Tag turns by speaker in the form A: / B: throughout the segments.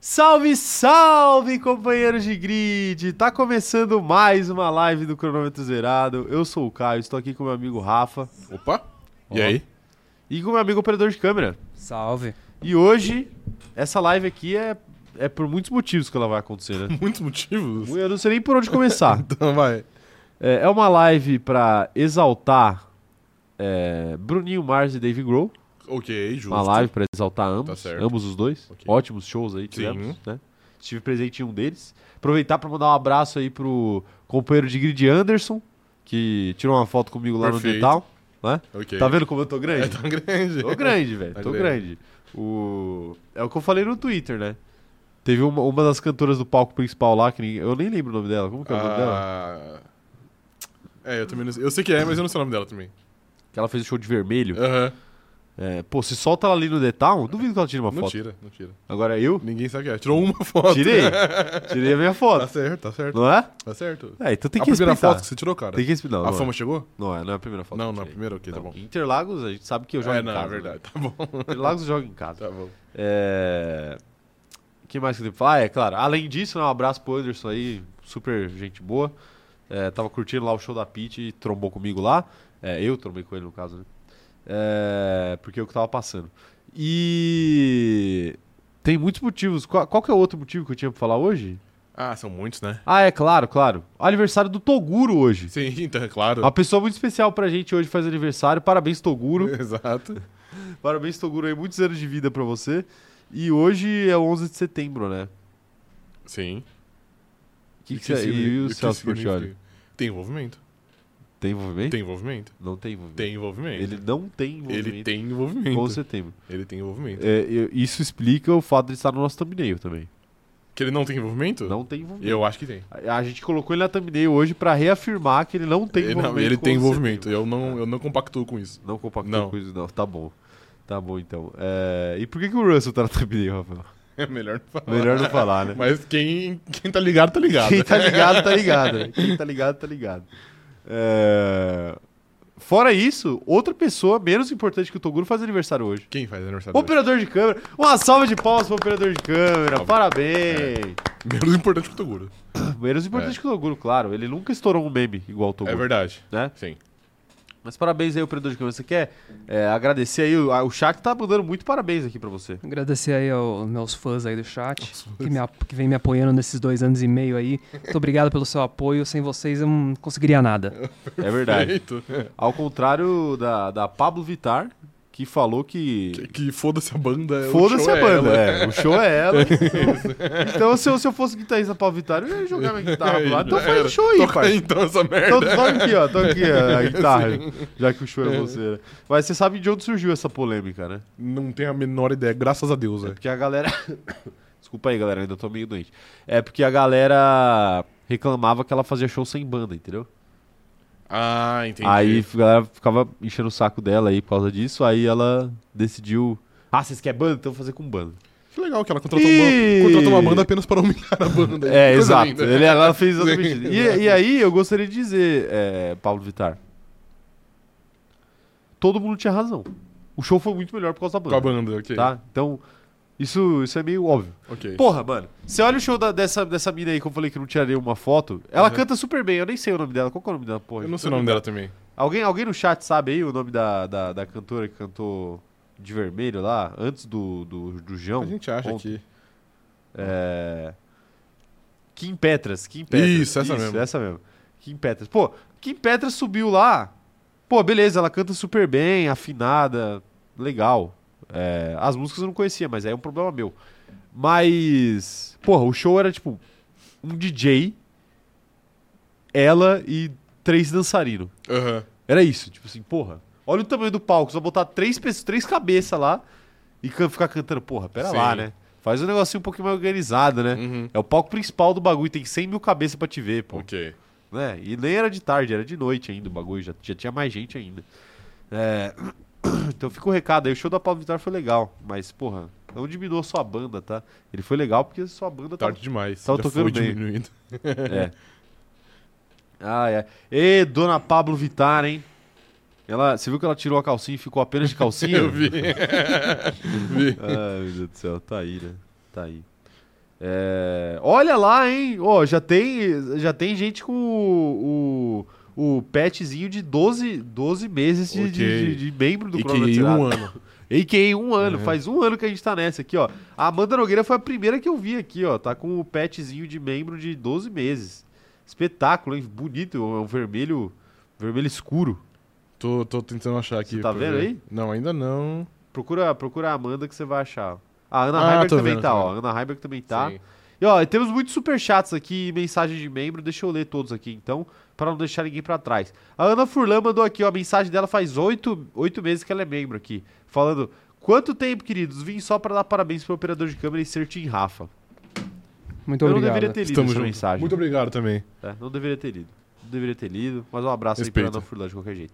A: Salve, salve, companheiros de grid! Tá começando mais uma live do Cronômetro Zerado. Eu sou o Caio, estou aqui com meu amigo Rafa
B: Opa! E aí?
A: e com meu amigo operador de câmera.
C: Salve.
A: E hoje, essa live aqui é, é por muitos motivos que ela vai acontecer, né?
B: Muitos motivos?
A: Eu não sei nem por onde começar.
B: Então vai.
A: É, é uma live pra exaltar é, Bruninho Mars e Dave Grohl.
B: Ok, justo. Tá
A: Uma live pra exaltar ambos,
B: certo.
A: ambos os dois.
B: Ok.
A: Ótimos shows aí tivemos,
B: Sim.
A: né? Estive presente em um deles. Aproveitar pra mandar um abraço aí pro companheiro de grid Anderson, que tirou uma foto comigo lá no
B: Perfeito.
A: Dental, né?
B: Ok.
A: Tá vendo como eu tô
B: É
A: grande?
B: tão grande.
A: Tô grande, velho.
B: Tá
A: Tô
B: grande.
A: grande. O... É o que eu falei no Twitter, né? Teve uma, uma das cantoras do palco principal lá, que ninguém- eu nem lembro o nome dela. Como que é o nome dela?
B: Ah...
A: né?
B: É, eu também não sei. Eu sei que é, mas eu não sei o nome dela também.
A: Que ela fez o show de vermelho.
B: Aham.
A: É, pô, se solta ela ali no The Town, duvido que ela tire uma
B: Não
A: foto.
B: tira, não tira.
A: Agora eu?
B: Ninguém sabe o que é. Tirou uma foto.
A: Tirei. Tirei a minha
B: Tá
A: foto.
B: certo, tá certo.
A: Não é?
B: Tá certo.
A: É, então tem
B: a
A: que
B: primeira
A: respeitar.
B: foto que você tirou, cara?
A: Tem que respeitar. Não,
B: a
A: não,
B: fama
A: é.
B: chegou?
A: não é, não é a primeira foto.
B: não,
A: que
B: não,
A: eu
B: a
A: tirei.
B: primeira, ok, tá
A: Não,
B: bom.
A: Interlagos, a gente sabe que eu jogo
B: é,
A: em
B: não,
A: casa.
B: é verdade,
A: né?
B: tá bom.
A: Interlagos joga em casa.
B: tá bom.
A: É... O que mais que eu tenho que falar? Ah, é claro. Além disso, né, um abraço pro Anderson aí, super gente boa. É, tava curtindo lá o show da Pete e trombou comigo lá. É, eu trombei com ele, no caso, né? É, porque eu que tava passando. E... Tem muitos motivos. Qual, qual que é o outro motivo que eu tinha pra falar hoje?
B: Ah, são muitos, né?
A: Ah, é claro, claro. Aniversário do Toguro hoje.
B: Sim, então, é claro.
A: Uma pessoa muito especial pra gente hoje faz aniversário. Parabéns,
B: É.
A: Toguro.
B: Exato.
A: Parabéns, Toguro, aí. Muitos anos de vida pra você. E hoje é 11 de setembro, né?
B: Sim.
A: O que, que
B: isso
A: você e o Celso Portioli?
B: significa? Tem envolvimento.
A: Tem envolvimento?
B: Tem envolvimento.
A: Não tem envolvimento.
B: Tem envolvimento.
A: Ele não tem envolvimento
B: Ele tem
A: com
B: envolvimento.
A: setembro.
B: Ele tem envolvimento.
A: É, eu- isso explica o fato de estar no nosso thumbnail também.
B: Que ele não tem envolvimento?
A: Não tem envolvimento.
B: Eu acho que tem.
A: A, a gente colocou ele na thumbnail hoje pra reafirmar que ele não tem
B: Ele, não,
A: envolvimento.
B: ele
A: com né? o
B: tem envolvimento.
A: setembro.
B: Eu não, eu não compactuo com isso.
A: Não compactou
B: Não.
A: com isso, não. Tá bom. Tá bom, então. É, E por que, que o Russell tá na thumbnail, Rafael?
B: É melhor não falar.
A: Melhor não falar, né?
B: Mas quem, quem tá ligado, tá ligado.
A: Quem tá ligado, tá ligado. né? Quem tá ligado, tá ligado. É, Fora isso, outra pessoa menos importante que o Toguro faz aniversário hoje.
B: Quem faz aniversário? hoje?
A: Operador de câmera. Uma salva de palmas pro operador de câmera.
B: Óbvio.
A: Parabéns.
B: Menos importante que o Toguro.
A: Menos importante que o Toguro, claro. Ele nunca estourou um meme igual o
B: É. É
A: Toguro.
B: verdade.
A: né?
B: Sim.
A: Mas parabéns aí, operador de câmera. Você quer é, agradecer aí? O, a- o chat tá mandando muito parabéns aqui pra você.
C: Agradecer aí aos meus fãs aí do chat, que, me, ap- que vem me apoiando nesses dois anos e meio aí. Muito obrigado pelo seu apoio. Sem vocês eu não conseguiria nada.
A: É verdade.
B: Perfeito.
A: Ao contrário da, da Pablo Vitar, que falou que.
B: Que, que foda-se a banda. o
A: Foda-se
B: show
A: a
B: é
A: banda,
B: ela.
A: é. O show é ela. então, se eu, se eu fosse guitarrista pra Vitória, eu ia jogar minha guitarra pro lado. Então
B: Já
A: faz
B: era.
A: o show aí,
B: Toca
A: pai.
B: então essa merda.
A: Então toca aqui, ó. Toca aqui ó, a guitarra, já que o show é você. né? Mas você sabe de onde surgiu essa polêmica, né?
B: Não tenho a menor ideia, graças a Deus,
A: É
B: é.
A: porque a galera... Desculpa aí, galera, ainda tô meio doente. É porque a galera reclamava que ela fazia show sem banda, entendeu?
B: Ah, entendi.
A: Aí a galera ficava enchendo o saco dela aí por causa disso. Aí ela decidiu... Ah, vocês querem banda? Então vou fazer com banda.
B: Que legal que ela contratou,
A: Ih!
B: uma, contratou uma banda apenas para humilhar a banda.
A: É,
B: Que coisa
A: exato.
B: linda.
A: Ele, ela fez exatamente isso.
B: Exato.
A: E, e aí, eu gostaria de dizer, é, Paulo Vittar. Todo mundo tinha razão. O show foi muito melhor por causa da
B: Com a
A: banda.
B: banda, ok.
A: Tá? Então, isso, isso é meio óbvio.
B: Ok.
A: Porra, mano. Você olha o show da- dessa, dessa mina aí que eu falei que não tiraria uma foto. Ela
B: Uhum.
A: canta super bem. Eu nem sei o nome dela. Qual que é o nome dela, porra?
B: eu não sei o nome dela também.
A: Alguém, alguém no chat sabe aí o nome da, da, da cantora que cantou de vermelho lá, antes do, do, do João?
B: a gente acha
A: ontem.
B: aqui.
A: É... Kim Petras, Kim Petras.
B: Isso, essa mesmo.
A: Essa mesmo. Kim Petras. Pô, Kim Petras subiu lá. Pô, beleza, ela canta super bem, afinada, legal. É, as músicas eu não conhecia, mas aí é um problema meu. Mas, porra, o show era tipo um DJ, ela e três dançarinos.
B: Aham.
A: Era isso, tipo assim, porra. Olha o tamanho do palco, só botar três pessoas, três cabeças lá e can- ficar cantando, porra, pera
B: Sim.
A: lá, né? Faz um negocinho um pouquinho mais organizado, né?
B: Uhum.
A: É o palco principal do bagulho, tem 100 mil cabeças pra te ver, pô.
B: Ok.
A: Né? E nem era de tarde, era de noite ainda o bagulho, já, já tinha mais gente ainda. É, Então fica o recado aí, o show da Paulo Vittar foi legal, mas, porra, não diminuou sua banda, tá? Ele foi legal porque sua banda tá.
B: Tarde demais.
A: Tava
B: Já
A: tocando
B: foi
A: bem.
B: diminuído.
A: É. Ah, é. Ê, dona Pablo Vittar, hein? Ela, você viu que ela tirou a calcinha e ficou apenas de calcinha?
B: Eu vi. vi.
A: Ai, meu Deus do céu, tá aí, né? Tá aí. É, olha lá, hein? Ó, já tem já tem gente com o, o, o petzinho de 12, 12 meses de,
B: Ok.
A: de- de- de membro do
B: E que em
A: Cronotirata.
B: um ano.
A: E que um ano,
B: É.
A: faz um ano que a gente tá nessa aqui, ó. A Amanda Nogueira foi a primeira que eu vi aqui, ó. Tá com o petzinho de membro de 12 meses. Espetáculo, hein? Bonito, é um vermelho, vermelho escuro.
B: Tô, tô tentando achar aqui.
A: Você tá
B: pra
A: vendo
B: ver.
A: aí?
B: Não, ainda não.
A: Procura, procura a Amanda que você vai achar. A Ana
B: Ah,
A: Heiberg
B: tô
A: também
B: vendo,
A: tá,
B: tô
A: ó. A Ana Heiberg também tá.
B: Sim.
A: E ó, temos muitos superchats aqui e mensagem de membro. Deixa eu ler todos aqui então, pra não deixar ninguém pra trás. A Ana Furlan mandou aqui, ó, a mensagem dela faz oito oito meses que ela é membro aqui, falando: "Quanto tempo, queridos? Vim só pra dar parabéns pro operador de câmera e ser Tim Rafa".
C: Muito
A: Eu não
C: obrigado.
A: deveria ter lido
B: Tamo
A: essa
B: junto.
A: mensagem.
B: Muito obrigado também.
A: É, não deveria ter lido. Não deveria ter lido, mas um abraço aí
B: Respeito.
A: pra Ana Furlan de qualquer jeito.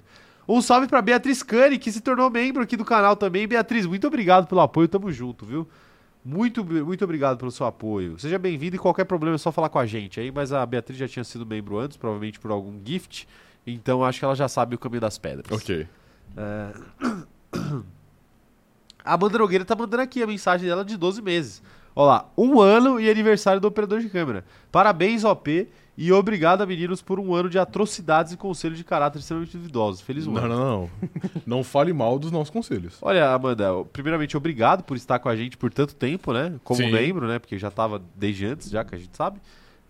A: Um salve pra Beatriz Cani, que se tornou membro aqui do canal também. Beatriz, muito obrigado pelo apoio, tamo junto, viu? Muito, muito obrigado pelo seu apoio. Seja bem-vindo e qualquer problema é só falar com a gente aí, mas a Beatriz já tinha sido membro antes, provavelmente por algum gift, então acho que ela já sabe o caminho das pedras.
B: Ok.
A: A Amanda Nogueira tá mandando aqui a mensagem dela de 12 meses. Olha lá, um ano e aniversário do operador de câmera. Parabéns, OP, e obrigado a meninos por um ano de atrocidades e conselhos de caráter extremamente duvidosos. Feliz um
B: Não,
A: ano.
B: não, não. não fale mal dos nossos conselhos.
A: Olha, Amanda, primeiramente, obrigado por estar com a gente por tanto tempo, né? Como
B: Sim.
A: membro, né? Porque já tava desde antes, já que a gente sabe.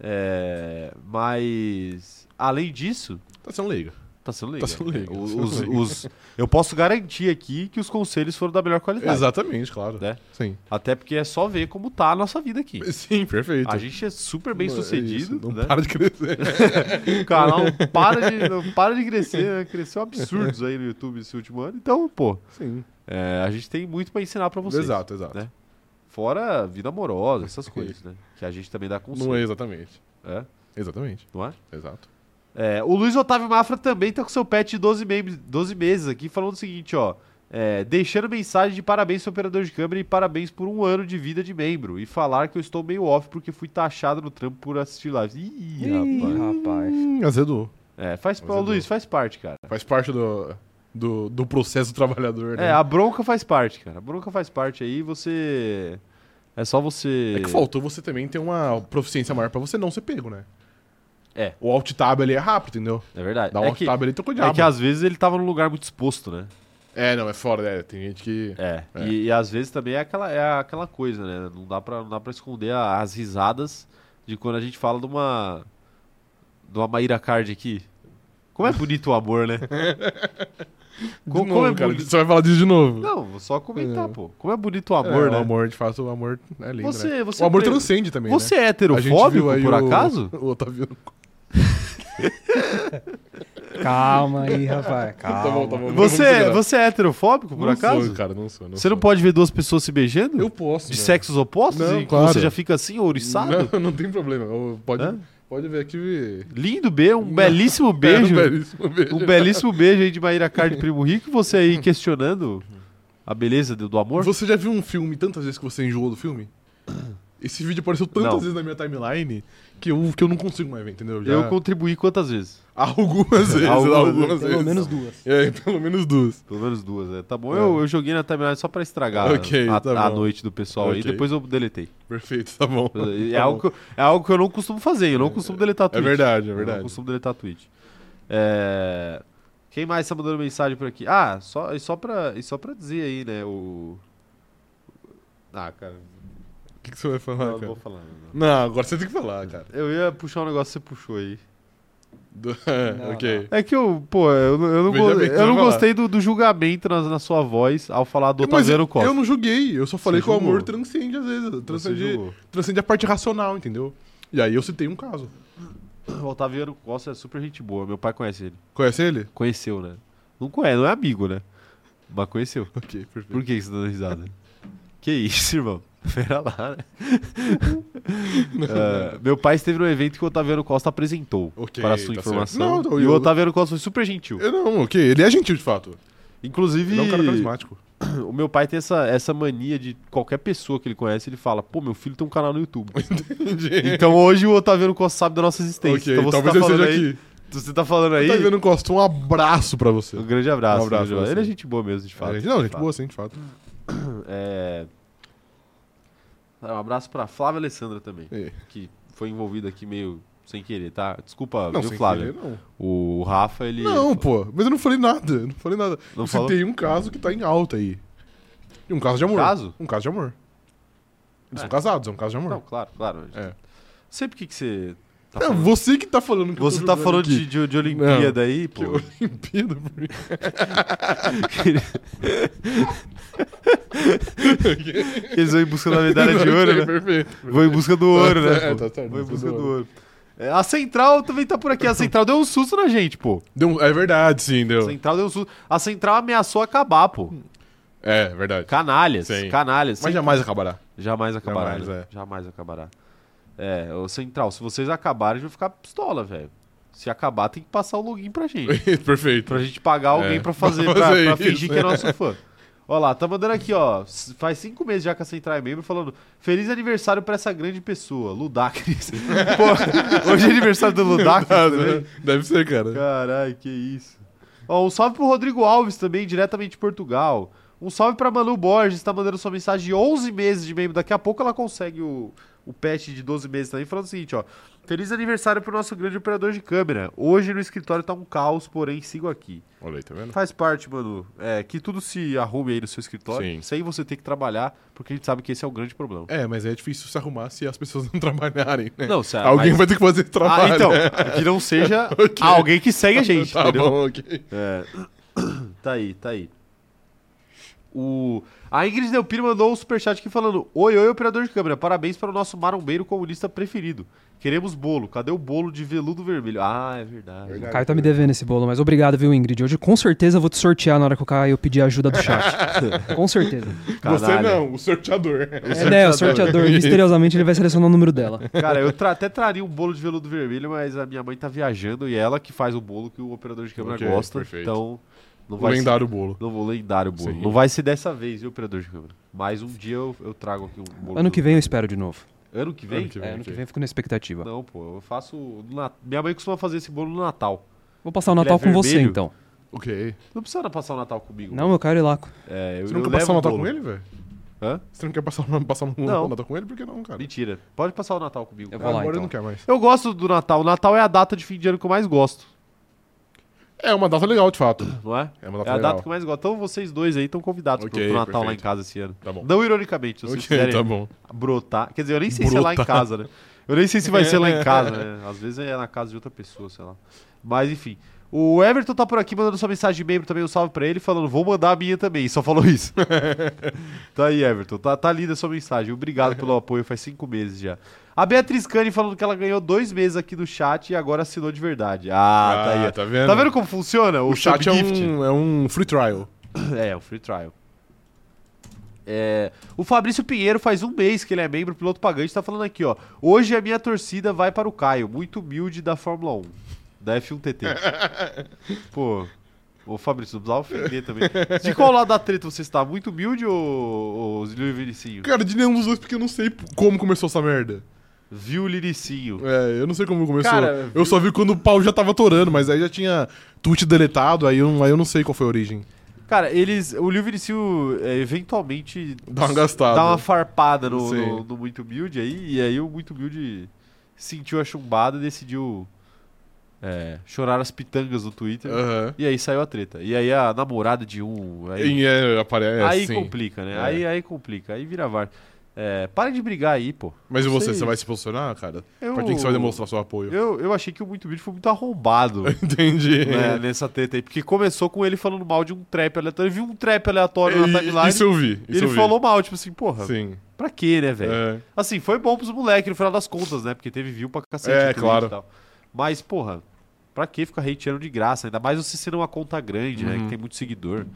A: É, Mas, além disso,
B: Tá sendo leiga.
A: tá sendo legal.
B: Tá sendo
A: É,
B: legal, tá sendo
A: os-
B: legal.
A: os- eu posso garantir aqui que os conselhos foram da melhor qualidade.
B: Exatamente, claro.
A: Né?
B: Sim.
A: Até porque é só ver como tá a nossa vida aqui.
B: Sim, perfeito.
A: A gente é super bem
B: Não, é isso,
A: sucedido,
B: Não
A: né?
B: para de crescer.
A: O canal para de, não para de crescer, né? Cresceu absurdos aí no YouTube esse último ano. Então, pô,
B: Sim.
A: é, a gente tem muito pra ensinar pra vocês.
B: Exato, exato.
A: né? Fora vida amorosa, essas coisas, né? Que a gente também dá
B: Não é
A: conselho.
B: exatamente.
A: É,
B: Exatamente.
A: não é?
B: Exato.
A: É, o Luiz Otávio Mafra também tá com seu pet de 12, mem- 12 meses aqui, falando o seguinte, ó. é, deixando mensagem de parabéns ao operador de câmera e parabéns por um ano de vida de membro. E falar que eu estou meio off porque fui taxado no trampo por assistir lives. Ih,
C: Ih,
A: rapaz.
C: rapaz.
B: Hum, azedou.
A: É, faz,
B: Mas
A: ô,
B: é
A: Luiz, faz parte, cara.
B: Faz parte do, do, do processo do trabalhador, né?
A: É, a bronca faz parte, cara. A bronca faz parte aí, você. É só você.
B: É que faltou você também ter uma proficiência maior pra você não ser pego, né?
A: É.
B: O alt tab ali é rápido, entendeu?
A: É verdade.
B: Dá um
A: é,
B: alt
A: que,
B: tab ali, tô com o
A: é
B: diabo.
A: que às vezes ele tava num lugar muito exposto, né?
B: É, não, é fora, né? Tem gente que.
A: É.
B: É.
A: E, e às vezes também é aquela, é aquela coisa, né? Não dá, pra, não dá pra esconder a- as risadas de quando a gente fala de uma. De uma Maíra Card aqui. Como é bonito o amor, né?
B: De
A: Co-
B: novo,
A: como é
B: cara,
A: bonito.
B: Você vai falar disso de novo.
A: Não, vou só comentar,
B: É.
A: pô. Como é bonito o amor,
B: É,
A: né?
B: O amor, de fato, o amor é lindo. né?
A: Você, você
B: O amor
A: pre-
B: transcende também.
A: Você é
B: né? A gente
A: heterofóbico,
B: viu aí
A: por
B: o-
A: acaso?
B: O Otávio.
C: Calma aí, rapaz. Calma.
B: Tá bom, tá bom. Vamos
A: Você,
B: segurar.
A: você é heterofóbico, por
B: não
A: acaso?
B: Sou, cara, não sou. Não
A: Você
B: sou.
A: não pode ver duas pessoas se beijando?
B: Eu posso. né?
A: de
B: velho.
A: sexos opostos?
B: Não,
A: e
B: claro.
A: Você já fica assim, ouriçado?
B: Não, não tem problema. Eu- Pode,
A: Hã?
B: pode ver aqui. e-
A: Lindo be, um
B: Não.
A: belíssimo beijo.
B: É, um belíssimo beijo.
A: um belíssimo beijo aí de Maíra Card e Primo Rico. Você aí questionando a beleza do, do amor?
B: Você já viu um filme tantas vezes que você enjoou do filme? Esse vídeo apareceu tantas
A: Não.
B: vezes na minha timeline que eu, que eu não consigo mais ver, entendeu? Já...
A: Eu contribuí quantas vezes?
B: Algumas vezes,
A: Algumas
B: algumas,
A: vezes.
B: vezes.
C: Pelo menos duas.
B: É, pelo menos duas.
A: Pelo menos duas, né? Tá bom,
B: É.
A: eu, eu joguei na timeline só pra estragar
B: Ok,
A: a,
B: tá
A: a
B: bom.
A: noite do pessoal aí.
B: Ok.
A: Depois eu deletei.
B: Perfeito, tá bom.
A: É,
B: Tá
A: algo
B: bom.
A: que, eu- é algo que eu não costumo fazer, eu não costumo deletar
B: É
A: tweet.
B: verdade, é
A: Eu não
B: verdade.
A: costumo deletar tweet. É, Quem mais tá mandando mensagem por aqui? Ah, só, e, só pra, e só pra dizer aí, né? O. Ah, cara.
B: O que, que você vai falar,
A: não, não
B: cara?
A: vou falar. não, não.
B: Não, agora você tem que falar, cara.
A: Eu ia puxar um negócio que você puxou aí.
B: Do- É,
C: Não,
B: ok.
A: É que eu, pô, eu, não- eu não,
B: Veja
A: go-
B: bem,
A: eu não
B: vai lá.
A: gostei do, do julgamento na, na sua voz ao falar do
B: Mas
A: Otaviano Costa.
B: eu não julguei, eu só falei
A: Você
B: que o
A: julgou.
B: amor transcende às vezes.
A: Você
B: Transcende,
A: julgou.
B: transcende a parte racional, entendeu? E aí eu citei um caso.
A: O Otaviano Costa é super gente boa, meu pai conhece ele.
B: Conhece ele?
A: Conheceu, né? Não conhece, não é amigo, né? Mas conheceu.
B: Ok, perfeito.
A: Por que você tá dando risada? que isso, irmão? Pera lá, né? Ah, meu pai esteve num evento que o Otaviano Costa apresentou.
B: Ok,
A: para a sua
B: tá
A: informação.
B: certo. Não,
A: e
B: eu-
A: o Otaviano Costa foi super gentil.
B: Eu não, ok. Ele é gentil, de fato.
A: Inclusive,
B: Ele é um cara carismático.
A: o meu pai tem essa, essa mania de qualquer pessoa que ele conhece, ele fala: pô, meu filho tem um canal no YouTube.
B: Entendi.
A: então hoje o Otaviano Costa sabe da nossa existência.
B: ok,
A: então você
B: talvez
A: tá
B: eu
A: falando
B: seja
A: aí.
B: aqui.
A: Você tá falando aí.
B: Tá vendo, Costa? Um abraço pra você.
A: Um grande abraço.
B: Um abraço
A: grande
B: pra você.
A: Ele é gente boa mesmo, de fato. Tá.
B: É, gente- não,
A: de
B: gente
A: fato.
B: boa sim, de fato.
A: É... Um abraço pra Flávia Alessandra também,
B: É.
A: que foi envolvida aqui meio sem querer, tá? Desculpa,
B: Não,
A: viu,
B: sem
A: Flávia?
B: querer, não.
A: O Rafa, ele.
B: Não, pô, mas eu não falei nada, eu não falei nada.
A: Não
B: eu
A: falou?
B: citei um caso que tá em alta aí. E um caso de amor.
A: Caso?
B: Um caso de amor.
A: É.
B: Eles são casados, é um caso de amor.
A: Não, claro, claro.
B: É.
A: Sei por que que você. Tá
B: É,
A: falando.
B: você que tá falando que eu
A: Você
B: tô
A: tá
B: jogando
A: falando
B: aqui.
A: de, de, de Olimpíada aí, pô.
B: Que Olimpíada, por mim.
A: Eles vão em busca da medalha de ouro, né?
B: É Perfeito.
A: Vão em busca do ouro, né?
B: É,
A: pô?
B: tá certo,
A: Vão em
B: busca
A: busca
B: do
A: do
B: ouro.
A: ouro. É, a Central também tá por aqui. A Central deu um susto na gente, pô.
B: Deu um- É verdade, sim,
A: A
B: deu.
A: Central deu um susto. A Central ameaçou acabar, pô.
B: É, verdade.
A: Canalhas,
B: Sim.
A: canalhas.
B: Mas
A: Sempre-
B: jamais acabará.
A: Jamais acabará.
B: Jamais,
A: Jamais, né? Jamais acabará. É, ô Central, se vocês acabarem, a gente vai ficar pistola, velho. Se acabar, tem que passar o login pra gente.
B: Perfeito.
A: Pra gente pagar alguém
B: É.
A: pra fazer,
B: Pra
A: pra,
B: fazer
A: pra
B: isso,
A: fingir que é
B: né?
A: nosso fã. Ó lá, tá mandando aqui, ó. s- Faz cinco meses já que a Central é membro, falando Feliz aniversário pra essa grande pessoa, Ludacris. Pô, hoje é aniversário do Ludacris
B: Ah,
A: também.
B: né? Deve ser, cara.
A: Caralho, que isso. Ó, um salve pro Rodrigo Alves também, diretamente de Portugal. Um salve pra Manu Borges, tá mandando sua mensagem de 11 meses de membro. Daqui a pouco ela consegue o, o patch de 12 meses também, falando o seguinte, ó. Feliz aniversário pro nosso grande operador de câmera. Hoje no escritório tá um caos, porém sigo aqui.
B: Olha aí, tá vendo?
A: Faz parte, Manu. É, que tudo se arrume aí no seu escritório,
B: Sim.
A: sem você ter que trabalhar, porque a gente sabe que esse é o grande problema.
B: É, mas é difícil se arrumar se as pessoas não trabalharem, né?
A: Não, sério.
B: Alguém vai ter que fazer esse trabalho.
A: Ah, então,
B: né?
A: que não seja ah, alguém que segue a gente,
B: tá
A: entendeu?
B: bom, ok.
A: É. tá aí, tá aí. O... A Ingrid Delpiro mandou um superchat aqui falando: Oi, oi, operador de câmera, parabéns para o nosso marombeiro comunista preferido. Queremos bolo, cadê o bolo de veludo vermelho? Ah, é verdade.
B: Verdade.
C: O Caio tá me devendo esse bolo, mas obrigado, viu, Ingrid? Hoje com certeza eu vou te sortear na hora que o Caio pedir ajuda do chat. com certeza.
B: Você
A: Canalha.
B: não, o sorteador.
C: É, né, o sorteador, misteriosamente, ele vai selecionar o número dela.
A: Cara, eu tra- até traria um bolo de veludo vermelho, mas a minha mãe tá viajando e ela que faz o bolo que o operador de câmera
B: Ok,
A: gosta.
B: perfeito.
A: Então, não
B: O
A: vai
B: lendário bolo.
A: ser. Não vou lendário o bolo.
B: Sim.
A: Não vai ser dessa vez, viu, operador de câmera? Mas um dia eu, eu trago aqui um bolo.
C: Ano
A: do-
C: que vem eu espero de novo.
A: Ano que vem?
B: Ano que
C: É, ano
B: ok.
C: que vem eu fico na expectativa.
A: Não, pô, eu faço. no Nat- Minha mãe costuma fazer esse bolo no Natal.
C: Vou passar o
A: Ele é
C: Natal com você,
A: vermelho?
C: então.
B: Ok.
A: Não precisa passar o Natal comigo.
C: Não, eu quero ir lá.
A: É, eu,
B: Você não
A: eu
B: quer passar
A: levo
B: o Natal
A: bolo.
B: com ele, velho?
A: Hã?
B: Você não quer passar, o- passar um
A: Não.
B: Natal com ele? Por que não, cara?
A: Mentira. Pode passar o Natal comigo.
C: Eu
A: Eu,
C: vou lá,
B: Agora eu
C: então.
B: não quero mais.
A: gosto do Natal. O Natal é a data de fim de ano que eu mais gosto,
B: É uma data legal, de fato.
A: não é?
B: É uma data
A: é a
B: legal.
A: data que eu mais gosto. Então vocês dois aí estão convidados
B: Ok,
A: pro, pro Natal lá em
B: perfeito.
A: casa esse ano.
B: Tá bom.
A: Não ironicamente, se vocês
B: Ok,
A: quiserem
B: tá bom.
A: brotar. Quer dizer, eu nem sei se é lá em
B: Brotar.
A: casa, né? Eu nem sei se vai ser lá em casa, né? Às vezes é na casa de outra pessoa, sei lá. Mas enfim. O Everton tá por aqui mandando sua mensagem de membro também, um salve pra ele, falando, vou mandar a minha também, e só falou isso. tá aí, Everton, tá, tá linda a sua mensagem, obrigado pelo apoio, faz cinco meses já. A Beatriz Cani falando que ela ganhou dois meses aqui do chat e agora assinou de verdade. Ah, tá aí. ó.
B: Tá vendo?
A: Tá vendo como funciona o,
B: O chat é
A: subgift?
B: um, é um free trial.
A: É, o free trial. É, o Fabrício Pinheiro faz um mês que ele é membro, piloto pagante, tá falando aqui, ó. Hoje a minha torcida vai para o Caio, muito humilde da Fórmula 1, da F1TT. Pô, ô Fabrício, não precisava ofender também. De qual lado da treta você está? Muito humilde ou, ou viu o Liricinho?
B: Cara, de nenhum dos dois, porque eu não sei como começou essa merda.
A: Viu o Liricinho.
B: É, eu não sei como começou.
A: Cara,
B: eu só vi quando o pau já tava torando, mas aí já tinha tweet deletado, aí eu, aí eu não sei qual foi a origem.
A: Cara, eles. O Liu Vinicius é, eventualmente.
B: Dá uma gastada.
A: Dá uma farpada no,
B: Sim.
A: no- no Muito Build aí. E aí o Muito Build sentiu a chumbada e decidiu é, chorar as pitangas no Twitter.
B: Aham.
A: E aí saiu a treta. E aí a namorada de um. Aí,
B: E é, aparece.
A: aí
B: sim.
A: complica, né?
B: É.
A: Aí, aí complica. Aí vira VAR. É, para de brigar aí, pô.
B: Mas e você,
A: Sei.
B: você vai se posicionar, cara?
A: Eu,
B: A partir que você vai demonstrar seu apoio.
A: Eu, eu achei que o Muito Build foi muito arrombado.
B: Entendi.
A: né, nessa treta aí, porque começou com ele falando mal de um trap aleatório. Ele viu um trap aleatório na
B: E-
A: timeline.
B: Isso eu vi. Isso
A: E ele
B: eu vi.
A: falou mal, tipo assim, porra,
B: Sim.
A: pra quê, né, velho?
B: É.
A: Assim, foi bom pros moleques no final das contas, né? Porque teve view pra cacete.
B: É,
A: no Twitch
B: claro.
A: e tal. Mas, porra, pra que ficar hateando de graça? Ainda mais você sendo uma conta grande, né?
B: Uhum.
A: Que tem muito seguidor.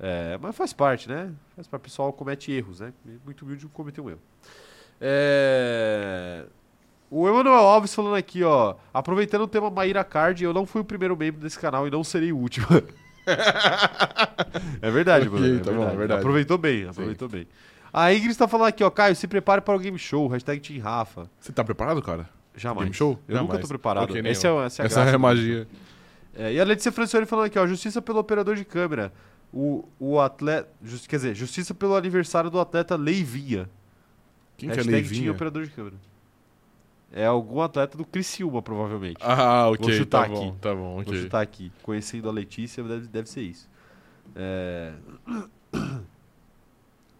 A: É, mas faz parte, né? Faz parte, o pessoal comete erros, né? Muito humilde cometeu um erro. É... O Emanuel Alves falando aqui, ó. Aproveitando o tema Maíra Card, eu não fui o primeiro membro desse canal e não serei o último. é verdade,
B: Ok,
A: mano. É
B: tá bom,
A: verdade.
B: é verdade.
A: Aproveitou bem, aproveitou bem. A Ingrid tá falando aqui, ó. Caio, se prepare para o game show. Hashtag Team Rafa.
B: Você tá preparado, cara?
A: Jamais.
B: Game show?
A: Eu nunca
B: Jamais.
A: tô preparado.
B: Ok, nem
A: essa,
B: eu.
A: é, essa é a
B: Essa é
A: graça.
B: a magia.
A: É, e a Letícia Francione falando aqui, ó. Justiça pelo operador de câmera. O, o atleta... jus- quer dizer, justiça pelo aniversário do atleta Leivinha.
B: Quem que é
A: Hashtag tinha
B: Neivinha?
A: operador de câmera. É algum atleta do Criciúma, provavelmente.
B: Ah, ok.
A: Vou chutar
B: tá bom,
A: aqui.
B: tá bom,
A: Vou
B: ok.
A: chutar aqui. Conhecendo a Letícia, deve, deve ser isso. É...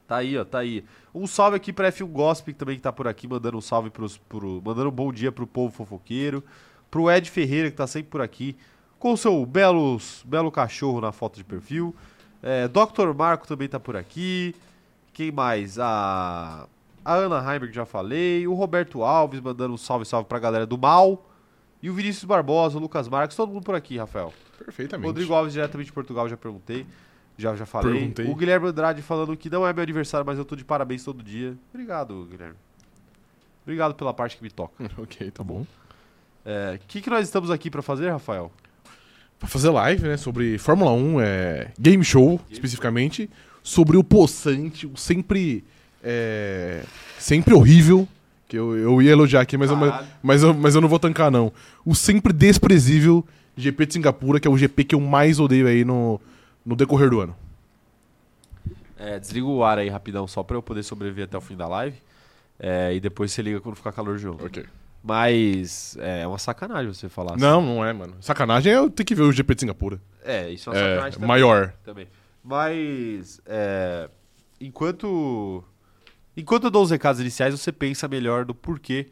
A: Tá aí, ó, tá aí. Um salve aqui pra F1 Gossip também que tá por aqui, mandando um salve pros, pro. Mandando um bom dia pro povo fofoqueiro. Pro Ed Ferreira, que tá sempre por aqui, com seu belos, belo cachorro na foto de perfil. É, Dr. Marco também tá por aqui. Quem mais? A, a Ana Heimberg, já falei. O Roberto Alves mandando um salve, salve pra galera do mal. E o Vinícius Barbosa, o Lucas Marques, todo mundo por aqui, Rafael.
B: Perfeitamente.
A: Rodrigo Alves, diretamente de Portugal, já perguntei. Já, já falei.
B: Perguntei.
A: O Guilherme Andrade falando que não é meu aniversário, mas eu tô de parabéns todo dia. Obrigado, Guilherme. Obrigado pela parte que me toca.
B: ok, tá bom.
A: O que, que nós estamos aqui pra fazer, Rafael?
B: Pra fazer live, né, sobre Fórmula 1, é, game show, especificamente, sobre o possante, o sempre, é, sempre horrível, que eu, eu ia elogiar aqui, mas eu, mas,
A: Caralho.
B: eu, mas eu não vou tancar, não. O sempre desprezível GP de Singapura, que é o GP que eu mais odeio aí no, no decorrer do ano.
A: É, desliga o ar aí rapidão, só pra eu poder sobreviver até o fim da live. É, e depois você liga quando ficar calor de novo.
B: Ok.
A: Mas é uma sacanagem você falar assim.
B: Não, não é, mano. Sacanagem é eu ter que ver o GP de Singapura.
A: É, isso é uma
B: É,
A: sacanagem também.
B: maior.
A: também. Mas é, enquanto enquanto eu dou os recados iniciais, você pensa melhor do porquê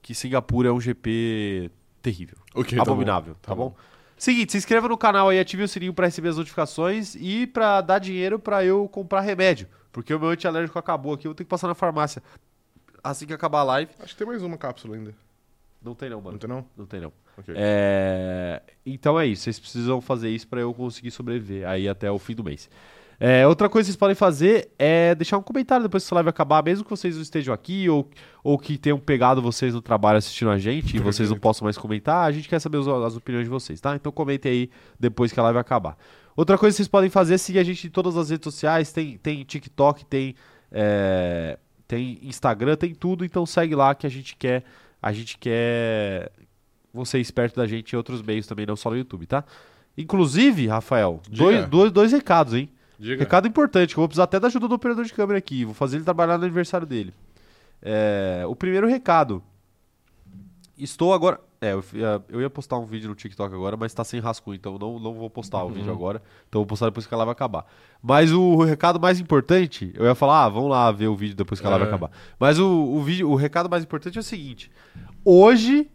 A: que Singapura é um GP terrível,
B: Ok, tá bom.
A: abominável, tá,
B: Tá
A: bom?
B: bom.
A: Seguinte, se inscreva no canal aí, ative o sininho pra receber as notificações e pra dar dinheiro pra eu comprar remédio, porque o meu antialérgico acabou aqui, eu vou ter que passar na farmácia assim que acabar a live.
B: Acho que tem mais uma cápsula ainda.
A: Não tem não, mano.
B: Não tem, não?
A: Não tem não.
B: Ok.
A: É, Então é isso, vocês precisam fazer isso pra eu conseguir sobreviver aí até o fim do mês. É, outra coisa que vocês podem fazer é deixar um comentário depois que essa live acabar, mesmo que vocês não estejam aqui ou, ou que tenham pegado vocês no trabalho assistindo a gente e vocês não possam mais comentar, a gente quer saber os- as opiniões de vocês, tá? Então comentem aí depois que a live acabar. Outra coisa que vocês podem fazer é seguir a gente em todas as redes sociais, tem, tem TikTok, tem, é, tem Instagram, tem tudo, então segue lá que a gente quer, a gente quer você esperto da gente em outros meios também, não só no YouTube, tá? Inclusive, Rafael,
B: Diga.
A: dois, dois, dois recados, hein?
B: Diga.
A: Recado importante, que eu vou precisar até da ajuda do operador de câmera aqui. Vou fazer ele trabalhar no aniversário dele. É, o primeiro recado. Estou agora. É, eu, ia- eu ia postar um vídeo no TikTok agora, mas tá sem rascunho, então não, não vou postar o vídeo agora. Então eu vou postar depois que ela vai acabar. Mas o recado mais importante, eu ia falar, ah, vamos lá ver o vídeo depois que ela vai
B: É.
A: acabar. Mas o, o, vídeo, o recado mais importante é o seguinte: hoje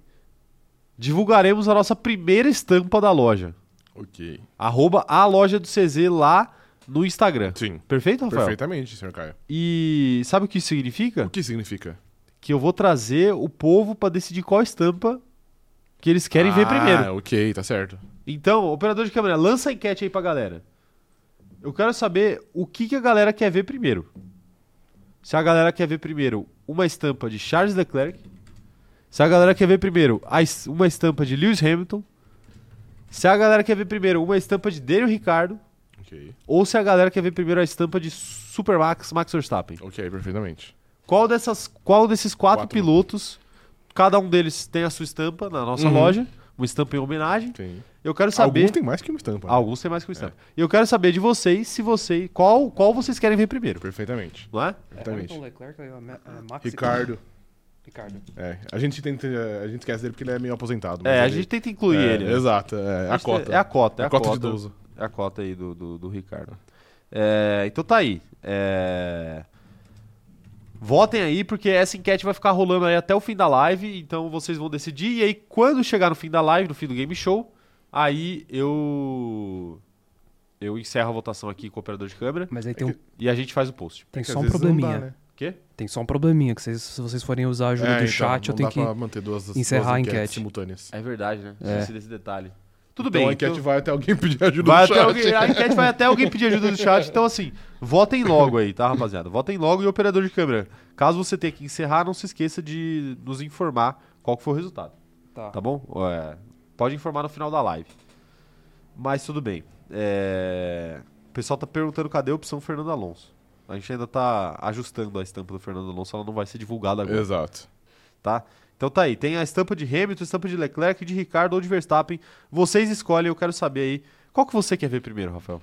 A: divulgaremos a nossa primeira estampa da loja.
B: Ok.
A: Arroba a loja do CZ lá no Instagram.
B: Sim.
A: Perfeito, Rafael?
B: Perfeitamente, senhor Caio.
A: E sabe o que isso
B: O
A: significa?
B: que significa?
A: Que eu vou trazer o povo pra decidir qual estampa que eles querem ver primeiro.
B: Ah, ok, tá certo.
A: Então, operador de câmera, lança a enquete aí pra galera. Eu quero saber o que, que a galera quer ver primeiro. Se a galera quer ver primeiro uma estampa de Charles Leclerc. Se a galera quer ver primeiro a es- uma estampa de Lewis Hamilton. Se a galera quer ver primeiro uma estampa de Daniel Ricardo.
B: Ok.
A: Ou se a galera quer ver primeiro a estampa de Supermax Max Verstappen.
B: Ok, perfeitamente.
A: Qual, dessas, qual desses quatro,
B: Quatro.
A: pilotos, cada um deles tem a sua estampa na nossa
B: Uhum.
A: loja, uma estampa em homenagem.
B: Tem.
A: Eu quero saber.
B: Alguns tem mais É. que uma estampa.
A: Alguns têm mais que uma estampa. E eu quero saber de vocês se vocês. Qual, qual vocês querem ver primeiro,
B: Perfeitamente.
A: não é?
B: Perfeitamente.
C: Leclerc, aí, ó, Ma- é, Max e-
B: Ricardo.
C: Ricardo.
B: É, a gente tenta, a gente esquece dele porque ele é meio aposentado. mas
A: É, a
B: ele-
A: gente tenta incluir
B: é,
A: ele. né?
B: Exato, é a cota.
A: É a cota, é a,
B: A cota de 12.
A: É a cota aí do, do, do Ricardo. É, então tá aí. É, Votem aí, porque essa enquete vai ficar rolando aí até o fim da live. Então vocês vão decidir. E aí, quando chegar no fim da live, no fim do game show, aí eu. Eu encerro a votação aqui com o operador de câmera
C: Mas aí tem, um-
A: e a gente faz o post.
C: tem
B: É que às
C: só um
B: vezes não
C: probleminha.
B: dá, né?
A: O quê?
C: Tem só um probleminha, que vocês- se vocês forem usar a ajuda
B: É,
C: do
B: então,
C: chat, eu
B: não
C: tenho
B: dá
C: que...
B: pra manter duas,
C: encerrar
B: duas
C: a
B: enquetes
C: enquete.
B: simultâneas.
A: É verdade, né?
C: É.
A: Esqueci desse detalhe. Tudo
B: então
A: bem.
B: a enquete
A: então-
B: vai até alguém pedir ajuda
A: Vai
B: do
A: até
B: chat.
A: alguém- a enquete vai até alguém pedir ajuda do chat. Então, assim, votem logo aí, tá, rapaziada? Votem logo e operador de câmera. Caso você tenha que encerrar, não se esqueça de nos informar qual que foi o resultado, tá bom? É, pode informar no final da live. Mas tudo bem. É, O pessoal tá perguntando cadê a opção Fernando Alonso. A gente ainda tá ajustando a estampa do Fernando Alonso, ela não vai ser divulgada agora
B: Exato.
A: tá? Então tá aí, tem a estampa de Hamilton, estampa de Leclerc, de Ricardo ou de Verstappen. Vocês escolhem, eu quero saber aí. Qual que você quer ver primeiro, Rafael?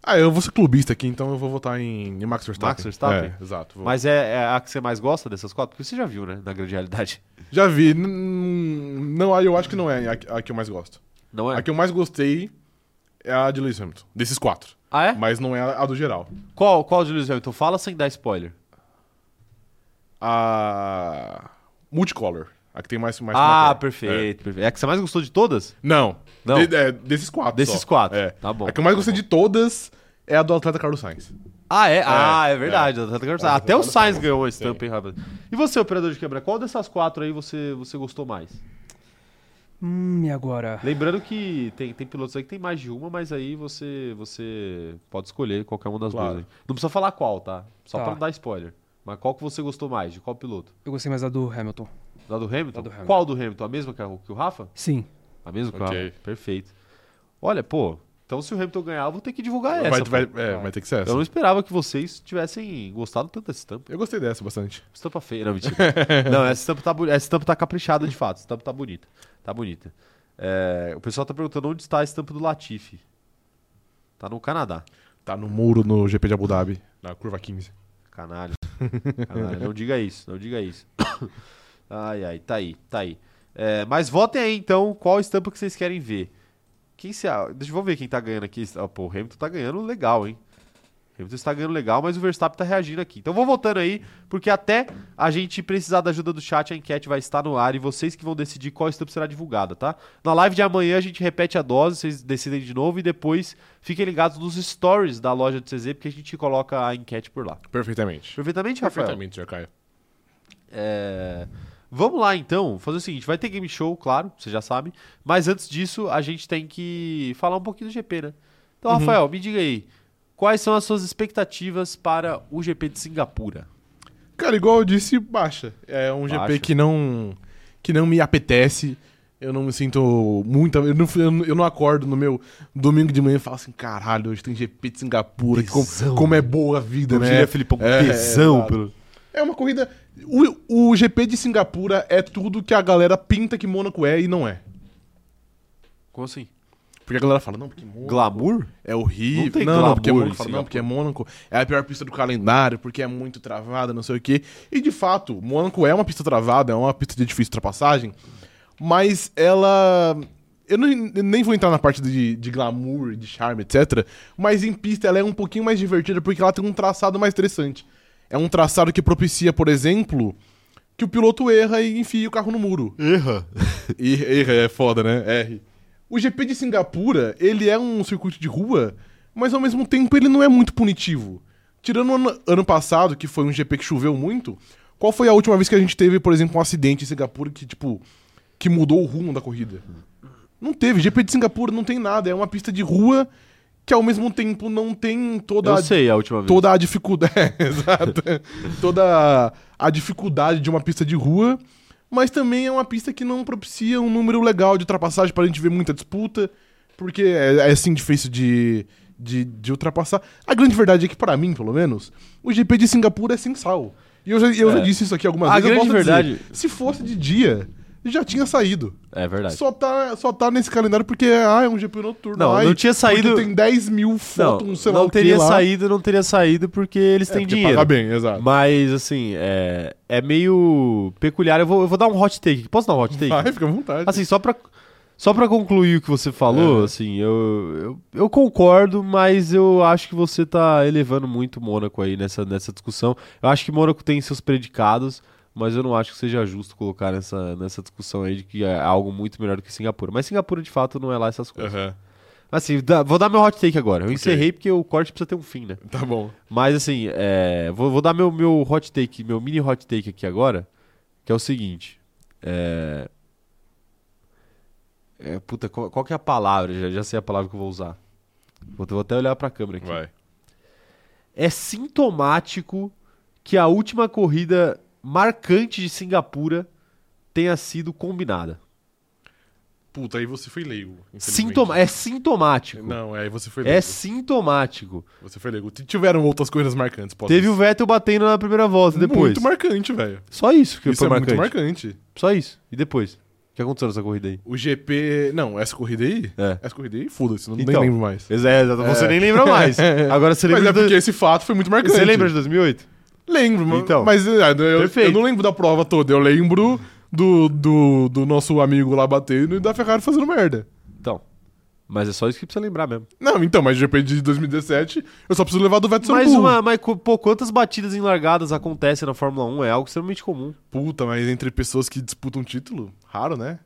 B: Ah, eu vou ser clubista aqui, então eu vou votar em, em Max Verstappen.
A: Max Verstappen?
B: É, exato. vou.
A: Mas é, é a que você mais gosta dessas quatro? Porque você já viu, né? Na grande realidade.
B: Já vi. n- n- Não, eu acho que não é a, a que eu mais gosto.
A: Não é?
B: A que eu mais gostei é a de Lewis Hamilton, desses quatro.
A: Ah, é?
B: Mas não é a do geral.
A: Qual, qual de Lewis Hamilton? Fala sem dar spoiler.
B: A. Multicolor. A que tem mais. mais
A: ah,
B: uma cor.
A: perfeito, perfeito. É a que você mais gostou de todas?
B: É. Não.
A: Não.
B: De- é, desses quatro.
A: Desses
B: só.
A: quatro.
B: É.
A: Tá bom.
B: A que eu mais
A: Tá
B: gostei
A: bom.
B: de todas é a do atleta Carlos Sainz.
A: Ah, é? ah, é
B: é.
A: verdade. Até o Sainz ganhou uma estampa, hein, rapaz? E você, operador de quebra, qual dessas quatro aí você, você gostou mais?
C: Hum, e agora?
A: Lembrando que tem, tem pilotos aí que tem mais de uma, mas aí você, você pode escolher qualquer uma das
B: Claro.
A: duas. Aí. Não precisa falar qual, tá? Só
C: Tá.
A: pra não dar spoiler. Mas qual que você gostou mais? De qual piloto?
C: Eu gostei mais da do Hamilton.
A: Da do Hamilton?
C: Da do Hamilton.
A: Qual do Hamilton? A mesma que, a- que o Rafa?
C: Sim.
A: A mesma que o
B: Ok.
A: Rafa. Perfeito. Olha, pô, então se o Hamilton ganhar, eu vou ter que divulgar essa.
B: vai,
A: pô.
B: vai- é, vai ter que ser essa.
A: Eu não esperava que vocês tivessem gostado tanto dessa estampa.
B: Eu gostei dessa bastante.
A: Estampa feia, não, mentira. não, essa estampa, tá, boni- essa estampa tá caprichada de fato. Essa estampa tá bonita. Tá bonita. É, o pessoal tá perguntando onde está a estampa do Latifi. Tá no Canadá.
B: Tá no muro no GP de Abu Dhabi, na curva 15.
A: Canalho. Canalho. Não diga isso, não diga isso. Ai, ai, tá aí, tá aí. É, mas votem aí então qual estampa que vocês querem ver. Quem se. ah, Deixa eu vou ver quem tá ganhando aqui. Ah, pô, o Hamilton tá ganhando legal, hein? O Hamilton está ganhando legal, mas o Verstappen tá reagindo aqui. Então vou votando aí, porque até a gente precisar da ajuda do chat, a enquete vai estar no ar e vocês que vão decidir qual estampa será divulgada, tá? Na live de amanhã a gente repete a dose, vocês decidem de novo e depois fiquem ligados nos stories da loja do CZ, porque a gente coloca a enquete por lá.
B: Perfeitamente.
A: Perfeitamente, Rafael.
B: Perfeitamente, já caiu.
A: É, Vamos lá então, fazer o seguinte: vai ter game show, claro, você já sabe. Mas antes disso, a gente tem que falar um pouquinho do GP, né? Então, Rafael, me diga aí, quais são as suas expectativas para o GP de Singapura?
B: Cara, igual eu disse, baixa. É um
A: Baixa.
B: GP que não, que não me apetece. Eu não me sinto muito. Eu não, fui- eu não- eu não acordo no meu domingo de manhã e falo assim: caralho, hoje tem GP de Singapura. que como,
A: Tesão.
B: como é boa a vida, né?
A: Filipão,
B: É,
A: tesão
B: exato.
A: pelo.
B: É uma corrida. O, o GP de Singapura é tudo que a galera pinta que Mônaco é e não é.
A: Como assim?
B: Porque a galera fala: não, porque Mônaco.
A: Glamour?
B: É horrível.
A: Não tem
B: não,
A: glamour
B: porque é
A: em
B: Mônaco. Fala,
A: Singapura.
B: não, porque é Mônaco. É a pior pista do calendário, porque é muito travada, não sei o quê. E de fato, Mônaco é uma pista travada, é uma pista de difícil ultrapassagem. Mas ela. Eu não- nem vou entrar na parte de, de glamour, de charme, etc. Mas em pista ela é um pouquinho mais divertida porque ela tem um traçado mais interessante. É um traçado que propicia, por exemplo, que o piloto erra e enfia o carro no muro.
A: Erra.
B: E erra, é foda, né? R. O GP de Singapura, ele é um circuito de rua, mas ao mesmo tempo ele não é muito punitivo. Tirando o ano, ano passado, que foi um GP que choveu muito, qual foi a última vez que a gente teve, por exemplo, um acidente em Singapura que, tipo, que mudou o rumo da corrida? Não teve. GP de Singapura não tem nada. É uma pista de rua que ao mesmo tempo não tem toda
A: Eu
B: a
A: sei a última vez.
B: toda a dificuldade. É, exato. toda a dificuldade de uma pista de rua, mas também é uma pista que não propicia um número legal de ultrapassagem para a gente ver muita disputa, porque é, é assim difícil de, de, de ultrapassar. A grande verdade é que, para mim, pelo menos, o GP de Singapura é sem sal. E eu já, eu já
A: É.
B: disse isso aqui algumas
A: A
B: vezes. eu
A: grande
B: volto a dizer,
A: verdade-
B: se fosse de dia, já tinha saído.
A: É verdade.
B: Só tá, só tá nesse calendário porque ah, é um GP noturno.
A: Não,
B: ai,
A: não tinha
B: porque
A: saído-
B: Tem 10 mil
A: Não,
B: fotos, não, sei lá
A: não
B: o que
A: teria
B: lá.
A: saído, não teria saído porque eles
B: É,
A: têm
B: porque
A: dinheiro.
B: Paga bem, exato.
A: Mas, assim, é, é meio peculiar. Eu vou, eu vou dar um hot take. Posso dar um hot take?
B: Vai, fica à vontade.
A: Assim, só pra, só pra concluir o que você falou, assim, eu, eu, eu concordo, mas eu acho que você tá elevando muito Mônaco aí nessa, nessa discussão. Eu acho que Mônaco tem seus predicados, mas eu não acho que seja justo colocar nessa, nessa discussão aí de que é algo muito melhor do que Singapura. Mas Singapura, de fato, não é lá essas coisas.
B: Aham.
A: Mas, assim, dá- vou dar meu hot take agora. Eu encerrei porque o corte precisa ter um fim, né?
B: Tá bom.
A: Mas assim, é, vou, vou dar meu, meu hot take, meu mini hot take aqui agora, que é o seguinte. É, é, puta, qual, qual que é a palavra? Já, já sei a palavra que eu vou usar. Vou, vou até olhar pra câmera aqui.
B: Vai.
A: É sintomático que a última corrida marcante de Singapura tenha sido combinada.
B: Puta, aí você foi leigo. infelizmente.
A: Sintoma, é sintomático.
B: Não, é, aí você foi leigo.
A: É sintomático.
B: Você foi leigo. T- Tiveram outras coisas marcantes. pode
A: Teve o
B: ser.
A: Vettel batendo na primeira volta depois.
B: Muito marcante, velho.
A: Só isso que
B: Isso
A: foi
B: é
A: marcante.
B: muito marcante.
A: Só isso. E depois? O que aconteceu nessa corrida aí?
B: O GP. Não, essa corrida aí?
A: É.
B: Essa corrida aí, foda-se, não
A: Então.
B: nem lembro mais.
A: Ex- é, exato, Você nem lembra mais. Agora você
B: Mas
A: lembra
B: é
A: do-
B: porque esse fato foi muito marcante.
A: Você lembra de 2008?
B: Lembro, ma-
A: Então.
B: mas é, eu, eu
A: Perfeito.
B: não lembro da prova toda. Eu lembro do, do, do nosso amigo lá batendo e da Ferrari fazendo merda.
A: Então. Mas é só isso que precisa lembrar mesmo.
B: Não, então, mas o GP de 2017, eu só preciso levar do Vettel
A: Mas
B: burro.
A: uma, mas, co- pô, quantas batidas em largadas acontecem na Fórmula 1? É algo extremamente comum.
B: Puta, mas entre pessoas que disputam título, raro, né?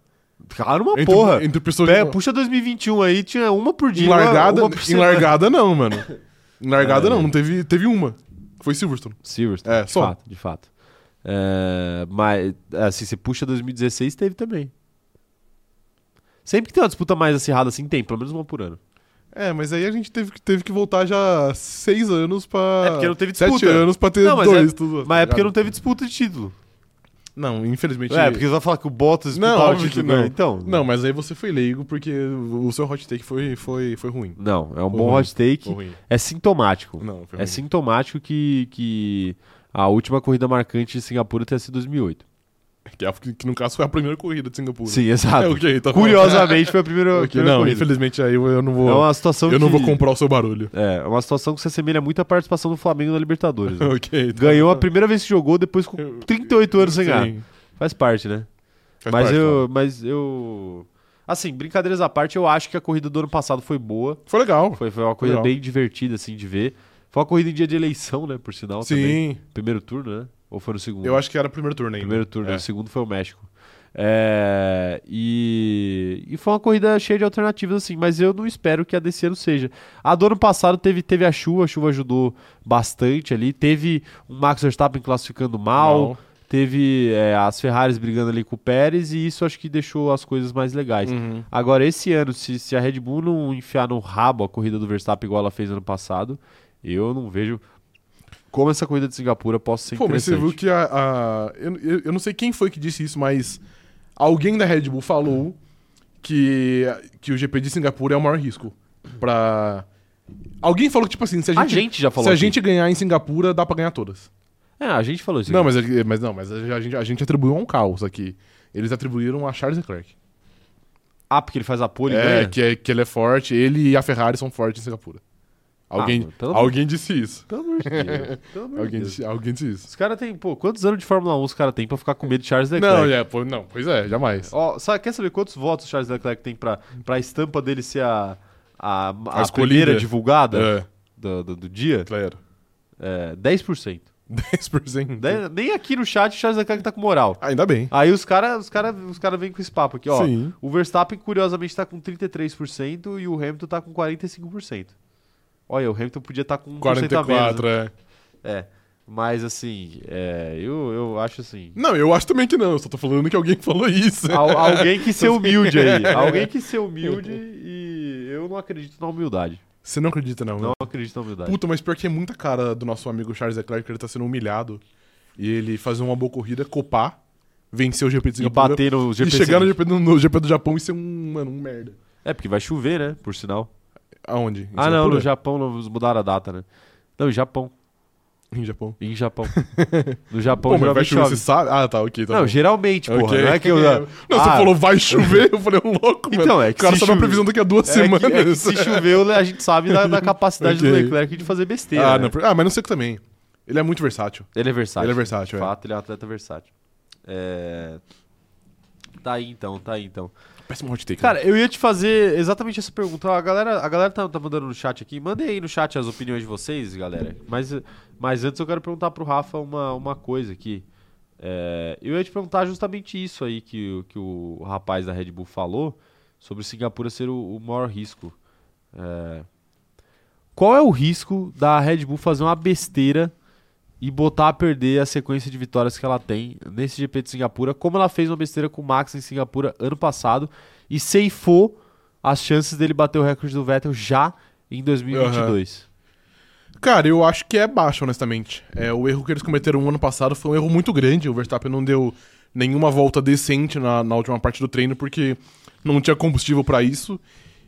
A: Claro, uma
B: entre,
A: porra.
B: Entre pessoas
A: Pé, puxa 2021 aí, tinha uma por dia.
B: em largada,
A: uma, uma por
B: em
A: semana.
B: largada não, mano. Em largada
A: É.
B: não, não teve, teve uma. Foi Silverstone.
A: Silverstone.
B: É,
A: de
B: só.
A: fato, de fato. É, mas, assim, você puxa 2016, teve também. Sempre que tem uma disputa mais acirrada assim, tem, pelo menos uma por ano.
B: É, mas aí a gente teve, que- teve que voltar já seis anos pra...
A: É porque não teve
B: sete
A: disputa.
B: anos pra ter
A: Não, mas
B: dois.
A: é-
B: tudo,
A: Mas é porque não
B: ligado?
A: teve disputa de título.
B: Não, infelizmente...
A: É, porque você vai falar que o Bottas
B: Não,
A: disputava o
B: óbvio
A: título,
B: que não.
A: né? Então.
B: Não, mas aí você foi leigo porque o seu hot take foi, foi, foi ruim.
A: Não, é um
B: Foi
A: bom
B: ruim.
A: hot take.
B: Foi ruim.
A: É sintomático.
B: Não, foi ruim.
A: É sintomático que, que a última corrida marcante de Singapura tenha sido 2008.
B: Que, é- que no caso foi a primeira corrida de Singapura.
A: Sim, exato.
B: É, ok, tá bom. É,
A: Curiosamente foi a primeira,
B: Ok,
A: primeira
B: Não,
A: corrida.
B: infelizmente aí eu eu não vou...
A: É uma situação
B: eu não
A: que-
B: vou comprar o seu barulho.
A: É, é uma situação que se assemelha muito à participação do Flamengo na Libertadores. né?
B: ok. tá.
A: Ganhou a primeira vez que jogou, depois com
B: Eu-
A: 38 anos sem ganhar.
B: Sim,
A: Faz parte, né?
B: faz
A: mas
B: parte,
A: eu.
B: tá.
A: Mas eu. Assim, brincadeiras à parte, eu acho que a corrida do ano passado foi boa.
B: Foi legal.
A: Foi, foi uma coisa
B: Legal.
A: bem divertida, assim, de ver. Foi uma corrida em dia de eleição, né? Por sinal, também.
B: Sim,
A: Primeiro turno, né? Ou foi no segundo?
B: eu acho que era o primeiro turno ainda.
A: Primeiro turno, né?
B: É.
A: o segundo foi o México. É, e, e foi uma corrida cheia de alternativas, assim, mas eu não espero que a desse ano seja. A do ano passado teve, teve a chuva, a chuva ajudou bastante ali. Teve o Max Verstappen classificando mal,
B: Mal.
A: teve é, as Ferraris brigando ali com o Pérez, e isso acho que deixou as coisas mais legais.
B: Uhum.
A: Agora, esse ano, se, se a Red Bull não enfiar no rabo a corrida do Verstappen igual ela fez ano passado, eu não vejo como essa corrida de Singapura possa ser
B: Pô, mas você
A: interessante.
B: viu que a. a- eu, eu- eu não sei quem foi que disse isso, mas alguém da Red Bull falou que, que o GP de Singapura é o maior risco. Pra. Alguém falou que, tipo assim, se a gente.
A: a gente já falou
B: se a
A: aqui.
B: gente ganhar em Singapura, dá pra ganhar todas.
A: É, a gente falou isso.
B: Não,
A: aqui.
B: mas, é, mas não, mas a gente, a gente atribuiu a um caos aqui. Eles atribuíram a Charles Leclerc.
A: Ah, porque ele faz a pole e
B: É,
A: ganha?
B: que, é, que ele é forte, ele e a Ferrari são fortes em Singapura. Alguém,
A: Ah, mano, pelo amor-
B: alguém disse isso.
A: Pelo amor de Deus. Pelo amor de
B: Alguém
A: Deus.
B: disse, alguém disse isso.
A: Os caras têm, pô, quantos anos de Fórmula 1 os caras têm pra ficar com medo de Charles
B: Não,
A: Leclerc?
B: é, pô, não, pois é, jamais.
A: Ó, sabe, quer saber quantos votos o Charles Leclerc tem pra, pra estampa dele ser a, a, a,
B: escolhida.
A: primeira divulgada
B: É,
A: do, do- do dia?
B: claro.
A: É, 10%.
B: 10%.
A: Daí- nem aqui no chat o Charles Leclerc tá com moral.
B: Ainda bem.
A: Aí os caras os cara, os cara vêm com esse papo aqui, ó.
B: Sim.
A: O Verstappen, curiosamente, tá com 33% e o Hamilton tá com 45%. Olha, o Hamilton podia estar com 1% a menos.
B: 44,
A: né?
B: é.
A: É. Mas, assim, é, eu, eu acho assim...
B: Não, eu acho também que não. Eu só tô falando que alguém falou isso.
A: al- alguém que ser humilde aí. Alguém que ser humilde e eu não acredito na humildade.
B: Você não acredita, não. né?
A: Não
B: não.
A: acredito na humildade.
B: Puta, mas pior que é muita cara do nosso amigo Charles Leclerc, que ele tá sendo humilhado. E ele fazer uma boa corrida, copar, vencer o GP de
A: e
B: Singapura.
A: bater no GP
B: e chegar no
A: seguinte.
B: GP, do, no GP do Japão e ser um, mano, um merda.
A: É, porque vai chover, né? Por sinal.
B: Aonde? Em
A: ah, não,
B: Singapura?
A: no Japão não, eles mudaram a data, né? Não, em Japão.
B: Em Japão.
A: Em Japão. No Japão,
B: Pô, mas vai
A: geralmente
B: chover,
A: chove.
B: você sabe? Ah, tá, ok. Tá
A: não,
B: bom.
A: geralmente, porra.
B: Ok.
A: Não é que eu.
B: Não, você
A: Ah,
B: falou vai chover, eu falei, ô louco, mano.
A: Então, é que
B: O cara
A: se
B: só na
A: chover-
B: previsão daqui a duas
A: É
B: semanas.
A: que, é que se choveu, a gente sabe da, da capacidade do
B: Ok.
A: Leclerc de fazer besteira.
B: ah,
A: né?
B: não, por- ah, mas não sei que também. Ele é muito versátil.
A: Ele é versátil.
B: Ele é versátil,
A: De
B: é.
A: fato, ele é um atleta versátil. É... Tá aí então, tá aí então.
B: Péssimo hot take.
A: Cara, eu ia te fazer exatamente essa pergunta. Ó, A galera, a galera tá, tá mandando no chat aqui. Mandem aí no chat as opiniões de vocês, galera. Mas, mas antes eu quero perguntar pro Rafa uma, uma coisa aqui. É, eu ia te perguntar justamente isso aí que, o- que o rapaz da Red Bull falou sobre Singapura ser o, o maior risco. É, qual é o risco da Red Bull fazer uma besteira e botar a perder a sequência de vitórias que ela tem nesse GP de Singapura, como ela fez uma besteira com o Max em Singapura ano passado e ceifou as chances dele bater o recorde do Vettel já em 2022.
B: Cara, eu acho que é baixo, honestamente. É, o erro que eles cometeram no ano passado foi um erro muito grande. O Verstappen não deu nenhuma volta decente na, na última parte do treino porque não tinha combustível pra isso.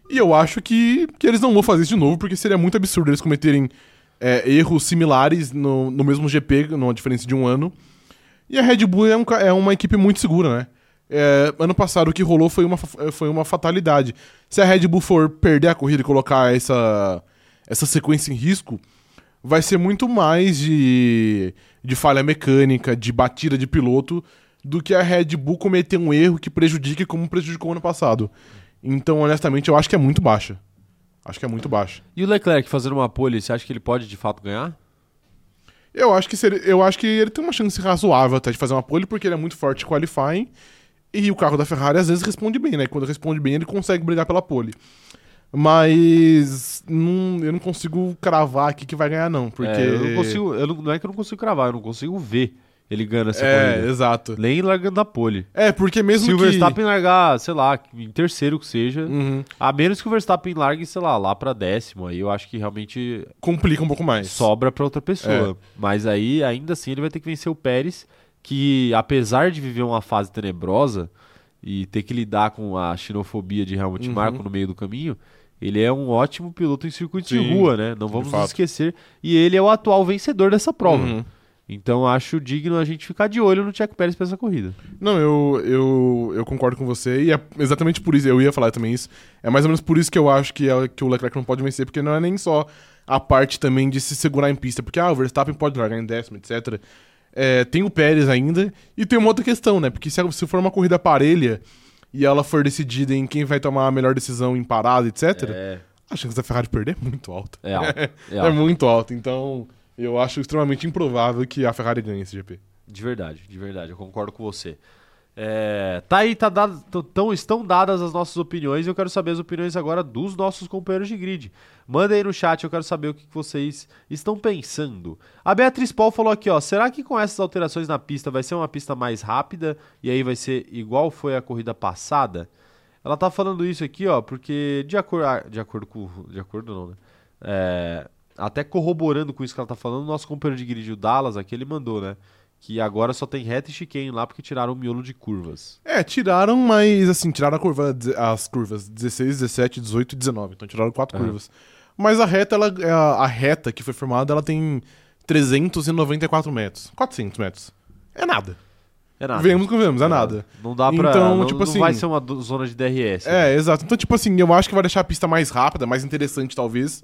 B: E eu acho que, que eles não vão fazer isso de novo porque seria muito absurdo eles cometerem é, erros similares no, no mesmo GP, numa diferença de um ano. E a Red Bull é, um ca- é uma equipe muito segura, né? É, ano passado o que rolou foi uma, fa- foi uma fatalidade. Se a Red Bull for perder a corrida e colocar essa, essa sequência em risco, vai ser muito mais de, de falha mecânica, de batida de piloto, do que a Red Bull cometer um erro que prejudique como prejudicou ano passado. Então, honestamente, eu acho que é muito baixa. Acho que é muito baixa.
A: E o Leclerc fazendo uma pole, você acha que ele pode de fato ganhar?
B: Eu acho que seria- eu acho que ele tem uma chance razoável até de fazer uma pole, porque ele é muito forte em qualifying. E o carro da Ferrari às vezes responde bem, né? Quando responde bem, ele consegue brigar pela pole. Mas não- eu não consigo cravar aqui que vai ganhar, não. Porque.
A: É, eu não consigo. eu não, não é que eu não consigo cravar, eu não consigo ver ele ganhando essa
B: É,
A: corrida.
B: exato.
A: Nem largando a pole.
B: É, porque mesmo
A: Se o
B: que.
A: Verstappen largar, sei lá, em terceiro que seja,
B: Uhum,
A: a menos que o Verstappen largue, sei lá, lá pra décimo, aí eu acho que realmente
B: complica um pouco mais.
A: sobra pra outra pessoa.
B: É.
A: Mas aí, ainda assim, ele vai ter que vencer o Pérez, que apesar de viver uma fase tenebrosa e ter que lidar com a xenofobia de Helmut
B: Uhum.
A: Marko no meio do caminho, ele é um ótimo piloto em circuito de
B: Sim,
A: rua, né? Não vamos nos
B: fato.
A: esquecer. E ele é o atual vencedor dessa prova.
B: Uhum.
A: Então acho digno a gente ficar de olho no Checo Pérez pra essa corrida.
B: Não, eu, eu, eu concordo com você. E é exatamente por isso, eu ia falar também isso. É mais ou menos por isso que eu acho que, é- que o Leclerc não pode vencer, porque não é nem só a parte também de se segurar em pista, porque ah, o Verstappen pode largar em décimo, etc. É, tem o Pérez ainda. E tem uma outra questão, né? Porque se, se for uma corrida parelha e ela for decidida em quem vai tomar a melhor decisão em parada, etc.,
A: É,
B: a chance da Ferrari perder é muito alta.
A: é alto. É
B: É,
A: alto.
B: muito alta. Então, eu acho extremamente improvável que a Ferrari ganhe esse GP.
A: De verdade, de verdade, eu concordo com você. É, tá aí, tá dado, t- tão, estão dadas as nossas opiniões e eu quero saber as opiniões agora dos nossos companheiros de grid. Mandem aí no chat, eu quero saber o que que vocês estão pensando. A Beatriz Paul falou aqui, ó, será que com essas alterações na pista vai ser uma pista mais rápida e aí vai ser igual foi a corrida passada? Ela tá falando isso aqui, ó, porque de, acor ah, de acordo com... De acordo não, né? É, até corroborando com isso que ela tá falando, o nosso companheiro de grid, o Dallas, aqui, ele mandou, né? Que agora só tem reta e chicane lá porque tiraram o miolo de curvas.
B: É, tiraram, mas assim, tiraram a curva, as curvas 16, 17, 18 e 19. Então tiraram quatro
A: Aham.
B: curvas. Mas a reta, ela, é a, a reta que foi formada, ela tem 394 metros. 400 metros. É nada.
A: É nada.
B: Vemos que vemos, é nada.
A: Não dá pra.
B: Então,
A: não,
B: tipo
A: não
B: assim-
A: vai ser uma do- zona de DRS. né?
B: É, exato. Então, tipo assim, eu acho que vai deixar a pista mais rápida, mais interessante, talvez.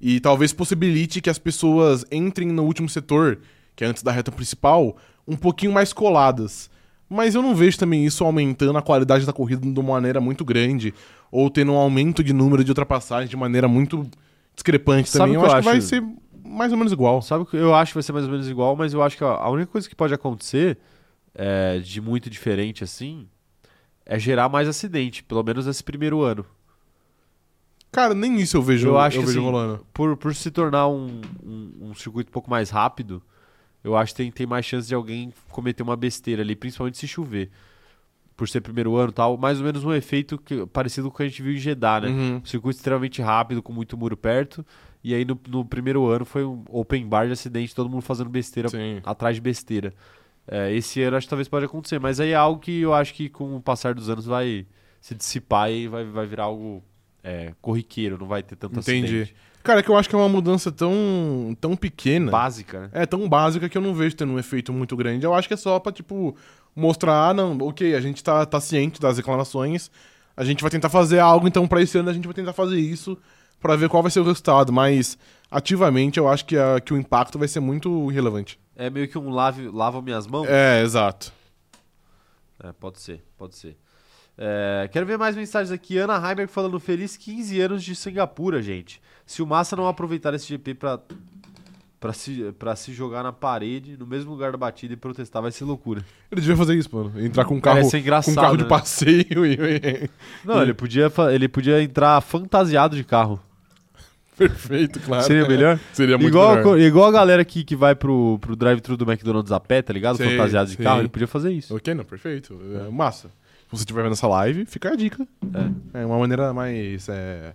B: E talvez possibilite que as pessoas entrem no último setor, que é antes da reta principal, um pouquinho mais coladas. Mas eu não vejo também isso aumentando a qualidade da corrida de uma maneira muito grande, ou tendo um aumento de número de ultrapassagens de maneira muito discrepante
A: Sabe o
B: também. Eu
A: que
B: acho
A: eu
B: que vai
A: acho?
B: ser mais ou menos igual.
A: Sabe o que eu acho que vai ser mais ou menos igual, mas eu acho que ó, a única coisa que pode acontecer é, de muito diferente assim é gerar mais acidente, pelo menos esse primeiro ano.
B: Cara, nem isso eu vejo,
A: Eu acho que
B: vejo
A: assim,
B: rolando.
A: Por, por se tornar um, um, um circuito um pouco mais rápido, eu acho que tem, tem mais chance de alguém cometer uma besteira ali, principalmente se chover. Por ser primeiro ano e tal, mais ou menos um efeito que- parecido com o que a gente viu em Jeddah, né?
B: Uhum.
A: Um circuito extremamente rápido, com muito muro perto. E aí no, no primeiro ano foi um open bar de acidente, todo mundo fazendo besteira
B: Sim.
A: atrás de besteira. É, esse ano acho que talvez pode acontecer, mas aí é algo que eu acho que com o passar dos anos vai se dissipar e vai, vai virar algo é, corriqueiro, não vai ter tanto
B: Entendi.
A: acidente.
B: Cara, que eu acho que é uma mudança tão, tão pequena.
A: Básica, né?
B: É tão básica que eu não vejo tendo um efeito muito grande. Eu acho que é só pra, tipo, mostrar, ah, não, ok, a gente tá, tá ciente das reclamações, a gente vai tentar fazer algo, então pra esse ano a gente vai tentar fazer isso pra ver qual vai ser o resultado. Mas, ativamente, eu acho que, a, que o impacto vai ser muito irrelevante.
A: É meio que um lave, lava minhas mãos?
B: É, exato.
A: É, pode ser, pode ser. É, quero ver mais mensagens aqui. Ana Heimberg falando feliz 15 anos de Singapura, gente. Se o Massa não aproveitar esse GP pra, pra, se, pra se jogar na parede, no mesmo lugar da batida e protestar, vai ser loucura.
B: Ele devia fazer isso, mano. Entrar com um
A: Cara,
B: carro,
A: ia ser
B: com um
A: engraçado,
B: carro de
A: né?
B: passeio e... e-
A: Não, ele podia, fa- ele podia entrar fantasiado de carro.
B: Perfeito, claro.
A: Seria melhor?
B: Seria é muito
A: igual, a,
B: melhor.
A: co- igual a galera que, que vai pro, pro drive-thru do McDonald's a pé, tá ligado?
B: Sei,
A: fantasiado de
B: sei.
A: carro, ele podia fazer isso.
B: Ok, não, perfeito. É, massa. Se você estiver vendo essa live, fica a dica. É, uma maneira mais é,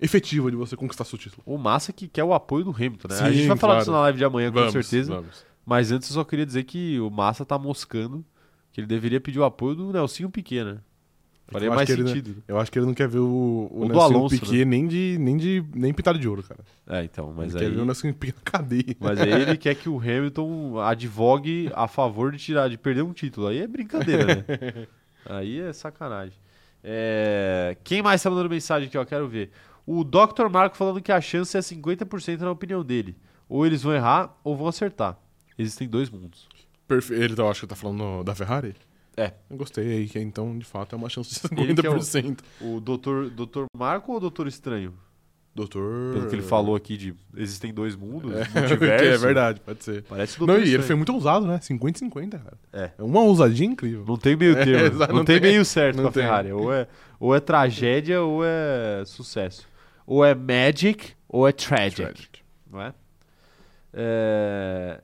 B: efetiva de você conquistar seu título.
A: O Massa que quer o apoio do Hamilton, né? a
B: Sim,
A: gente vai falar
B: claro.
A: disso na live de amanhã,
B: Vamos,
A: com certeza.
B: vamos.
A: Mas antes eu só queria dizer que o Massa tá moscando, que ele deveria pedir o apoio do Nelsinho Pequena. né? Faria
B: Eu acho
A: mais
B: que ele- né?
A: sentido.
B: eu acho que ele não quer ver o,
A: Ou do
B: o Nelson
A: Alonso,
B: Piquet nem de nem de nem pintado de ouro, cara.
A: É, então, mas
B: ele quer
A: aí.
B: ver o Nelson Piquet na cadeia.
A: Mas aí ele quer que o Hamilton advogue a favor de tirar, de perder um título. Aí é brincadeira, né? Aí é sacanagem. É, Quem mais tá mandando mensagem aqui, ó? Quero ver. O Dr. Marco falando que a chance é 50% na opinião dele. Ou eles vão errar ou vão acertar. Existem dois mundos.
B: Perfe... Ele, tá- eu acho que tá falando da Ferrari?
A: É.
B: Eu gostei aí, que então, de fato, é uma chance de
A: Ele que é o-
B: 50%.
A: O Dr. Dr. Marco ou o Dr. Estranho?
B: Doutor...
A: Pelo que ele falou aqui de existem dois mundos,
B: É,
A: multiverso.
B: que é verdade, pode ser.
A: Parece o Dr.
B: Não, e ele
A: Estranho.
B: foi muito ousado, né? 50-50, cara.
A: É.
B: É uma ousadia incrível.
A: Não tem meio
B: É,
A: termo.
B: exato,
A: não,
B: não
A: tem,
B: tem-
A: meio certo
B: não
A: pra
B: tem.
A: Ferrari. Ou é, ou é tragédia ou é sucesso. Ou é magic ou é tragic.
B: Tragic.
A: Não é? É,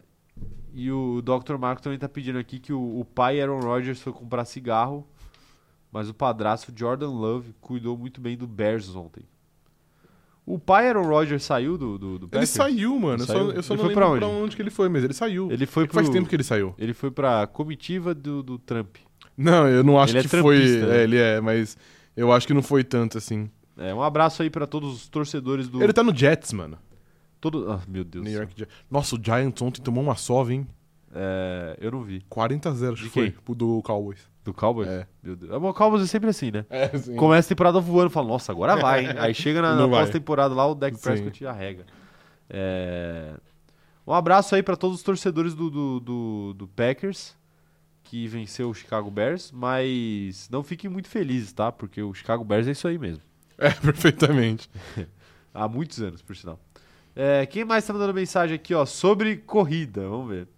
A: E o Dr. Marco também tá pedindo aqui que o, o pai Aaron Rodgers foi comprar cigarro, mas o padrasto Jordan Love cuidou muito bem do Bears ontem. O pai Aaron Rodgers saiu do, do, do
B: Ele
A: Packers?
B: saiu, mano. Eu só,
A: Saiu?
B: eu só
A: Ele
B: não
A: foi
B: lembro
A: pra
B: pra
A: onde?
B: onde? que ele foi, mas ele saiu.
A: Ele foi pro...
B: Faz tempo que ele saiu.
A: Ele foi pra comitiva do, do Trump.
B: Não, eu não acho
A: Ele é
B: que foi...
A: trampista, né?
B: É, ele é, mas eu acho que não foi tanto, assim.
A: É, um abraço aí pra todos os torcedores do.
B: Ele tá no Jets, mano.
A: todo... ah, meu Deus. do
B: New
A: céu.
B: York Jets. Nossa, o Giants ontem tomou uma sova, hein?
A: É, eu não vi.
B: 40 a 0, acho
A: De
B: que foi.
A: quem?
B: Pro do Cowboys.
A: Do Cowboys?
B: É.
A: Meu Deus. Ah, bom, O Cowboys é sempre assim, né?
B: É, sim.
A: Começa a temporada voando, fala, nossa, agora vai, hein? Aí chega na, na
B: Não vai.
A: pós-temporada lá, o Dak
B: Sim.
A: Prescott arrega. É... Um abraço aí pra todos os torcedores do, do, do- do Packers, que venceu o Chicago Bears, mas não fiquem muito felizes, tá? Porque o Chicago Bears é isso aí mesmo.
B: É, perfeitamente.
A: Há muitos anos, por sinal. É, quem mais tá mandando mensagem aqui, ó, sobre corrida? Vamos ver.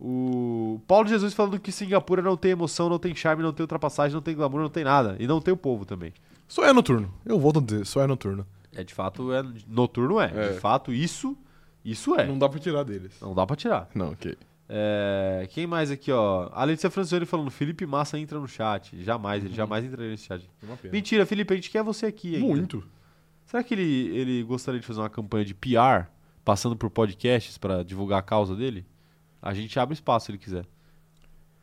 A: O Paulo Jesus falando que Singapura não tem emoção, não tem charme, não tem ultrapassagem, não tem glamour, não tem nada. E não tem o povo também.
B: Só é noturno. Eu volto a dizer, só é noturno.
A: É, de fato, é, noturno é.
B: É.
A: De fato, isso, isso é. Não,
B: Não dá pra tirar deles.
A: dá pra tirar.
B: Não, ok.
A: É, quem mais aqui, ó? A Letícia Francione falando, Felipe Massa entra no chat. Jamais,
B: Uhum.
A: ele jamais entraria nesse chat.
B: É Uma pena.
A: Mentira, Felipe, a gente quer você aqui ainda.
B: Muito.
A: Será que ele, ele gostaria de fazer uma campanha de PR, passando por podcasts pra divulgar a causa dele? A gente abre espaço se ele quiser.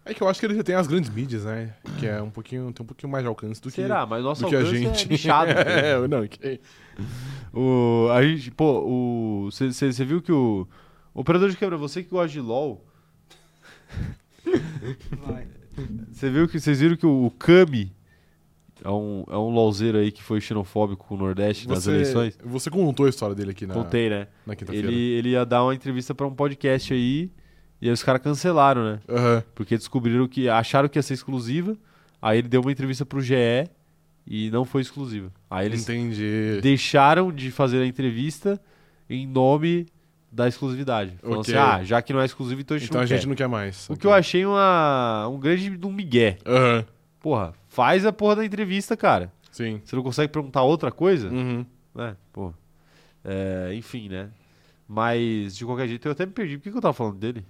B: É que eu acho que ele já tem as grandes mídias, né? Que é um pouquinho, tem um pouquinho mais de alcance do
A: Será? Mas
B: que,
A: nosso
B: do que a
A: alcance
B: gente.
A: é nichado. né?
B: é, não, ok.
A: O, a gente, pô, o você viu que o, o operador de câmera, você que gosta de LoL,
C: Vai.
A: você viu que vocês viram que o Kami é um é um LoLzeiro aí que foi xenofóbico com o Nordeste nas
B: Você-
A: eleições?
B: Você contou a história dele aqui na,
A: Contei, né?
B: na quinta-feira.
A: Ele, ele ia dar uma entrevista pra um podcast aí e aí os caras cancelaram, né?
B: Aham.
A: Porque descobriram que. acharam que ia ser exclusiva. Aí ele deu uma entrevista pro GE e não foi exclusiva. Aí eles
B: Entendi.
A: deixaram de fazer a entrevista em nome da exclusividade. Falando
B: Ok.
A: assim, ah, já que não é exclusivo, então a gente
B: Então
A: não
B: a gente
A: quer.
B: não quer mais.
A: O que eu achei uma, um grande de um migué.
B: Aham.
A: Porra, faz a porra da entrevista, cara.
B: Sim.
A: Você não consegue perguntar outra coisa?
B: Uhum.
A: Né? Pô. É, enfim, né? Mas, de qualquer jeito, eu até me perdi. Por que, que eu tava falando dele?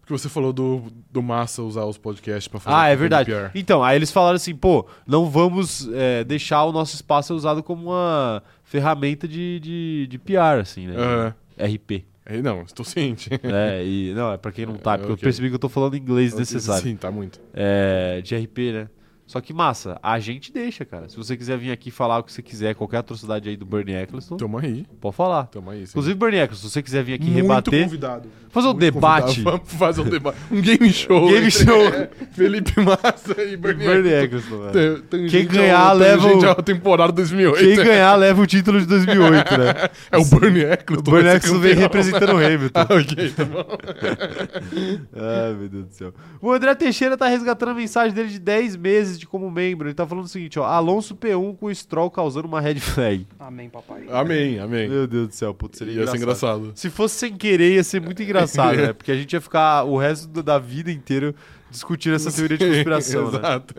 B: Porque você falou do, do Massa usar os podcasts pra fazer um
A: Ah, é
B: campanha de
A: verdade.
B: PR.
A: Então, aí eles falaram assim, pô, não vamos é, deixar o nosso espaço ser usado como uma ferramenta de, de, de PR, assim, né?
B: Aham.
A: RP.
B: É, não, estou ciente.
A: né? E, não, é pra quem não tá, porque eu
B: Ok.
A: percebi que eu tô falando inglês necessário.
B: Sim, tá muito.
A: É, de RP, né? Só que massa, a gente deixa, cara. Se você quiser vir aqui falar o que você quiser, qualquer atrocidade aí do Bernie Eccleston,
B: Tamo aí.
A: pode falar.
B: Tamo aí. sim.
A: Inclusive, Bernie Eccleston, se você quiser vir aqui
B: muito
A: rebater,
B: convidado.
A: fazer um
B: Muito
A: debate.
B: convidado. Vamos fazer um debate. Um game show.
A: Game
B: entre
A: show.
B: Felipe Massa e Bernie.
A: Bernie Eccleston, né? velho.
B: Tan- tangente
A: Quem ganhar,
B: ao,
A: leva o-
B: tangente ao temporada 2008.
A: Quem ganhar leva o título de 2008, né?
B: É o Bernie Eccleston.
A: O Bernie
B: vai ser
A: Eccleston vem
B: campeão.
A: representando o Hamilton.
B: Ah, ok, tá bom.
A: Ai, meu Deus do céu. O André Teixeira tá resgatando a mensagem dele de 10 meses de como membro. Ele tá falando o seguinte, ó. Alonso P1 com o Stroll causando uma red flag.
C: Amém, papai.
B: Amém, amém.
A: Meu Deus do céu, puto, seria
B: Ia ser
A: engraçado.
B: engraçado.
A: Se fosse sem querer, ia ser muito engraçado, né? Porque a gente ia ficar o resto da- da vida inteiro discutindo essa teoria de
B: tipo
A: conspiração, né?
B: Exato.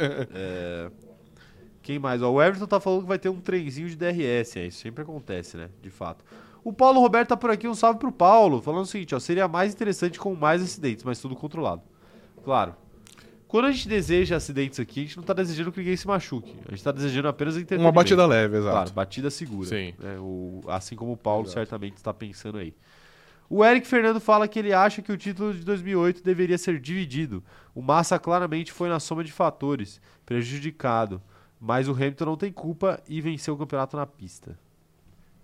A: Quem mais? Ó, o Everton tá falando que vai ter um trenzinho de DRS, é isso sempre acontece, né? De fato. O Paulo Roberto tá por aqui, um salve pro Paulo, falando o seguinte, ó, seria mais interessante com mais acidentes, mas tudo controlado. Claro. Quando a gente deseja acidentes aqui, a gente não tá desejando que ninguém se machuque. A gente tá desejando apenas
B: É. Uma
A: entretenimento.
B: batida leve,
A: Claro,
B: exato.
A: batida segura.
B: Sim.
A: né? O- assim como o Paulo certamente está pensando aí. O Eric Fernando fala que ele acha que o título de 2008 deveria ser dividido. O Massa claramente foi na soma de fatores, prejudicado. Mas o Hamilton não tem culpa e venceu o campeonato na pista.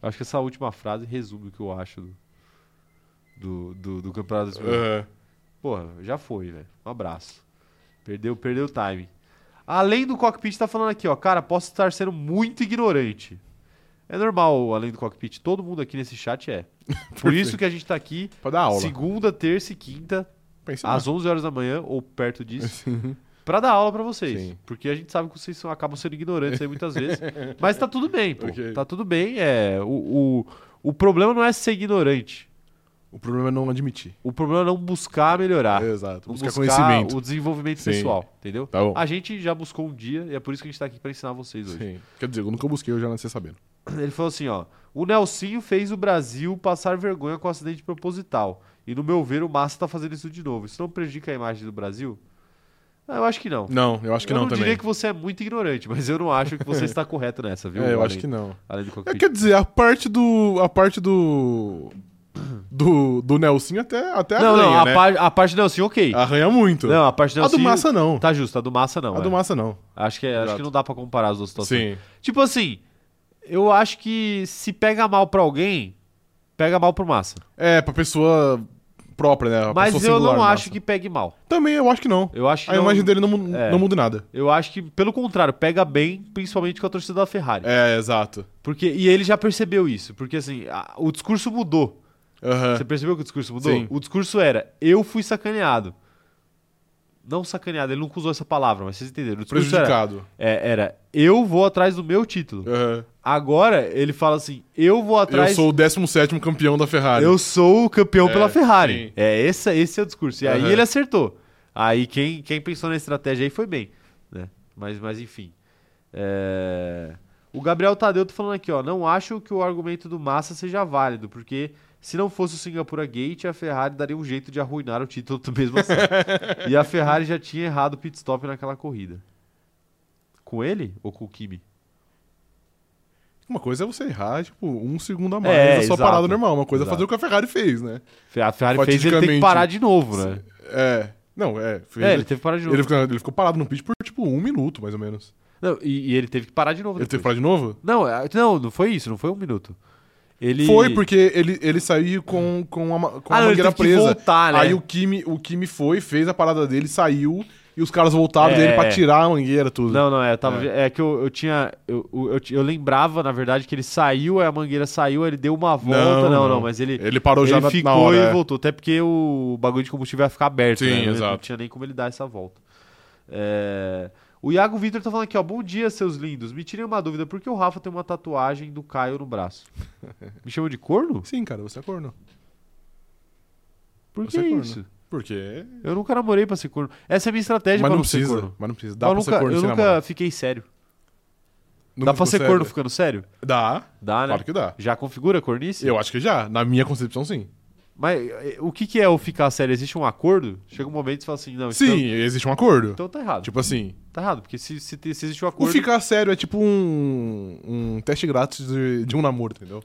A: Eu acho que essa última frase resume o que eu acho do, do, do, do campeonato de 2008.
B: Aham.
A: Porra, já foi, velho. Um abraço. Perdeu, perdeu o time. Além do cockpit tá falando aqui, ó, cara, posso estar sendo muito ignorante. É normal, além do cockpit, todo mundo aqui nesse chat é. Por isso que a gente tá aqui
B: Pra dar aula.
A: segunda, terça e quinta,
B: Pra ensinar.
A: às 11 horas da manhã ou perto disso. Pra dar aula pra vocês.
B: Sim.
A: Porque a gente sabe que vocês são- acabam sendo ignorantes aí muitas vezes. Mas tá tudo bem, pô.
B: Ok.
A: Tá tudo bem. É, o, o, o problema não é ser ignorante.
B: O problema é não admitir.
A: O problema é não buscar melhorar.
B: Exato.
A: Não
B: Ah, Buscar, conhecimento.
A: o desenvolvimento
B: Sim.
A: pessoal, entendeu?
B: Tá bom.
A: A gente já buscou um dia e é por isso que a gente tá aqui pra ensinar vocês hoje.
B: Sim. Quer dizer, eu nunca busquei, eu já nasci sabendo.
A: Ele falou assim, ó. O Nelsinho fez o Brasil passar vergonha com acidente proposital. E no meu ver, o Massa tá fazendo isso de novo. Isso não prejudica a imagem do Brasil? Ah, eu acho que não.
B: Não, eu acho que
A: eu
B: não,
A: não
B: também.
A: diria que você é muito ignorante, mas eu não acho que você está correto nessa, viu?
B: é, eu
A: Além-
B: acho que não.
A: Além do
B: É,
A: cockpit.
B: quer dizer, a parte do. A parte do. Do, do Nelsinho até, até
A: Não,
B: arranha.
A: não, a,
B: né?
A: par- a parte do Nelsinho, ok.
B: Arranha muito.
A: Não, a parte do
B: a do
A: Nelsinho...
B: Massa não.
A: Tá justo, a do Massa não.
B: a do
A: é.
B: Massa não.
A: Acho que, é- acho
B: Exato.
A: que não dá pra comparar as duas situações.
B: Sim.
A: Tipo assim, eu acho que se pega mal pra alguém, pega mal pro Massa.
B: É, pra pessoa própria, né? A
A: Mas
B: pessoa
A: eu
B: singular,
A: não acho
B: Massa.
A: que pegue mal.
B: Também eu acho que não.
A: Eu acho que
B: a
A: não-
B: imagem dele não, mu-
A: É.
B: não muda em nada.
A: Eu acho que, pelo contrário, pega bem, principalmente com a torcida da Ferrari.
B: É, exato.
A: Porque, e ele já percebeu isso, porque assim, a- o discurso mudou.
B: Aham.
A: Você percebeu que o discurso mudou?
B: É. Sim.
A: O discurso era: eu fui sacaneado. Não sacaneado, ele nunca usou essa palavra, mas vocês entenderam. O discurso era,
B: Prejudicado.
A: é, era: eu vou atrás do meu título.
B: Aham.
A: Agora ele fala assim: eu vou é. atrás.
B: Eu sou o 17 campeão da Ferrari.
A: Eu sou o campeão
B: É,
A: pela Ferrari.
B: sim.
A: É esse, esse é o discurso. E aí
B: Aham.
A: ele acertou. Aí quem, quem pensou na estratégia aí foi bem, né? Mas, mas enfim. É, O Gabriel Tadeu tá falando aqui, ó. Não acho que o argumento do Massa seja válido, porque se não fosse o Singapura Gate, a Ferrari daria um jeito de arruinar o título mesmo assim. e a Ferrari já tinha errado o pit stop naquela corrida. Com ele ou com o Kimi?
B: Uma coisa é você errar, tipo, um segundo a mais
A: É,
B: é, sua
A: exato.
B: parada normal. Uma coisa
A: Exato.
B: é fazer o que a Ferrari fez, né?
A: A Ferrari fez ele ter que
B: Fatidicamente.
A: parar de novo, né?
B: É. Não, é. fez-
A: É, ele teve que parar de novo.
B: ele, ficou, ele ficou parado no pit por, tipo, um minuto, mais ou menos.
A: Não, e, e ele teve que parar de novo.
B: Ele teve
A: depois.
B: que parar de novo?
A: Não, é- não, não foi isso, não foi um minuto. Ele
B: Foi, porque ele, ele saiu com, com a, ma- com
A: Ah,
B: a
A: não, ele
B: mangueira
A: teve que
B: presa.
A: voltar, né?
B: Aí o Kimi, o Kimi foi, fez a parada dele, saiu, e os caras voltaram
A: É,
B: dele pra
A: é.
B: tirar a mangueira, tudo.
A: Não, não, é, eu tava, é.
B: É.
A: que eu, eu tinha. Eu, eu, eu ti- eu lembrava, na verdade, que ele saiu, aí a mangueira saiu, aí ele deu uma volta. Não, não, mas ele.
B: Ele parou
A: Ele
B: já na,
A: ficou
B: na hora.
A: e
B: é.
A: voltou. Até porque o bagulho de combustível ia ficar aberto.
B: Sim,
A: né? Não- Não
B: exato.
A: tinha nem como ele dar essa volta. É, O Iago Vitor tá falando aqui, ó. Bom dia, seus lindos. Me tirem uma dúvida, por que o Rafa tem uma tatuagem do Caio no braço? Me chamam de corno?
B: Sim, cara, você é corno.
A: Por que
B: Você é corno.
A: isso?
B: Porque.
A: Eu nunca namorei pra ser corno. Essa é a minha estratégia
B: Mas
A: pra
B: não
A: ser corno.
B: precisa. Mas não precisa. Dá
A: eu
B: pra ser
A: nunca,
B: corno
A: eu
B: sem
A: nunca
B: namorar.
A: fiquei sério.
B: Nunca
A: Dá pra ser
B: consegue.
A: corno ficando sério?
B: Dá.
A: Dá, né?
B: Claro que dá.
A: Já configura cornice?
B: Eu acho que já. Na minha concepção, sim.
A: Mas eh, o que, que é o ficar sério? Existe um acordo? Chega um momento e você fala assim, não,
B: Sim,
A: Então,
B: existe um acordo.
A: então tá errado.
B: Tipo assim,
A: tá errado, porque se, se, te- se existe um
B: o
A: acordo...
B: ficar sério é tipo um, um teste grátis de, de um namoro, entendeu?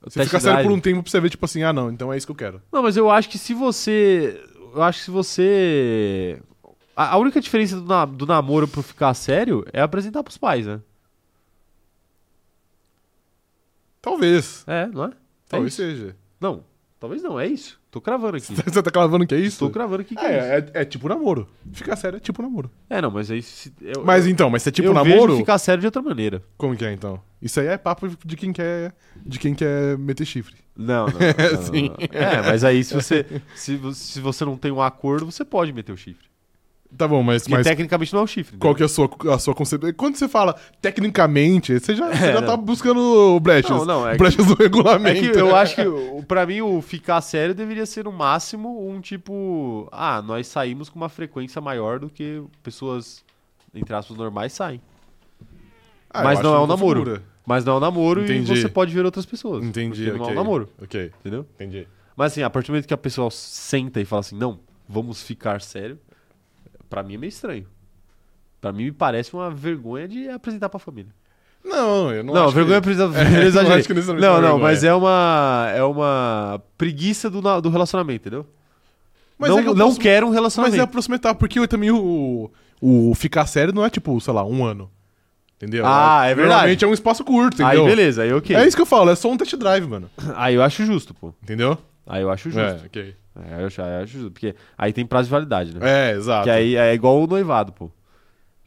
B: Você
A: teste
B: ficar sério
A: drive.
B: por um tempo pra você ver, tipo assim, ah não, então é isso que eu quero.
A: Não, mas eu acho que se você... Eu acho que se você... A, a única diferença do, na- do namoro pro ficar sério é apresentar pros pais, né?
B: Talvez.
A: É, não é? É
B: Talvez
A: isso.
B: seja.
A: Não, talvez não, é isso. Tô cravando aqui.
B: Você tá clavando que é isso?
A: Estou cravando aqui que é, isso.
B: É, é, é tipo namoro. Ficar sério é tipo namoro.
A: É, não, mas aí... Se, eu,
B: Mas então, mas se é tipo
A: eu vejo
B: namoro,
A: ficar sério de outra maneira.
B: como que é então? Isso aí é papo de quem quer, de quem quer meter chifre.
A: Não, não. não, não.
B: Sim.
A: É, mas aí se você, se, vo- se você não tem um acordo, você pode meter o chifre.
B: Tá bom, mas,
A: Porque
B: mas
A: tecnicamente não é o chifre.
B: qual que é a sua, a sua concepção? Quando você fala tecnicamente, você já, você
A: É,
B: já
A: não.
B: tá buscando brechas.
A: Não, não, é que-
B: brechas do
A: É
B: regulamento.
A: que eu acho que, o- pra mim, o ficar sério deveria ser, no máximo, um tipo... Ah, nós saímos com uma frequência maior do que pessoas, entre aspas, normais saem.
B: Ah, eu
A: Mas
B: acho
A: não
B: que
A: é um
B: não
A: namoro.
B: configura.
A: Mas não é um namoro
B: Entendi.
A: e você pode ver outras pessoas.
B: Entendi,
A: porque
B: ok.
A: Não é um namoro,
B: Ok,
A: entendeu?
B: entendi.
A: Mas assim, a partir do momento que a pessoa senta e fala assim, não, vamos ficar sério, pra mim é meio estranho. Pra mim me parece uma vergonha de apresentar pra família.
B: Não, eu não
A: Não,
B: acho
A: vergonha
B: que...
A: precisa
B: eu não
A: é, exagerei.
B: acho que isso
A: Não,
B: não é
A: não,
B: vergonha.
A: mas é uma é uma preguiça do, na- do relacionamento, entendeu?
B: Mas
A: não
B: é que eu
A: não
B: posso-
A: quero um
B: Mas é a
A: relacionamento.
B: próxima etapa, porque eu também o, o ficar sério não é tipo, sei lá, um ano. Entendeu?
A: Ah, é verdade.
B: Normalmente é um espaço curto,
A: aí
B: entendeu?
A: beleza, aí ok.
B: É isso que eu falo, é só um test drive, mano.
A: Aí eu acho justo, pô.
B: Entendeu?
A: Aí eu acho justo.
B: É, ok.
A: É, eu, acho, eu acho justo, porque aí tem prazo de validade, né?
B: É, exato.
A: Que aí é igual o noivado, pô.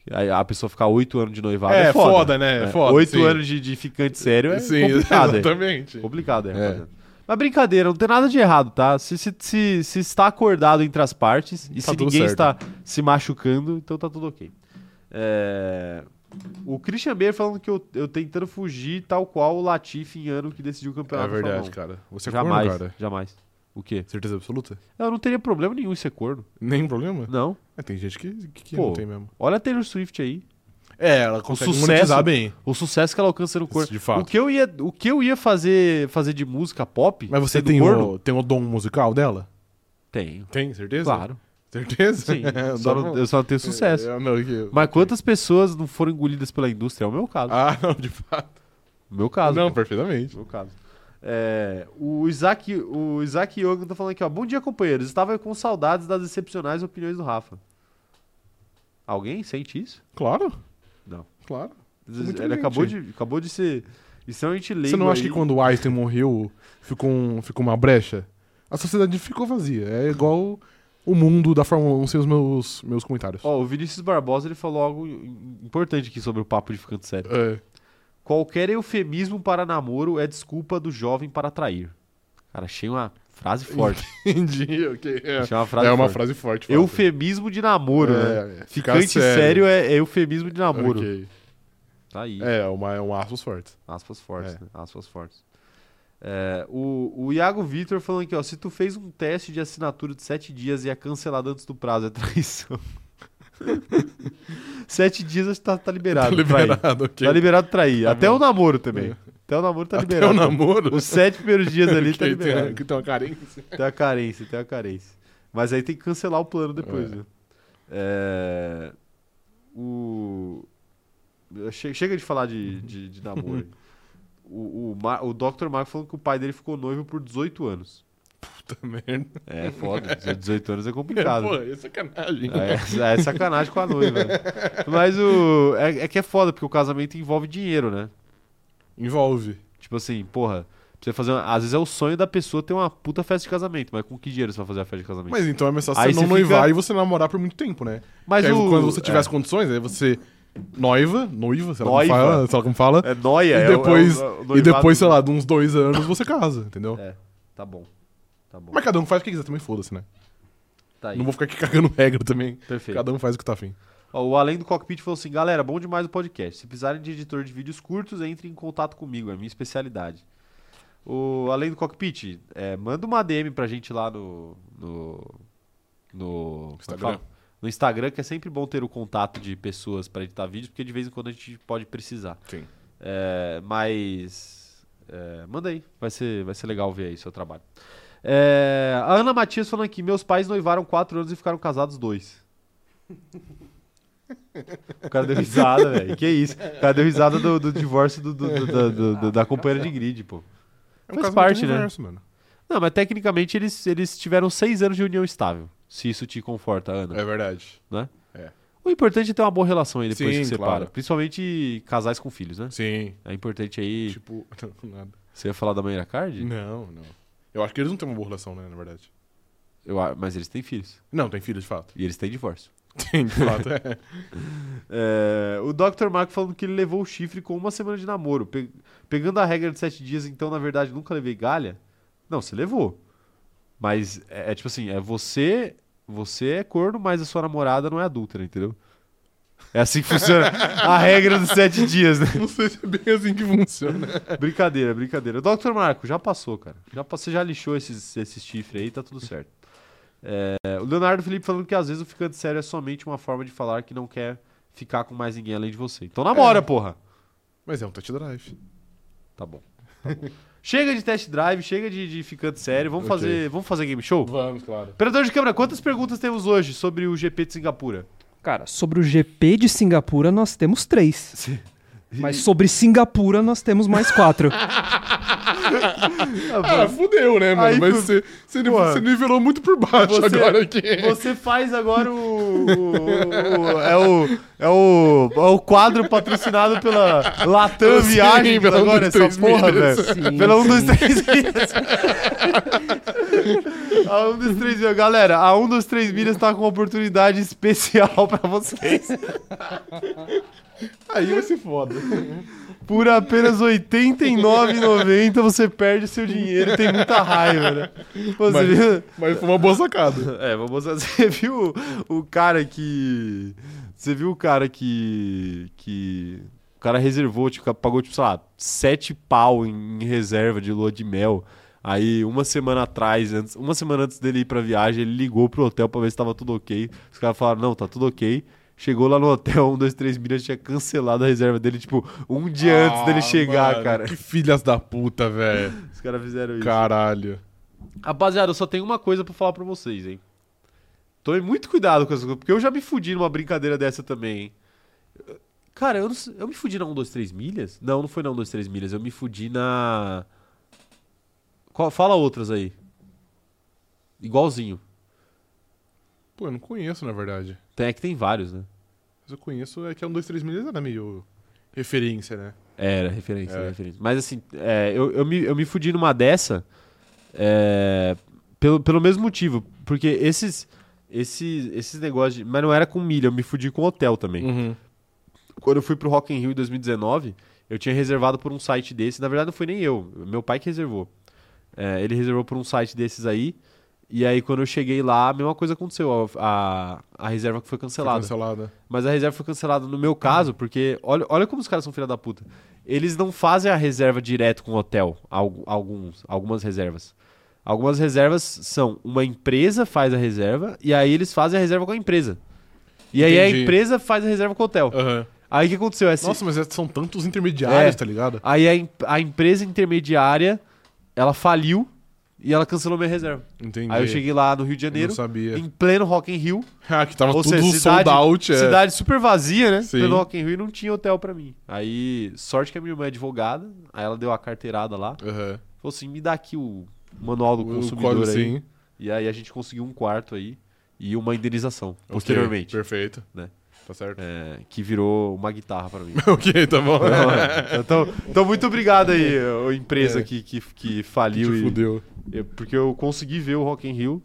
A: Aí a pessoa ficar oito anos de noivado
B: É,
A: é,
B: foda,
A: foda.
B: né? É
A: É,
B: foda,
A: Oito
B: sim.
A: anos de, de ficante sério é
B: Sim,
A: complicado. É
B: exatamente.
A: complicado, é,
B: É.
A: rapaziada. Mas brincadeira, não tem nada de errado, tá? Se, se, se, se está acordado entre as partes e
B: Tá
A: se
B: tudo
A: ninguém
B: certo.
A: está se machucando, então tá tudo ok. É, O Christian Beer falando que eu, eu tentando fugir tal qual o Latifi em ano que decidiu o
B: É
A: campeonato. da
B: verdade,
A: Fórmula
B: cara. Você
A: 1.
B: é
A: tá Jamais,
B: corno, cara.
A: jamais. O quê?
B: Certeza absoluta?
A: Eu não teria problema nenhum em ser corno.
B: Nenhum problema?
A: Não.
B: É, tem gente que, que, que
A: Pô.
B: não tem mesmo.
A: Olha a Taylor Swift aí.
B: É, ela consegue
A: sucesso-
B: monetizar bem.
A: O sucesso que ela alcança no corno.
B: Isso, de fato.
A: O que eu ia, o que eu ia fazer, fazer de música pop?
B: Mas você
A: sendo
B: tem
A: corno?
B: o, tem o dom musical dela?
A: Tenho.
B: Tem, certeza?
A: Claro.
B: Certeza?
A: Sim. eu só
B: Dá
A: não-
B: pra-
A: eu só não tenho sucesso.
B: É, não, que-
A: Mas quantas pessoas não foram engolidas pela indústria? É o meu caso.
B: Ah, não, de fato.
A: O meu caso.
B: não,
A: pô.
B: perfeitamente.
A: O meu caso. É, o Isaac, o Isaac Yogan tá falando aqui, ó. Bom dia, companheiros. Estava com saudades das excepcionais opiniões do Rafa. Alguém sente isso?
B: Claro.
A: Não.
B: Claro. Muito
A: Ele
B: bem,
A: acabou de,
B: gente.
A: acabou de ser extremamente leigo.
B: Você não acha
A: aí.
B: que quando o Einstein morreu ficou, um- ficou uma brecha? A sociedade ficou vazia. É igual o mundo da Fórmula 1 sem os meus, meus comentários.
A: Ó, o Vinícius Barbosa ele falou algo im- importante aqui sobre o papo de ficando sério.
B: É.
A: Qualquer eufemismo para namoro é desculpa do jovem para trair. Cara, achei uma frase forte.
B: Entendi. ok. É,
A: Achei uma frase
B: É uma
A: forte.
B: frase forte. fato.
A: Eufemismo de namoro, né?
B: É, ficar
A: Ficante sério, é, é eufemismo de namoro.
B: Ok.
A: Tá aí.
B: É, uma, um aspas forte.
A: Aspas fortes,
B: É.
A: né? Aspas fortes. É, o, o Iago Vitor falando aqui, ó. Se tu fez um teste de assinatura de sete dias e é cancelado antes do prazo, é traição. Sete dias acho que tá, tá liberado.
B: tá
A: trair.
B: liberado, ok.
A: Tá liberado trair.
B: Tá
A: Até
B: bom.
A: o namoro também.
B: É.
A: Até o namoro tá
B: Até
A: liberado.
B: o namoro.
A: Os sete primeiros dias ali tá
B: Ok, tem uma-
A: liberado.
B: que tem uma carência.
A: Tem a carência, tem a carência. Mas aí tem que cancelar o plano depois,
B: É.
A: né? É, O... Che- Chega de falar de, de, de namoro. aí. o, o, Mar- o Dr. Marco falando que o pai dele ficou noivo por 18 anos.
B: Puta merda.
A: É foda, 18 anos é complicado.
B: Pô, é sacanagem.
A: É, é sacanagem com a noiva. né? Mas o. É, é que é foda, porque o casamento envolve dinheiro, né?
B: Envolve.
A: Tipo assim, porra, pra você fazer uma- Às vezes é o sonho da pessoa ter uma puta festa de casamento, mas com que dinheiro você vai fazer a festa de casamento?
B: Mas então é melhor você
A: Aí
B: não
A: você
B: noivar
A: fica-
B: e você namorar por muito tempo, né?
A: Mas
B: Que aí,
A: o-
B: quando você
A: é.
B: tiver as condições, aí você noiva, noiva, sei lá
A: Noiva.
B: como fala, sei lá como fala
A: É noia,
B: e
A: é o-
B: depois,
A: é o- é o
B: e
A: noivado.
B: depois sei lá, de uns dois anos você casa, entendeu?
A: É. Tá bom. Tá bom.
B: Mas cada um faz o que quiser também, foda-se, né?
A: Tá aí.
B: Não vou ficar aqui cagando regra também.
A: Perfeito.
B: Cada um faz o que tá afim.
A: Ó, o Além do Cockpit falou assim: galera, bom demais o podcast. Se precisarem de editor de vídeos curtos, entre em contato comigo, é minha especialidade. O Além do Cockpit, é, manda uma DM pra gente lá no. No. No como é
B: Instagram.
A: que fala? No Instagram, que é sempre bom ter o contato de pessoas pra editar vídeos, porque de vez em quando a gente pode precisar.
B: Sim.
A: É, mas. é, manda aí, vai ser, vai ser legal ver aí seu trabalho. É, a Ana Matias falando aqui: meus pais noivaram 4 anos e ficaram casados dois. O cara deu risada, velho. Que isso? O cara deu risada do, do divórcio do- do- do- do- do- do- da companheira de grid, pô.
B: É
A: Faz
B: casamento
A: parte, né?
B: reverso, mano.
A: Não, mas tecnicamente eles, eles tiveram seis anos de união estável. Se isso te conforta, Ana.
B: É verdade.
A: O importante é ter uma boa relação aí depois
B: Sim,
A: que separa.
B: claro.
A: Principalmente casais com filhos, né?
B: Sim.
A: É importante aí.
B: Tipo, não, nada.
A: Você ia falar da Mayra Card?
B: Não, não. Eu acho que eles não têm uma boa relação, né, na verdade.
A: Eu a- mas eles têm filhos.
B: Não, tem filho, de fato.
A: E eles têm divórcio.
B: Tem, de fato, é.
A: É, o Dr. Marco falando que ele levou o chifre com uma semana de namoro. Pe- pegando a regra de sete dias, então, na verdade, nunca levei galha. Não, você levou. Mas é, é tipo assim, é você. Você é corno, mas a sua namorada não é adúltera, entendeu? É assim que funciona a regra dos sete dias, né?
B: Não sei se é bem assim que funciona.
A: Brincadeira, brincadeira. Dr. Marco, já passou, cara. Já, pa- você já lixou esses, esses chifres aí, tá tudo certo. É, o Leonardo Felipe falando que às vezes o ficante sério é somente uma forma de falar que não quer ficar com mais ninguém além de você. Então namora, porra.
B: Mas é um touch drive.
A: Tá bom. tá bom. chega de test drive, chega de, de ficante sério. Vamos,
B: Ok.
A: fazer, vamos fazer game show?
B: Vamos, claro.
A: Operador de câmera, quantas perguntas temos hoje sobre o GP de Singapura?
C: Cara, sobre o GP de Singapura nós temos três. Mas sobre Singapura nós temos mais quatro.
B: Ah, fudeu, né, mano?
A: Aí
B: Mas
A: tu-
B: você, você, nive-
A: Porra.
B: você nivelou muito por baixo
A: Você-
B: agora aqui.
A: Você faz agora o, o- o- é o é o é o quadro patrocinado pela Latam
B: Sim, um,
A: Viagens
B: pela
A: agora essa
B: 123
A: porra,
B: milhas.
A: velho.
C: Sim,
A: Pela 1
C: sim.
A: 2 3 A 1, 2, 3 milhas. Galera, a 1, 2, 3 milhas tá com uma oportunidade especial pra vocês.
B: Aí vai ser foda.
A: Por apenas R$ 89,90 você perde seu dinheiro e tem muita raiva, né? Pô, Você
B: Mas-
A: viu?
B: Mas foi uma boa sacada.
A: É, vou mostrar. Você viu o cara que. Você viu o cara que. que. O cara reservou, tipo, pagou, tipo, sei lá, sete pau em, em reserva de lua de mel. Aí, uma semana atrás, antes, uma semana antes dele ir pra viagem, ele ligou pro hotel pra ver se tava tudo ok. Os caras falaram, não, tá tudo ok. Chegou lá no hotel, um, dois, três milhas tinha cancelado a reserva dele, tipo, um dia antes dele
B: Ah,
A: chegar,
B: mano,
A: cara.
B: Que filhas da puta, velho.
A: Os caras fizeram isso.
B: Caralho.
A: Rapaziada, eu só tenho uma coisa pra falar pra vocês, hein? Tomem muito cuidado com essa coisa, porque eu já me fudi numa brincadeira dessa também, hein? Cara, eu, não sei- eu me fudi na 1, 2, 3 milhas? Não, não foi na 1, 2, 3 milhas. Eu me fudi na. Qual- fala outras aí. Igualzinho.
B: Pô, eu não conheço, na verdade.
A: Tem, é que tem vários, né?
B: Mas eu conheço, é que é um 2, 3 milhas era meio referência, né?
A: É, Era, referência,
B: É.
A: era referência. Mas assim, é, eu, eu, me, eu me fudi numa dessa é, pelo, pelo mesmo motivo. Porque esses, esses, esses negócios. de- mas não era com milha, eu me fudi com hotel também.
B: Uhum.
A: quando eu fui pro Rock in Rio em 2019, eu tinha reservado por um site desse. Na verdade, não fui nem eu. Meu pai que reservou. É, ele reservou por um site desses aí. E aí, quando eu cheguei lá, a mesma coisa aconteceu. A, a, a reserva que foi cancelada.
B: Cancelada.
A: Mas a reserva foi cancelada no meu caso, porque olha, olha como os caras são filha da puta. Eles não fazem a reserva direto com o hotel, algu- alguns, algumas reservas. Algumas reservas são uma empresa faz a reserva e aí eles fazem a reserva com a empresa. E aí a
B: Entendi.
A: empresa faz a reserva com o hotel.
B: Aham.
A: Aí o que aconteceu? Essa,
B: Nossa, mas é, são tantos intermediários,
A: É.
B: tá ligado?
A: Aí a, em- a empresa intermediária, ela faliu e ela cancelou minha reserva.
B: Entendi.
A: Aí eu cheguei lá no Rio de
B: Eu
A: Janeiro,
B: não sabia.
A: em pleno Rock in Rio.
B: Ah, que tava
A: ou
B: tudo
A: seja, cidade,
B: sold out. É.
A: cidade super vazia, né?
B: Sim.
A: Pleno Rock in Rio e não tinha hotel pra mim. Aí, sorte que a minha irmã é advogada, aí ela deu a carteirada lá.
B: Aham.
A: Falou assim, me dá aqui o manual do
B: O
A: consumidor
B: código,
A: aí.
B: sim.
A: E aí a gente conseguiu um quarto aí e uma indenização,
B: Ok,
A: posteriormente.
B: perfeito.
A: Né?
B: Tá certo.
A: É, que virou uma guitarra pra mim.
B: ok, tá bom.
A: então, então, muito obrigado aí, ô empresa
B: É.
A: que, que, que
B: Te
A: faliu. e-
B: fudeu.
A: eu- porque eu consegui ver o Rock in Rio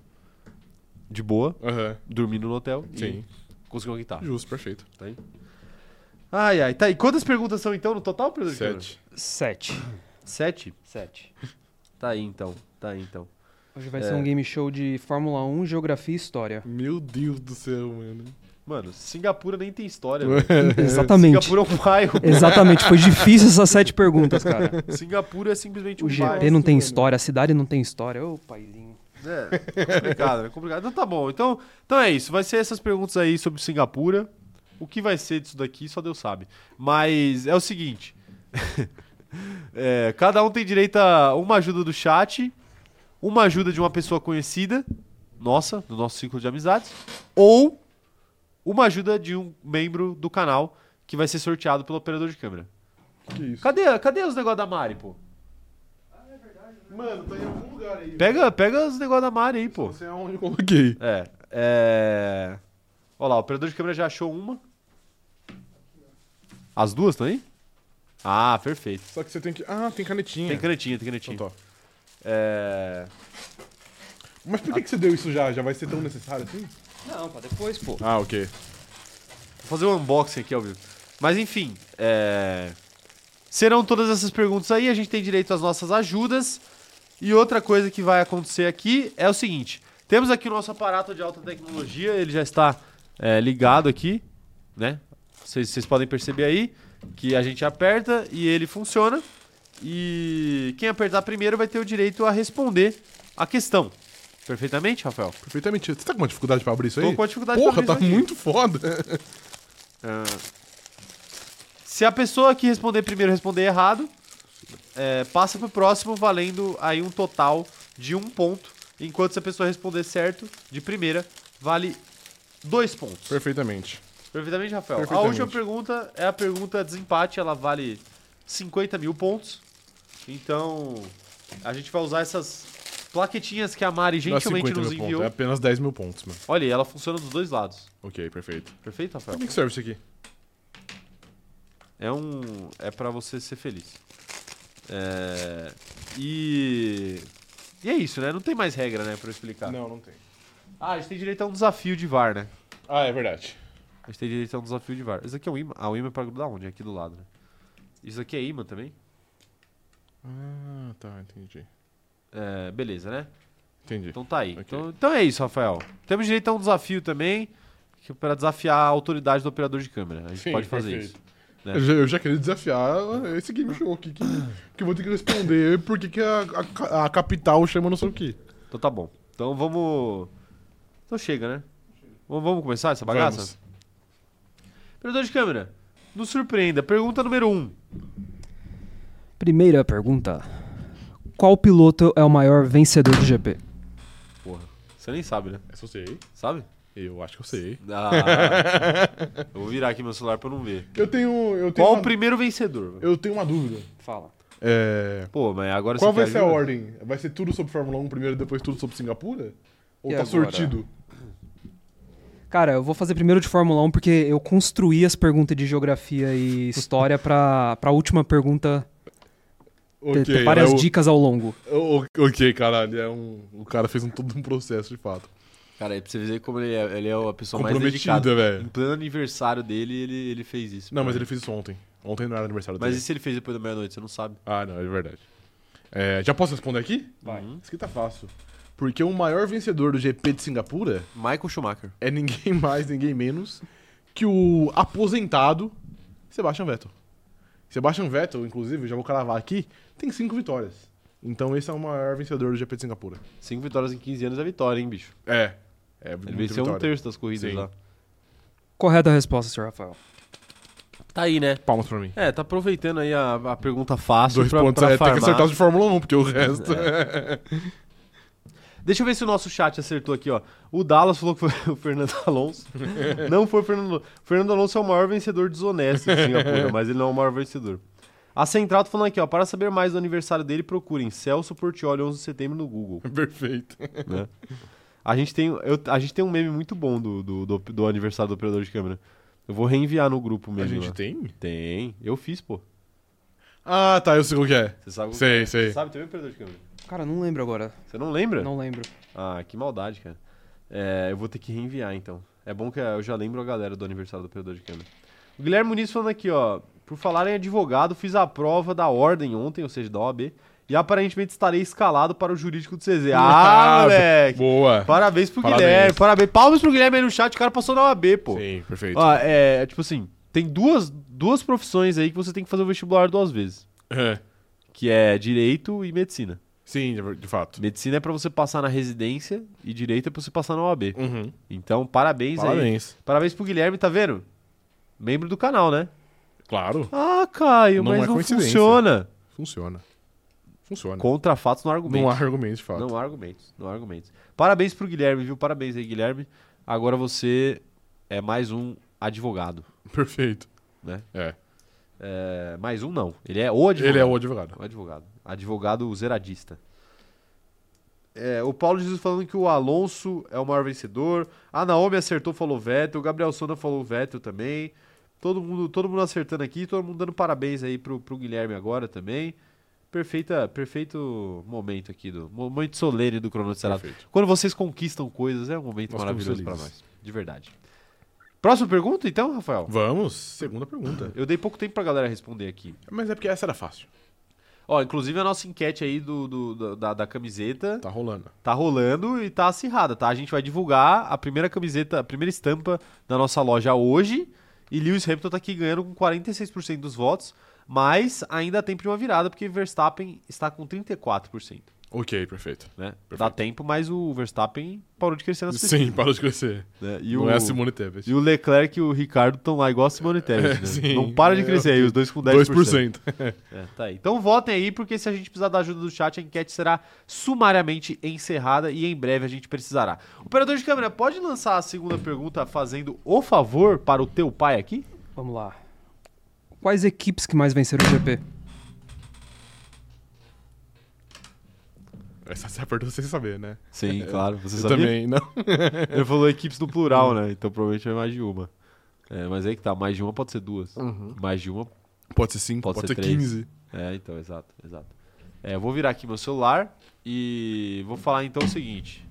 A: de boa,
B: Aham.
A: dormindo no hotel. E
B: Sim.
A: consegui uma guitarra.
B: Justo, perfeito.
A: Tá aí? Ai, ai. Tá aí. Quantas perguntas são então no total, Pedro? Ricardo?
B: Sete.
C: Sete.
A: Sete?
C: Sete.
A: Tá aí então. Tá aí então.
C: Hoje vai
A: É.
C: ser um game show de Fórmula 1, Geografia e História.
B: Meu Deus do céu, mano.
A: Mano, Singapura nem tem história, velho.
C: Exatamente.
A: Singapura é um bairro.
C: Exatamente, foi difícil essas sete perguntas, cara.
A: Singapura é simplesmente um
C: O
A: bairro.
C: GP não tem história, a cidade não tem história. Ô, paizinho.
A: É, complicado, é complicado. Então tá bom. Então, então é isso. Vai ser essas perguntas aí sobre Singapura. O que vai ser disso daqui, só Deus sabe. Mas é o seguinte: É, cada um tem direito a uma ajuda do chat, uma ajuda de uma pessoa conhecida, nossa, do nosso círculo de amizades, ou uma ajuda de um membro do canal que vai ser sorteado pelo operador de câmera.
B: Que isso?
A: Cadê, cadê os negócios da Mari, pô?
B: Mano, tá em algum lugar aí.
A: Pega, pega os negócios da Mari aí, pô.
B: é onde eu coloquei.
A: É. é... Olha lá, o operador de câmera já achou uma. As duas estão aí? Ah, perfeito.
B: Só que você tem que. Ah, tem canetinha.
A: Tem canetinha, tem canetinha.
B: Então tá.
A: É...
B: Mas por que, que você deu isso já? Já vai ser tão necessário assim?
C: Não, pra depois, pô.
B: Ah, ok.
A: Vou fazer um unboxing aqui ao vivo. Mas enfim, é... serão todas essas perguntas aí. A gente tem direito às nossas ajudas. E outra coisa que vai acontecer aqui é o seguinte: temos aqui o nosso aparato de alta tecnologia. Ele já está é, ligado aqui, né? Vocês vocês podem perceber aí que a gente aperta e ele funciona. E quem apertar primeiro vai ter o direito a responder a questão. Perfeitamente, Rafael?
B: Perfeitamente. Você tá com uma dificuldade pra abrir isso aí?
A: Tô com a dificuldade
B: Porra,
A: pra abrir
B: tá
A: isso aqui.
B: muito foda.
A: Ah. Se a pessoa que responder primeiro responder errado, é, passa pro próximo valendo aí um total de um ponto. Enquanto se a pessoa responder certo de primeira, vale dois pontos.
B: Perfeitamente.
A: Perfeitamente, Rafael. A
B: Perfeitamente.
A: última pergunta é a pergunta desempate, ela vale 50 mil pontos. Então, a gente vai usar essas plaquetinhas que a Mari
B: Não é
A: gentilmente
B: 50
A: nos
B: mil pontos,
A: enviou.
B: é apenas 10 mil pontos, mano.
A: Olha, ela funciona dos dois lados.
B: Ok, perfeito.
A: Perfeito, Rafael?
B: Pra que, que serve isso aqui?
A: É um. É pra você ser feliz. É, E. E é isso, né? Não tem mais regra, né, pra eu explicar.
B: Não, não tem.
A: Ah, a gente tem direito a um desafio de VAR, né?
B: Ah, é verdade.
A: A gente tem direito a um desafio de VAR. Isso aqui é um imã. Ah, o imã é pra grudar onde? É Aqui do lado, né? Isso aqui é imã também?
B: Ah, tá, entendi.
A: É, beleza, né?
B: Entendi.
A: Então tá aí.
B: Ok.
A: Então, então é isso, Rafael. Temos direito a um desafio também que é pra desafiar a autoridade do operador de câmera. A gente
B: Sim,
A: pode fazer
B: perfeito.
A: isso. né?
B: Eu já, eu já queria desafiar esse game show aqui, que, que eu vou ter que responder por que que a, a- a capital chama não sei o que.
A: Então tá bom. Então vamos. Então chega, né? Vamos, vamos começar essa bagaça? Operador de câmera, nos surpreenda. Pergunta número 1. Um.
C: Primeira pergunta. Qual piloto é o maior vencedor do GP?
A: Porra, você nem sabe, né?
B: Essa eu sei,
A: Sabe?
B: eu acho que eu sei.
A: Ah, eu vou virar aqui meu celular pra eu não ver.
B: Eu tenho. Eu tenho
A: Qual
B: uma,
A: o primeiro vencedor?
B: Eu tenho uma dúvida.
C: Fala.
B: É,
A: Pô, mas agora
B: qual
A: você
B: vai
A: quer
B: ser a
A: ajuda?
B: ordem? Vai ser tudo sobre Fórmula 1 primeiro, depois tudo sobre Singapura? Ou
C: E
B: tá
C: agora?
B: sortido?
C: Cara, eu vou fazer primeiro de Fórmula 1 porque eu construí as perguntas de geografia e história pra, pra última pergunta ter, ter várias
B: é o-
C: dicas ao longo.
B: o- o- ok, caralho. É um, o cara fez um, todo um processo de fato.
A: Cara, aí pra você ver como ele é, ele é a pessoa mais
B: Comprometida,
A: dedicada.
B: velho.
A: Em pleno aniversário dele, ele, ele fez isso.
B: é. Não, mas
A: Pra-
B: ele é fez isso ontem. Ontem não era aniversário
A: Mas
B: dele.
A: e se ele fez depois da meia-noite? Você não sabe.
B: Ah, não, é verdade. É, já posso responder aqui?
C: Vai.
B: Isso aqui tá fácil. Porque o maior vencedor do GP de Singapura
A: Michael Schumacher.
B: é ninguém mais, ninguém menos que o aposentado Sebastian Vettel. Sebastian Vettel, inclusive, já vou cravar aqui, tem cinco vitórias. Então esse é o maior vencedor do GP de Singapura.
A: Cinco vitórias em 15 anos é vitória, hein, bicho?
B: É. É,
A: Ele venceu um terço das corridas
B: Sim.
A: lá.
C: Correta a resposta, Sr. Rafael.
A: Tá aí, né?
B: Palmas pra mim.
A: É, tá aproveitando aí a, a pergunta fácil
B: Dois
A: pra,
B: pontos.
A: pra
B: é, tem que
A: farmar. É.
B: acertar os de Fórmula 1, porque o resto... é
A: Deixa eu ver se o nosso chat acertou aqui, ó. O Dallas falou que foi o Fernando Alonso. não foi o Fernando Alonso. O Fernando Alonso é o maior vencedor desonesto de Singapura, mas ele não é o maior vencedor. A Central tá falando aqui, ó. Para saber mais do aniversário dele, procurem Celso Portioli 11 de setembro no Google.
B: Perfeito.
A: né? A gente tem, eu- a gente tem um meme muito bom do, do, do- do aniversário do operador de câmera. Eu vou reenviar no grupo
B: A
A: mesmo.
B: gente
A: lá.
B: tem?
A: tem. Eu fiz, pô.
B: Ah, tá, eu sei o que é.
A: Você sabe o
B: Sei, sei.
A: Você sabe também, operador de câmera?
C: Cara, não lembro agora.
A: Você não lembra?
C: Não lembro.
A: Ah, que maldade, cara. É, eu vou ter que reenviar, então. É bom que eu já lembro a galera do aniversário do operador de câmera. O Guilherme Muniz falando aqui, ó. Por falar em advogado, fiz a prova da ordem ontem, ou seja, da OAB, e aparentemente estarei escalado para o jurídico do CZ. Ah, moleque!
B: Boa.
A: Parabéns pro
B: Parabéns.
A: Guilherme, parabéns. Palmas pro Guilherme aí no chat, o cara passou na OAB, pô.
B: Sim, perfeito.
A: Ó, é, tipo assim, tem duas, duas profissões aí que você tem que fazer o vestibular duas vezes,
B: É.
A: que é direito e medicina.
B: Sim, de- de fato.
A: Medicina é pra você passar na residência e direito é pra você passar na OAB.
B: Uhum.
A: Então, parabéns, aí.
B: Parabéns.
A: Parabéns pro Guilherme, tá vendo? Membro do canal, né?
B: Claro,
A: Ah, Caio,
B: Não
A: mas
B: é
A: não
B: coincidência.
A: funciona.
B: funciona. Funciona.
A: Contra fatos não há argumentos.
B: Não há argumento, de fato.
A: Não há argumentos, não há argumentos. Parabéns pro Guilherme, viu? Parabéns aí, Guilherme. Agora você é mais um advogado,
B: Perfeito.
A: né?
B: É.
A: É, mais um não, ele é o advogado.
B: Ele é o advogado.
A: O advogado. Advogado zeradista. É, o Paulo Jesus falando que o Alonso é o maior vencedor. A Naomi acertou, falou Vettel. O Gabriel Sona falou Vettel também. Todo mundo, todo mundo acertando aqui, todo mundo dando parabéns aí pro, pro Guilherme agora também. Perfeita, perfeito momento aqui do momento solene do cronometrado.
B: Perfeito.
A: Quando vocês conquistam coisas, é um momento
B: Nós
A: maravilhoso pra
B: ficamos
A: nós, de verdade. Próxima pergunta então, Rafael.
B: Vamos, segunda pergunta.
A: Eu dei pouco tempo pra galera responder aqui.
B: Mas é porque essa era fácil.
A: Ó, inclusive a nossa enquete aí do, do- do- da, da camiseta
B: Tá rolando.
A: tá rolando e tá acirrada, tá? A gente vai divulgar a primeira camiseta, a primeira estampa da nossa loja hoje. E Lewis Hamilton tá aqui ganhando com 46% dos votos, mas ainda tem pra uma virada, porque Verstappen está com 34%.
B: Ok, perfeito.
A: Né? Dá
B: Perfeito.
A: tempo, mas o Verstappen parou de crescer nas pesquisas.
B: Sim, parou de crescer.
A: Né? E,
B: Não
A: o,
B: é a Simone Tebet.
A: e o Leclerc e o Ricardo estão lá igual a Simone Tebet. né?
B: É, sim. É,
A: Não para de crescer aí, os dois com 10%.
B: 2%.
A: É, tá aí. Então votem aí, porque se a gente precisar da ajuda do chat, a enquete será sumariamente encerrada e em breve a gente precisará. Operador de câmera, pode lançar a segunda pergunta fazendo o favor para o teu pai aqui?
C: Vamos lá. Quais equipes que mais venceram o GP?
B: Essa você apertou sem saber, né?
A: Sim, claro. Você
B: Eu também, não.
A: Ele falou equipes no plural, né? Então provavelmente vai mais de uma. É, mas aí que tá, mais de uma pode ser duas. Mais de uma.
B: Pode ser 5,
A: Pode
B: pode,
A: ser
B: ser
A: três.
B: 15.
A: É, então, exato, exato. É, eu vou virar aqui meu celular E vou falar então o seguinte.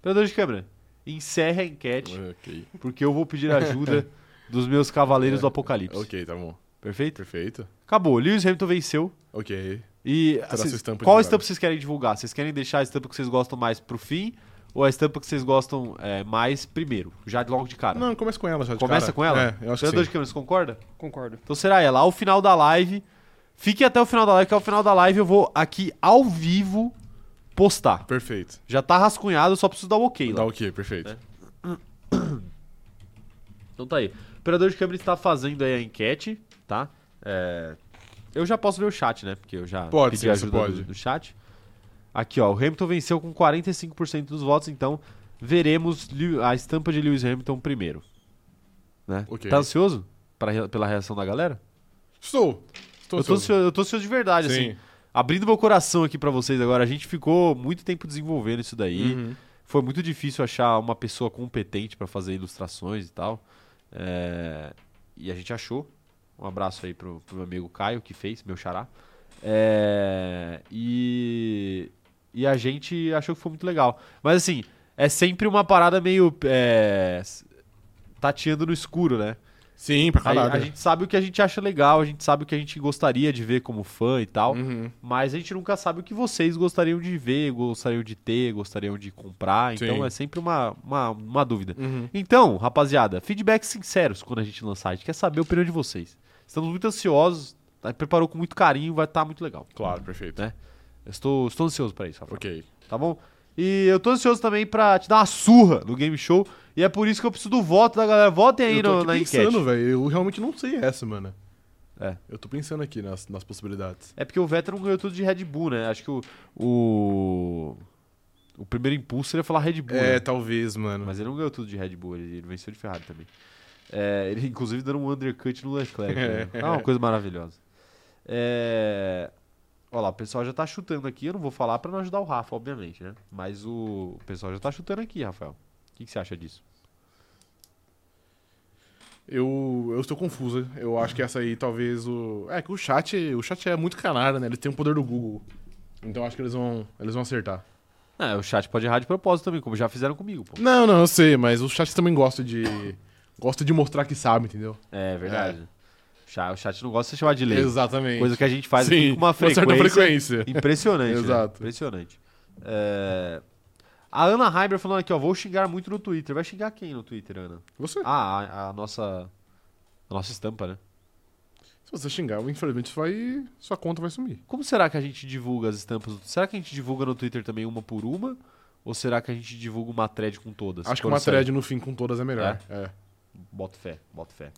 A: Operador de câmera, encerra a enquete,
B: Ok.
A: porque eu vou pedir ajuda dos meus cavaleiros do apocalipse.
B: É, Ok, tá bom.
A: Perfeito?
B: Perfeito.
A: Acabou. Lewis Hamilton venceu.
B: Ok.
A: E
B: Terá
A: assim,
B: sua estampa um
A: qual
B: divulgada.
A: estampa vocês querem divulgar? Vocês querem deixar a estampa que vocês gostam mais pro fim ou a estampa que vocês gostam é, mais primeiro? Já de logo de cara.
B: Não, começa com ela já de
A: Começa
B: cara.
A: com ela?
B: É, eu acho que
A: Operador
B: sim.
A: de câmera, você concorda?
C: Concordo.
A: Então será ela. Ao final da live, fique até o final da live, que ao final da live eu vou aqui ao vivo postar.
B: Perfeito.
A: Já tá rascunhado, eu só preciso dar o ok
B: Dá
A: lá.
B: ok, perfeito.
A: É. Então tá aí. O operador de câmera está fazendo aí a enquete, tá? É, Eu já posso ver o chat, né? Porque eu já
B: Pode,
A: pedi
B: sim, você
A: ajuda
B: pode.
A: Do, do chat. Aqui, ó. O Hamilton venceu com 45% dos votos, então veremos Lew- a estampa de Lewis Hamilton primeiro. Né?
B: Ok.
A: Tá ansioso pra re- pela reação da galera?
B: Estou. Estou
A: eu, tô
B: ansioso.
A: ansioso, eu tô ansioso de verdade, assim.
B: Sim.
A: Abrindo meu coração aqui pra vocês agora, a gente ficou muito tempo desenvolvendo isso daí.
B: Uhum.
A: Foi muito difícil achar uma pessoa competente pra fazer ilustrações e tal. É, E a gente achou. Um abraço aí pro, pro meu amigo Caio, que fez, meu xará. É, E... e a gente achou que foi muito legal. Mas assim, é sempre uma parada meio. é, s- Tateando no escuro, né?
B: Sim, pra
A: Aí
B: caralho.
A: a gente sabe o que a gente acha legal, a gente sabe o que a gente gostaria de ver como fã e tal.
B: Uhum.
A: Mas a gente nunca sabe o que vocês gostariam de ver, gostariam de ter, gostariam de comprar. Então
B: Sim.
A: é sempre uma, uma, uma dúvida.
B: Uhum.
A: Então, rapaziada, feedbacks sinceros quando a gente lançar. A gente quer saber a opinião de vocês. Estamos muito ansiosos, tá? preparou com muito carinho, vai estar muito legal.
B: Claro, perfeito.
A: Né? Eu estou, estou ansioso pra isso, Rafael.
B: Ok.
A: Tá bom? E eu tô ansioso também pra te dar uma surra no game show. E é por isso que eu preciso do voto da galera. Votem aí
B: eu tô
A: no,
B: aqui
A: na enquete.
B: pensando, velho. Eu realmente não sei essa, mano.
A: É.
B: Eu tô pensando aqui nas, nas possibilidades.
A: É porque o Vettel não ganhou tudo de Red Bull, né? Acho que o. O, o primeiro impulso seria falar Red Bull.
B: É,
A: né?
B: talvez, mano.
A: Mas ele não ganhou tudo de Red Bull, ele, ele venceu de Ferrari também. É, ele, inclusive, dando um undercut no Leclerc. né? É uma coisa maravilhosa. É. Olha lá, o pessoal já tá chutando aqui. Eu não vou falar pra não ajudar o Rafa, obviamente, né? Mas o, o pessoal já tá chutando aqui, Rafael. O que, que você acha disso?
B: Eu, eu estou confuso. Eu acho que essa aí talvez o. É que o chat. O chat é muito canara, né? Eles têm o poder do Google. Então acho que eles vão. Eles vão acertar.
A: Ah, o chat pode errar de propósito também, como já fizeram comigo, pô.
B: Não, não, eu sei, mas o chat também gosta de. gosta de mostrar que sabe, entendeu?
A: É verdade. O chat- O chat não gosta de ser chamado de lei.
B: Exatamente.
A: Coisa que a gente faz
B: Sim,
A: aqui com uma
B: certa
A: frequência.
B: frequência.
A: Impressionante. né?
B: Exato.
A: Impressionante. É, A Ana Heiber falando aqui, ó, vou xingar muito no Twitter. Vai xingar quem no Twitter, Ana?
B: Você.
A: Ah, a, a nossa. A nossa estampa, né?
B: Se você xingar, infelizmente vai. Sua conta vai sumir.
A: Como será que a gente divulga as estampas? Será que a gente divulga no Twitter também uma por uma? Ou será que a gente divulga uma thread com todas?
B: Acho que
A: Quando
B: uma
A: sair?
B: thread no fim com todas é melhor. É.
A: Boto fé, boto fé.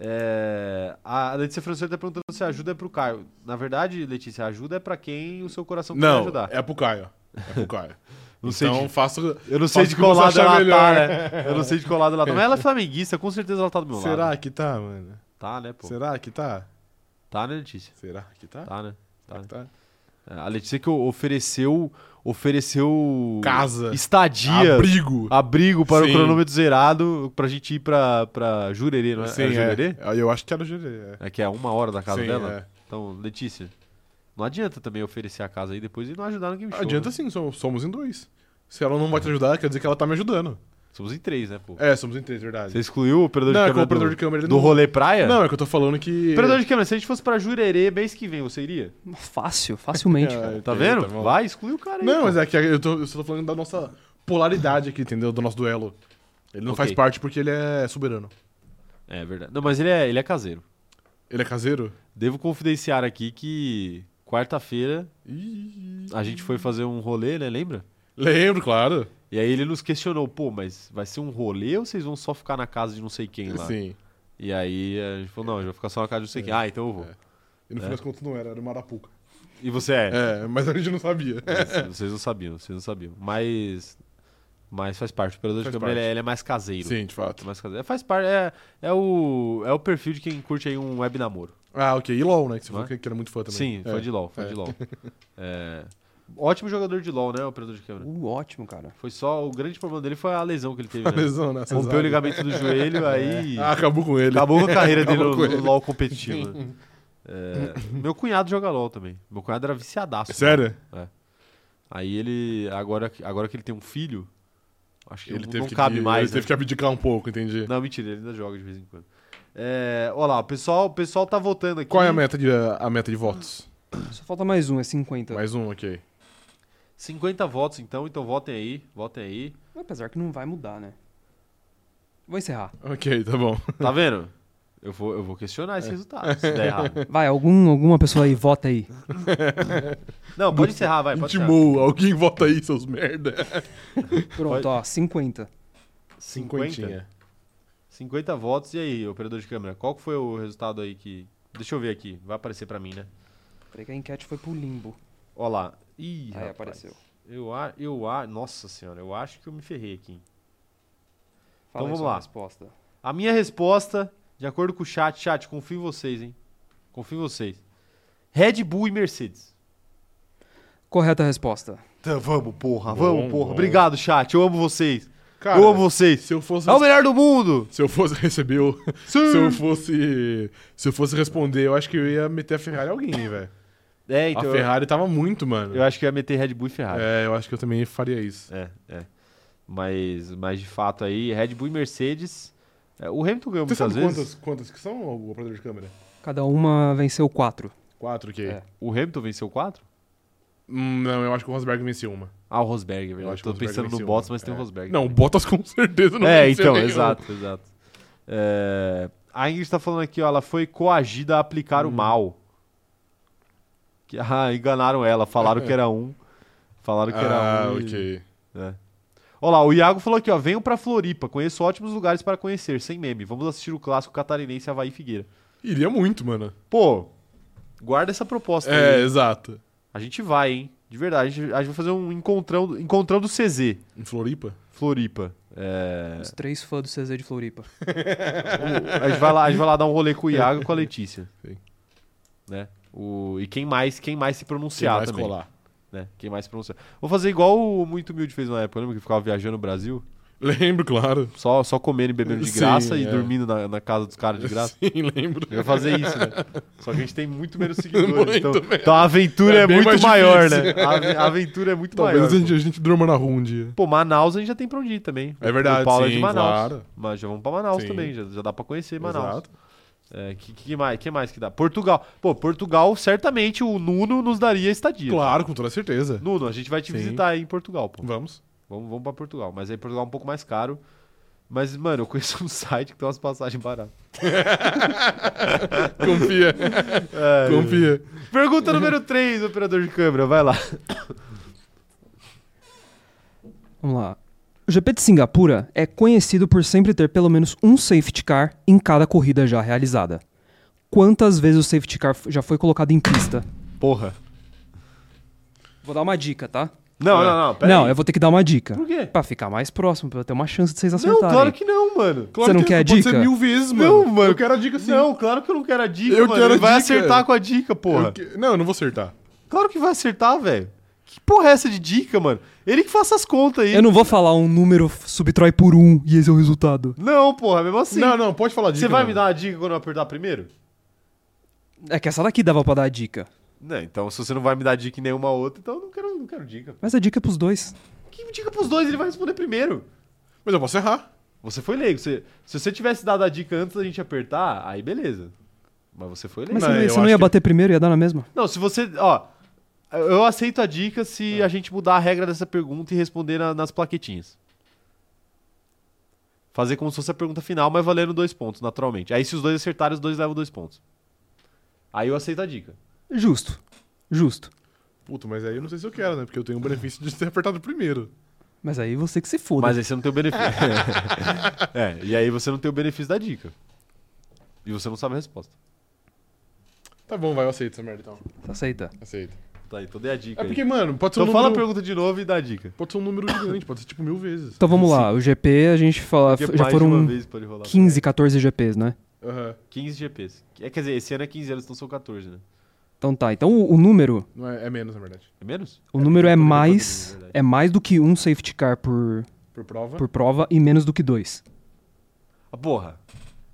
A: É, a Letícia Francisco tá perguntando se ajuda é pro Caio. Na verdade, Letícia, ajuda é pra quem o seu coração quer
B: Não,
A: ajudar.
B: é pro Caio. É pro Caio.
A: Não sei
B: então
A: de-
B: faço.
A: Eu não sei
B: Faço
A: de
B: o que
A: qual
B: você
A: lado
B: achar
A: ela tá,
B: melhor.
A: né? Eu não sei de qual lado ela tá. Mas ela é flamenguista, com certeza ela tá do meu
B: Será
A: lado.
B: que tá, mano?
A: Tá, né, pô?
B: Será que tá?
A: Tá, né, Letícia?
B: Será que tá?
A: Tá, né? Tá.
B: Será que tá?
A: É, A Letícia que ofereceu. Ofereceu.
B: Casa.
A: Estadia. Ah,
B: Abrigo.
A: Abrigo para o
B: Sim.
A: cronômetro zerado pra gente ir pra, pra Jurerê, não é?
B: Sim,
A: é Jurerê?
B: é. Eu acho que era o Jurerê. É.
A: É que é uma hora da casa
B: Sim,
A: dela.
B: é.
A: Então, Letícia, não adianta também oferecer a casa aí depois e não ajudar no game show.
B: Adianta
A: né?
B: sim, so- somos em dois. Se ela não vai te ajudar, quer dizer que ela tá me ajudando.
A: Somos em três, né, pô?
B: É, somos em três, verdade.
A: Você excluiu o operador
B: Não, é
A: de
B: que o
A: câmera
B: operador
A: do,
B: de câmera, ele
A: do
B: não-
A: rolê praia?
B: Não, é que eu tô falando que.
A: Operador de câmera, se a gente fosse pra Jurerê mês que vem, você iria?
C: Fácil, facilmente,
B: É,
C: cara.
A: Tá
B: ok,
A: vendo?
B: bom.
A: Vai, exclui o cara aí.
B: Não,
A: pô.
B: mas é que eu, tô, eu só tô falando da nossa polaridade aqui, entendeu? Do nosso duelo. Ele não
A: Ok.
B: faz parte porque ele é soberano.
A: É verdade. Não, mas ele é, ele é caseiro.
B: Ele é caseiro?
A: Devo confidenciar aqui que quarta-feira
B: Ih.
A: a gente foi fazer um rolê, né? Lembra?
B: Lembro, claro.
A: E aí ele nos questionou, pô, mas vai ser um rolê ou vocês vão só ficar na casa de não sei quem lá?
B: Sim.
A: E aí a gente falou, não, eu vou ficar só na casa de não sei quem. Ah, então eu vou.
B: É. E no fim
A: É.
B: das contas não era, era uma arapuca.
A: E você é?
B: É, mas a gente não sabia.
A: Mas Vocês não sabiam, vocês não sabiam. Mas. Mas faz parte. O operador de
B: Faz
A: câmera ele,
B: parte.
A: é- ele é mais caseiro.
B: Sim, de fato.
A: Mais caseiro. É, faz parte. É, é, o, é o perfil de quem curte aí um web namoro.
B: Ah, ok. E LOL, né? Que você
A: Não é?
B: falou que que era muito fã também.
A: Sim,
B: é.
A: foi de LOL, foi
B: É.
A: de LOL. É, ótimo jogador de LOL, né, o operador de câmera?
C: Uh, ótimo, cara.
A: Foi só. O grande problema dele foi a lesão que ele teve.
B: A
A: Né?
B: lesão, né?
A: Rompeu o ligamento do joelho, aí.
B: Ah, acabou com ele.
A: Acabou com a carreira dele
B: Acabou
A: no,
B: com
A: no
B: ele.
A: LOL competitivo. né? É, meu cunhado joga LOL também. Meu cunhado era viciadaço.
B: Sério?
A: Aí ele. Agora, agora que ele tem um filho, acho que
B: Ele
A: não,
B: teve
A: não
B: que,
A: cabe
B: ele
A: mais. né?
B: teve que abdicar um pouco, entendi.
A: Não, mentira, ele ainda joga de vez em quando. É, olha lá, o pessoal, o pessoal tá votando aqui.
B: Qual é a meta de, a meta de votos?
C: Só falta mais um, é
A: Tá.
C: 50.
B: Mais um, ok.
A: 50 votos então, então votem aí, votem aí.
C: Apesar que não vai mudar, né? Vou encerrar.
B: Ok, tá bom.
A: Tá vendo? Eu vou, eu vou questionar esse resultado, se der errado.
C: Vai, algum, alguma pessoa aí, vota aí.
A: Não, pode encerrar, vai, pode encerrar.
B: Intimou, alguém vota aí, seus merda.
C: Pronto, ó, 50.
A: 50? 50 votos, e aí, operador de câmera, qual que foi o resultado aí que... Deixa eu ver aqui, vai aparecer pra mim, né?
C: Peraí que a enquete foi pro limbo.
A: Ó lá. Ih, rapaz.
C: aí
A: Então
C: apareceu.
A: Eu, a- eu, a- nossa senhora, eu acho que eu me ferrei aqui. hein?
C: Fala
A: vamos
C: aí sua
A: lá.
C: resposta.
A: A minha resposta, de acordo com o chat, chat, confio em vocês, hein? Confio em vocês. Red Bull e Mercedes.
C: Correta resposta.
A: Tá, vamos, porra,
B: Bom,
A: vamos, porra.
B: bom.
A: Obrigado, chat, eu amo vocês.
B: Cara,
A: eu amo vocês.
B: se eu fosse.
A: É o melhor do mundo!
B: Se eu fosse receber o.
A: Sim.
B: Se eu fosse. Se eu fosse responder, eu acho que eu ia meter a Ferrari em alguém, velho.
A: É, então,
B: a
A: eu-
B: Ferrari tava muito, mano.
A: eu acho que eu ia meter Red Bull e Ferrari.
B: É, eu acho que eu também faria isso.
A: É, é. Mas, mas de fato aí, Red Bull e Mercedes. é, o Hamilton ganhou
B: Você
A: muitas
B: sabe
A: vezes.
B: quantas, quantas que são, o operador de câmera?
C: Cada uma venceu 4.
B: Quatro, ok.
C: É.
A: O Hamilton venceu quatro?
B: Hum, não, eu acho que o Rosberg venceu uma.
A: Ah, o Rosberg, é
B: Eu
A: verdade.
B: acho
A: Tô
B: que o Rosberg
A: pensando no
B: venceu
A: Bottas,
B: uma.
A: mas tem o
B: É.
A: Rosberg.
B: Não, o
A: também.
B: Bottas com certeza não
A: É,
B: venceu
A: então,
B: nenhuma.
A: exato, exato. É, a Ingrid tá falando aqui, ó, ela foi coagida a aplicar
B: Uhum.
A: o mal. Que- ah, enganaram ela, falaram que era um. Falaram que era
B: Ah,
A: um. e-
B: ok.
A: Olha lá, o Iago falou aqui, ó, venham pra Floripa, conheço ótimos lugares para conhecer, sem meme. Vamos assistir o clássico catarinense Havaí e Figueira.
B: Iria muito, mano.
A: Pô, guarda essa proposta
B: É,
A: aí.
B: exato.
A: A gente vai, hein? De verdade, a gente, a gente vai fazer um encontrão, encontrão do CZ,
B: Em Floripa?
A: Floripa. É,
C: Os três fãs do CZ de Floripa.
A: O- a, gente vai lá, a gente vai lá dar um rolê com o Iago e com a Letícia.
B: Sim.
A: Né? O, e quem mais, quem mais se
B: Quem
A: pronunciar
B: mais
A: também.
B: colar.
A: Né? Quem mais se pronunciar. Vou fazer igual o Muito Humilde fez na época, lembra que ficava viajando no Brasil?
B: Lembro, claro.
A: Só, só comendo e bebendo de
B: Sim,
A: graça e
B: é.
A: dormindo na, na casa dos caras de graça?
B: Sim, lembro.
A: Eu ia fazer isso, né? Só que a gente tem muito menos seguidores.
B: Muito
A: então,
B: menos.
A: então a aventura
B: É
A: é,
B: bem
A: muito
B: mais
A: maior,
B: difícil.
A: né? A, ave- a aventura é muito
B: Talvez
A: maior.
B: a gente, a gente durma na rua um dia.
A: Pô, Manaus a gente já tem pra onde ir também.
B: É verdade,
A: O Paulo é
B: sim,
A: de Manaus.
B: claro.
A: Mas já vamos pra Manaus
B: Sim.
A: também, já, já dá pra conhecer Manaus.
B: Exato.
A: É, que, que mais, que mais que dá? Portugal. Pô, Portugal, certamente o Nuno nos daria estadia.
B: Claro, com toda certeza.
A: Nuno, a gente vai te
B: Sim.
A: visitar aí em Portugal, pô.
B: Vamos.
A: Vamos, vamos pra Portugal. Mas aí Portugal é um pouco mais caro. Mas, mano, eu conheço um site que tem umas passagens baratas.
B: Confia, confia.
A: Pergunta número 3, operador de câmera, vai lá.
C: Vamos lá. O GP de Singapura é conhecido por sempre ter pelo menos um safety car em cada corrida já realizada. Quantas vezes o safety car já foi colocado em pista?
A: Porra.
C: Vou dar uma dica, tá?
A: Não,
B: É.
A: não, não, pera
C: não,
A: aí.
C: eu vou ter que dar uma dica.
A: Por quê?
C: Pra ficar mais próximo, pra eu ter uma chance de vocês
A: Não,
C: acertarem.
A: claro que não, mano.
B: Claro
C: não
B: que
C: quer a
B: pode
C: dica?
B: ser mil vezes, mano.
A: Não, mano.
B: Eu quero a dica assim, sim.
A: Não, claro que eu não quero a dica,
B: Eu
A: mano.
B: quero a
A: Ele vai
B: dica.
A: acertar com a dica, porra.
B: Eu que- Não, eu não vou acertar.
A: Claro que vai acertar, velho. Que porra é essa de dica, mano? Ele que faça as contas aí.
C: Eu não vou falar um número, f- subtrai por um e esse é o resultado.
A: Não, porra, mesmo assim.
B: Não, não, pode falar a dica.
A: Você vai me
B: mano.
A: dar uma dica quando eu apertar primeiro?
C: É que essa daqui dava pra dar a dica.
A: Não, então se você não vai me dar dica em nenhuma outra, então eu não quero, não quero dica.
C: Mas a dica é pros dois.
A: Que dica pros dois? Ele vai responder primeiro.
B: Mas eu posso errar.
A: Você foi leigo. você- se você tivesse dado a dica antes da gente apertar, aí beleza. Mas você foi leigo.
C: Mas
B: Não,
C: você não, ia-
B: eu
C: você não
B: acho
C: ia
B: que-
C: bater primeiro, ia dar na mesma?
A: Não, se você. Ó, eu aceito a dica se a gente mudar a regra dessa pergunta e responder na- nas plaquetinhas. Fazer como se fosse a pergunta final, mas valendo dois pontos, naturalmente. Aí se os dois acertarem, os dois levam dois pontos. Aí eu aceito a dica.
C: Justo. Justo.
B: Puta, mas aí eu não sei se eu quero, né? Porque eu tenho o benefício de ter apertado primeiro.
C: Mas aí você que se foda.
A: Mas aí você não tem o benefício. é, e aí você não tem o benefício da dica. E você não sabe a resposta.
B: Tá bom, vai, eu aceito essa merda então.
C: Aceita.
B: Aceito.
A: Tá, então dei a dica.
B: É
A: aí.
B: porque, mano, pode ser
A: Então
B: um
A: fala a
B: número.
A: pergunta de novo e dá a dica.
B: Pode ser um número gigante, pode ser tipo mil vezes.
C: Então vamos lá, o GP a gente fala,
A: Porque
C: já
A: mais de uma
C: foram
A: vez pode rolar.
C: 15, 14 GPs, né?
B: Aham.
A: 15 GPs. É, quer dizer, esse ano é 15 anos, então são 14, né?
C: Então tá, então o, o número,
B: Não é, é menos, na verdade.
A: É menos?
C: o número é
A: porque eu tô
C: mais
A: depois do número,
C: é mais do que um safety car por,
B: Por prova.
C: por prova e menos do que dois.
A: Ah, porra.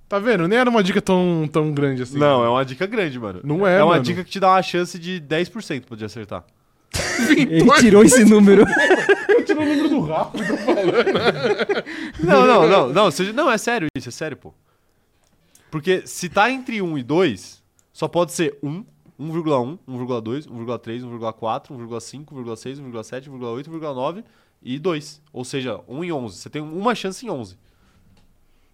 B: Tá vendo? Nem era uma dica tão, tão grande assim.
A: Não, é uma dica é grande, mano.
B: Não é,
A: uma
B: mano.
A: dica que te dá uma chance de 10% pra de acertar.
C: Ele tirou esse número.
B: o número do Rafa.
A: Não, não, não, não, seja- não, é sério isso, é sério, pô. Porque se tá entre 1 e 2, só pode ser 1, 1,1, 1,2, 1,3, 1,4, 1,5, 1,6, 1,7, 1,8, 1,9 e 2. Ou seja, 1 em 11. Você tem uma chance em 11.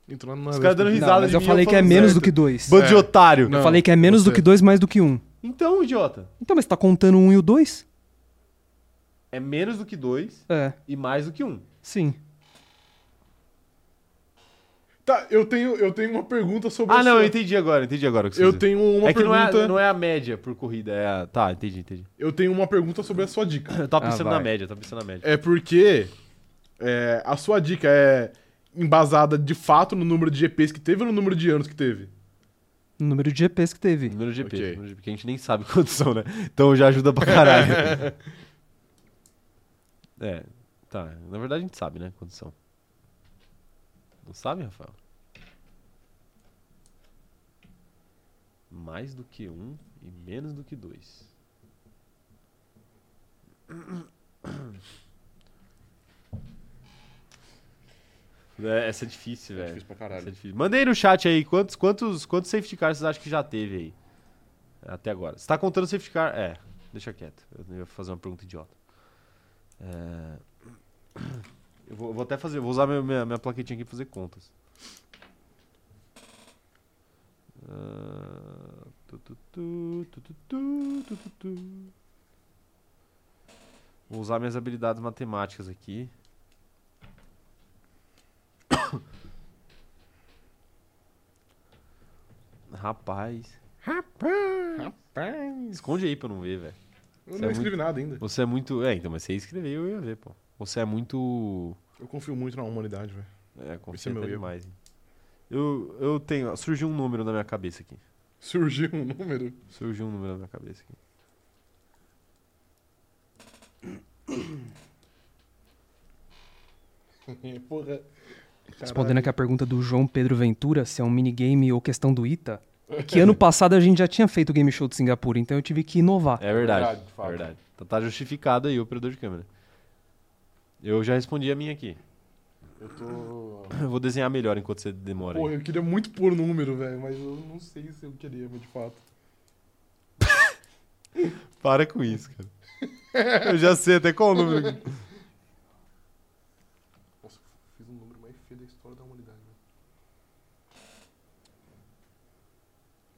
B: Entrou na
A: Os caras dando risada
C: Não, mas
A: de
C: eu
A: mim,
C: falei que é
A: falando
C: menos
A: certo.
C: do que dois.
A: Bando de
B: É.
A: otário.
B: Não.
C: Eu falei que é menos do
B: você-
C: que dois mais do que um.
A: Então, idiota,
C: Então, mas você tá contando um e o dois?
A: é menos do que 2
C: É,
A: e mais do que 1.
C: sim.
B: Tá, eu tenho, eu tenho uma pergunta sobre
A: Ah,
B: a
A: não,
B: sua-
A: eu entendi agora, entendi agora o que você
B: Eu
A: quis dizer.
B: tenho uma
A: é que não
B: pergunta.
A: é, não é a média por corrida, é a... Tá, entendi, entendi.
B: Eu tenho uma pergunta sobre a sua dica.
A: Eu tava
C: Ah,
A: pensando na
C: vai.
A: média, eu tava pensando na média.
B: É porque é, a sua dica é embasada de fato no número de GPs que teve ou no número de anos que teve?
C: O número de GPs que teve.
A: Número de GP,
B: Ok.
A: número de GP, que a gente nem sabe quantos são, né? Então já ajuda pra caralho. é, tá. Na verdade a gente sabe, né? Quantos são. Não sabe, Rafael? Mais do que um e menos do que dois. É, essa é difícil, velho.
B: pra caralho.
A: Isso é difícil. Mandei no chat aí quantos, quantos, quantos safety cars vocês acham que já teve aí? Até agora. Você tá contando safety car? É, deixa quieto. Eu ia fazer uma pergunta idiota. É, Eu vou, eu vou até fazer, eu vou usar minha, minha, minha plaquetinha aqui pra fazer contas. Ah, tu, tu, tu, tu, tu, tu, tu, tu, tu. Vou usar minhas habilidades matemáticas aqui. Rapaz.
B: Rapaz.
A: Esconde aí pra eu não ver, velho.
B: Eu
A: Isso é
B: não escrevi nada ainda.
A: Você é muito. É, então, mas você escreveu, eu ia ver, pô. Você é muito.
B: Eu confio muito na humanidade, velho.
A: É,
B: Esse é
A: confia
B: meu
A: até
B: erro.
A: demais. hein. Eu, eu tenho. Surgiu um número na minha cabeça aqui.
B: Surgiu um número.
A: Surgiu um número na minha cabeça aqui.
B: Porra. Caralho.
C: Respondendo aqui a pergunta do João Pedro Ventura, se é um minigame ou questão do Ita, que ano passado a gente já tinha feito o game show de Singapura, então eu tive que inovar.
A: É verdade.
B: Verdade, de
A: é
B: fato.
A: verdade. Então tá justificado aí, operador de câmera. Eu já respondi a minha aqui.
B: Eu tô.
A: Eu vou desenhar melhor enquanto você demora. aí.
B: Porra, eu queria muito pôr número, velho, mas eu não sei se eu queria, mas de fato.
A: Para com isso, cara. eu já sei até qual o número.
B: Nossa, eu fiz um número mais feio da história da humanidade, velho.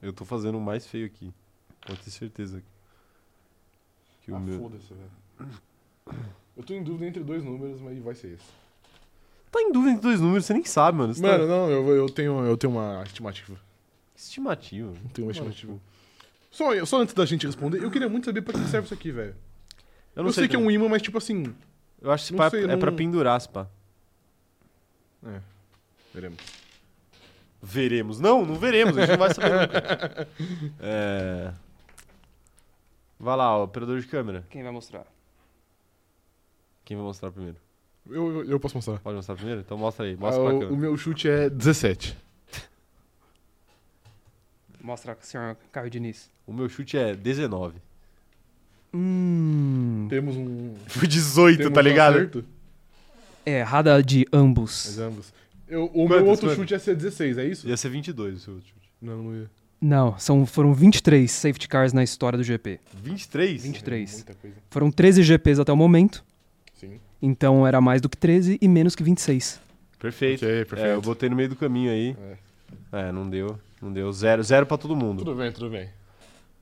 A: Eu tô fazendo o mais feio aqui. Pode ter certeza. Que o
B: ah,
A: meu.
B: foda-se, velho. Eu tô em dúvida entre dois números, mas vai ser esse.
A: Tá em dúvida entre dois números, você nem sabe, mano. Você tá-
B: Mano, não, eu, eu, tenho, eu tenho uma estimativa.
A: Estimativa.
B: Eu tenho uma estimativa. Só, só antes da gente responder, eu queria muito saber pra que serve isso aqui, velho.
A: Eu
B: Eu,
A: não
B: sei, que é
A: também.
B: um imã, mas tipo assim.
A: Eu acho que se
B: não
A: pá,
B: sei,
A: é
B: não-
A: pra pendurar, se pá.
B: É. Veremos.
A: Veremos. Não, não veremos. A gente não vai saber nunca. É... Vai lá, ó, operador de câmera.
C: Quem vai mostrar?
A: Quem vai mostrar primeiro?
B: Eu, eu, eu posso mostrar.
A: Pode mostrar primeiro? Então mostra aí. Mostra
B: Ah,
A: pra
B: o, o
A: câmera.
B: meu chute é 17.
C: Mostra o senhor Caio Diniz.
A: O meu chute é 19.
C: Hum.
B: Temos um.
A: Foi 18,
B: temos
A: tá
B: um
A: ligado?
B: acerto,
C: É errada de ambos.
B: mas ambos. Eu, o
A: Quantos,
B: meu outro
A: quantos?
B: chute ia ser 16, é isso?
A: Ia ser 22 o seu outro chute.
B: Não, não ia.
C: Não, são, foram 23 safety cars na história do GP.
A: 23?
C: 20. 23.
B: É muita coisa.
C: Foram 13 GPs até o momento,
B: Sim.
C: então era mais do que 13 e menos que 26.
A: Perfeito.
B: Ok, perfeito.
A: É, eu botei no meio do caminho aí.
B: É.
A: É, não deu. Não deu. Zero. Zero pra todo mundo.
B: Tudo bem, tudo bem.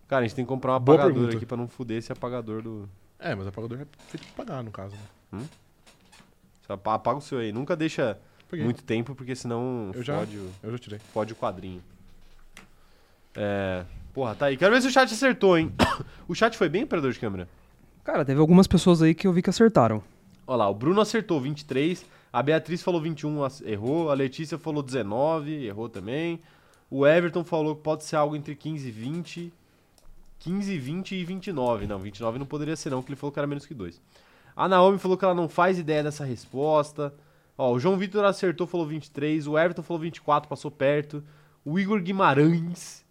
A: Cara, a gente tem que comprar um
B: Boa
A: apagador
B: pergunta.
A: aqui pra não fuder esse apagador do...
B: É, mas o apagador é feito pra pagar, no caso. Né?
A: Apa- Apaga o seu aí. Nunca deixa
B: Peguei.
A: muito tempo, porque senão
B: Eu já-
A: fode, o-
B: Eu já tirei.
A: fode o quadrinho. É. Porra, tá aí. Quero ver se o chat acertou, hein? O chat foi bem, operador de câmera?
C: Cara, teve algumas pessoas aí que eu vi que acertaram.
A: Olha lá, o Bruno acertou 23, a Beatriz falou 21, ac- errou, a Letícia falou 19, errou também. O Everton falou que pode ser algo entre 15 e 20. 15, 20 e 29. Não, 29 não poderia ser, não, porque ele falou que era menos que 2. A Naomi falou que ela não faz ideia dessa resposta. Ó, o João Vitor acertou, falou 23. O Everton falou 24, passou perto. O Igor Guimarães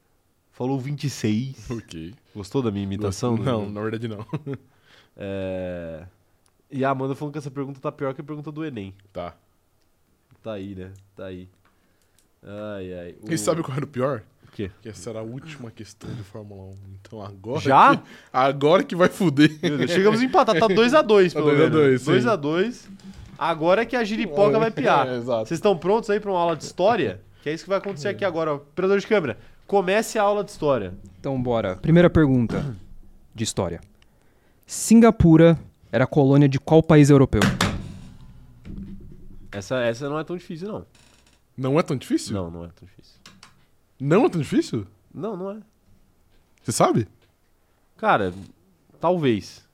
A: falou 26.
B: Ok.
A: Gostou da minha imitação? né?
B: Não, na verdade não.
A: É, E a Amanda falando que essa pergunta tá pior que a pergunta do Enem.
B: Tá.
A: Tá aí, né? Tá aí. Ai, ai. O-
B: E sabe qual era o pior?
A: o quê?
B: Que essa era a última questão de Fórmula 1. Então agora.
A: Já?
B: que- agora que vai fuder.
A: Meu Deus, chegamos a empatar, tá 2x2,
B: Tá
A: pelo
B: dois a dois,
A: menos.
B: sim.
A: 2x2. Agora é que a giripoca vai piar.
B: É, exato.
A: Vocês estão prontos aí pra uma aula de história? Que é isso que vai acontecer aqui agora. ó. Operador de câmera, comece a aula de história.
C: Então, bora. Primeira pergunta de história. Singapura era colônia de qual país europeu?
A: Essa, essa não é tão difícil, não.
B: Não é tão difícil?
A: Não, não é tão difícil.
B: Não é tão difícil?
A: Não, não é.
B: Você sabe?
A: Cara, talvez.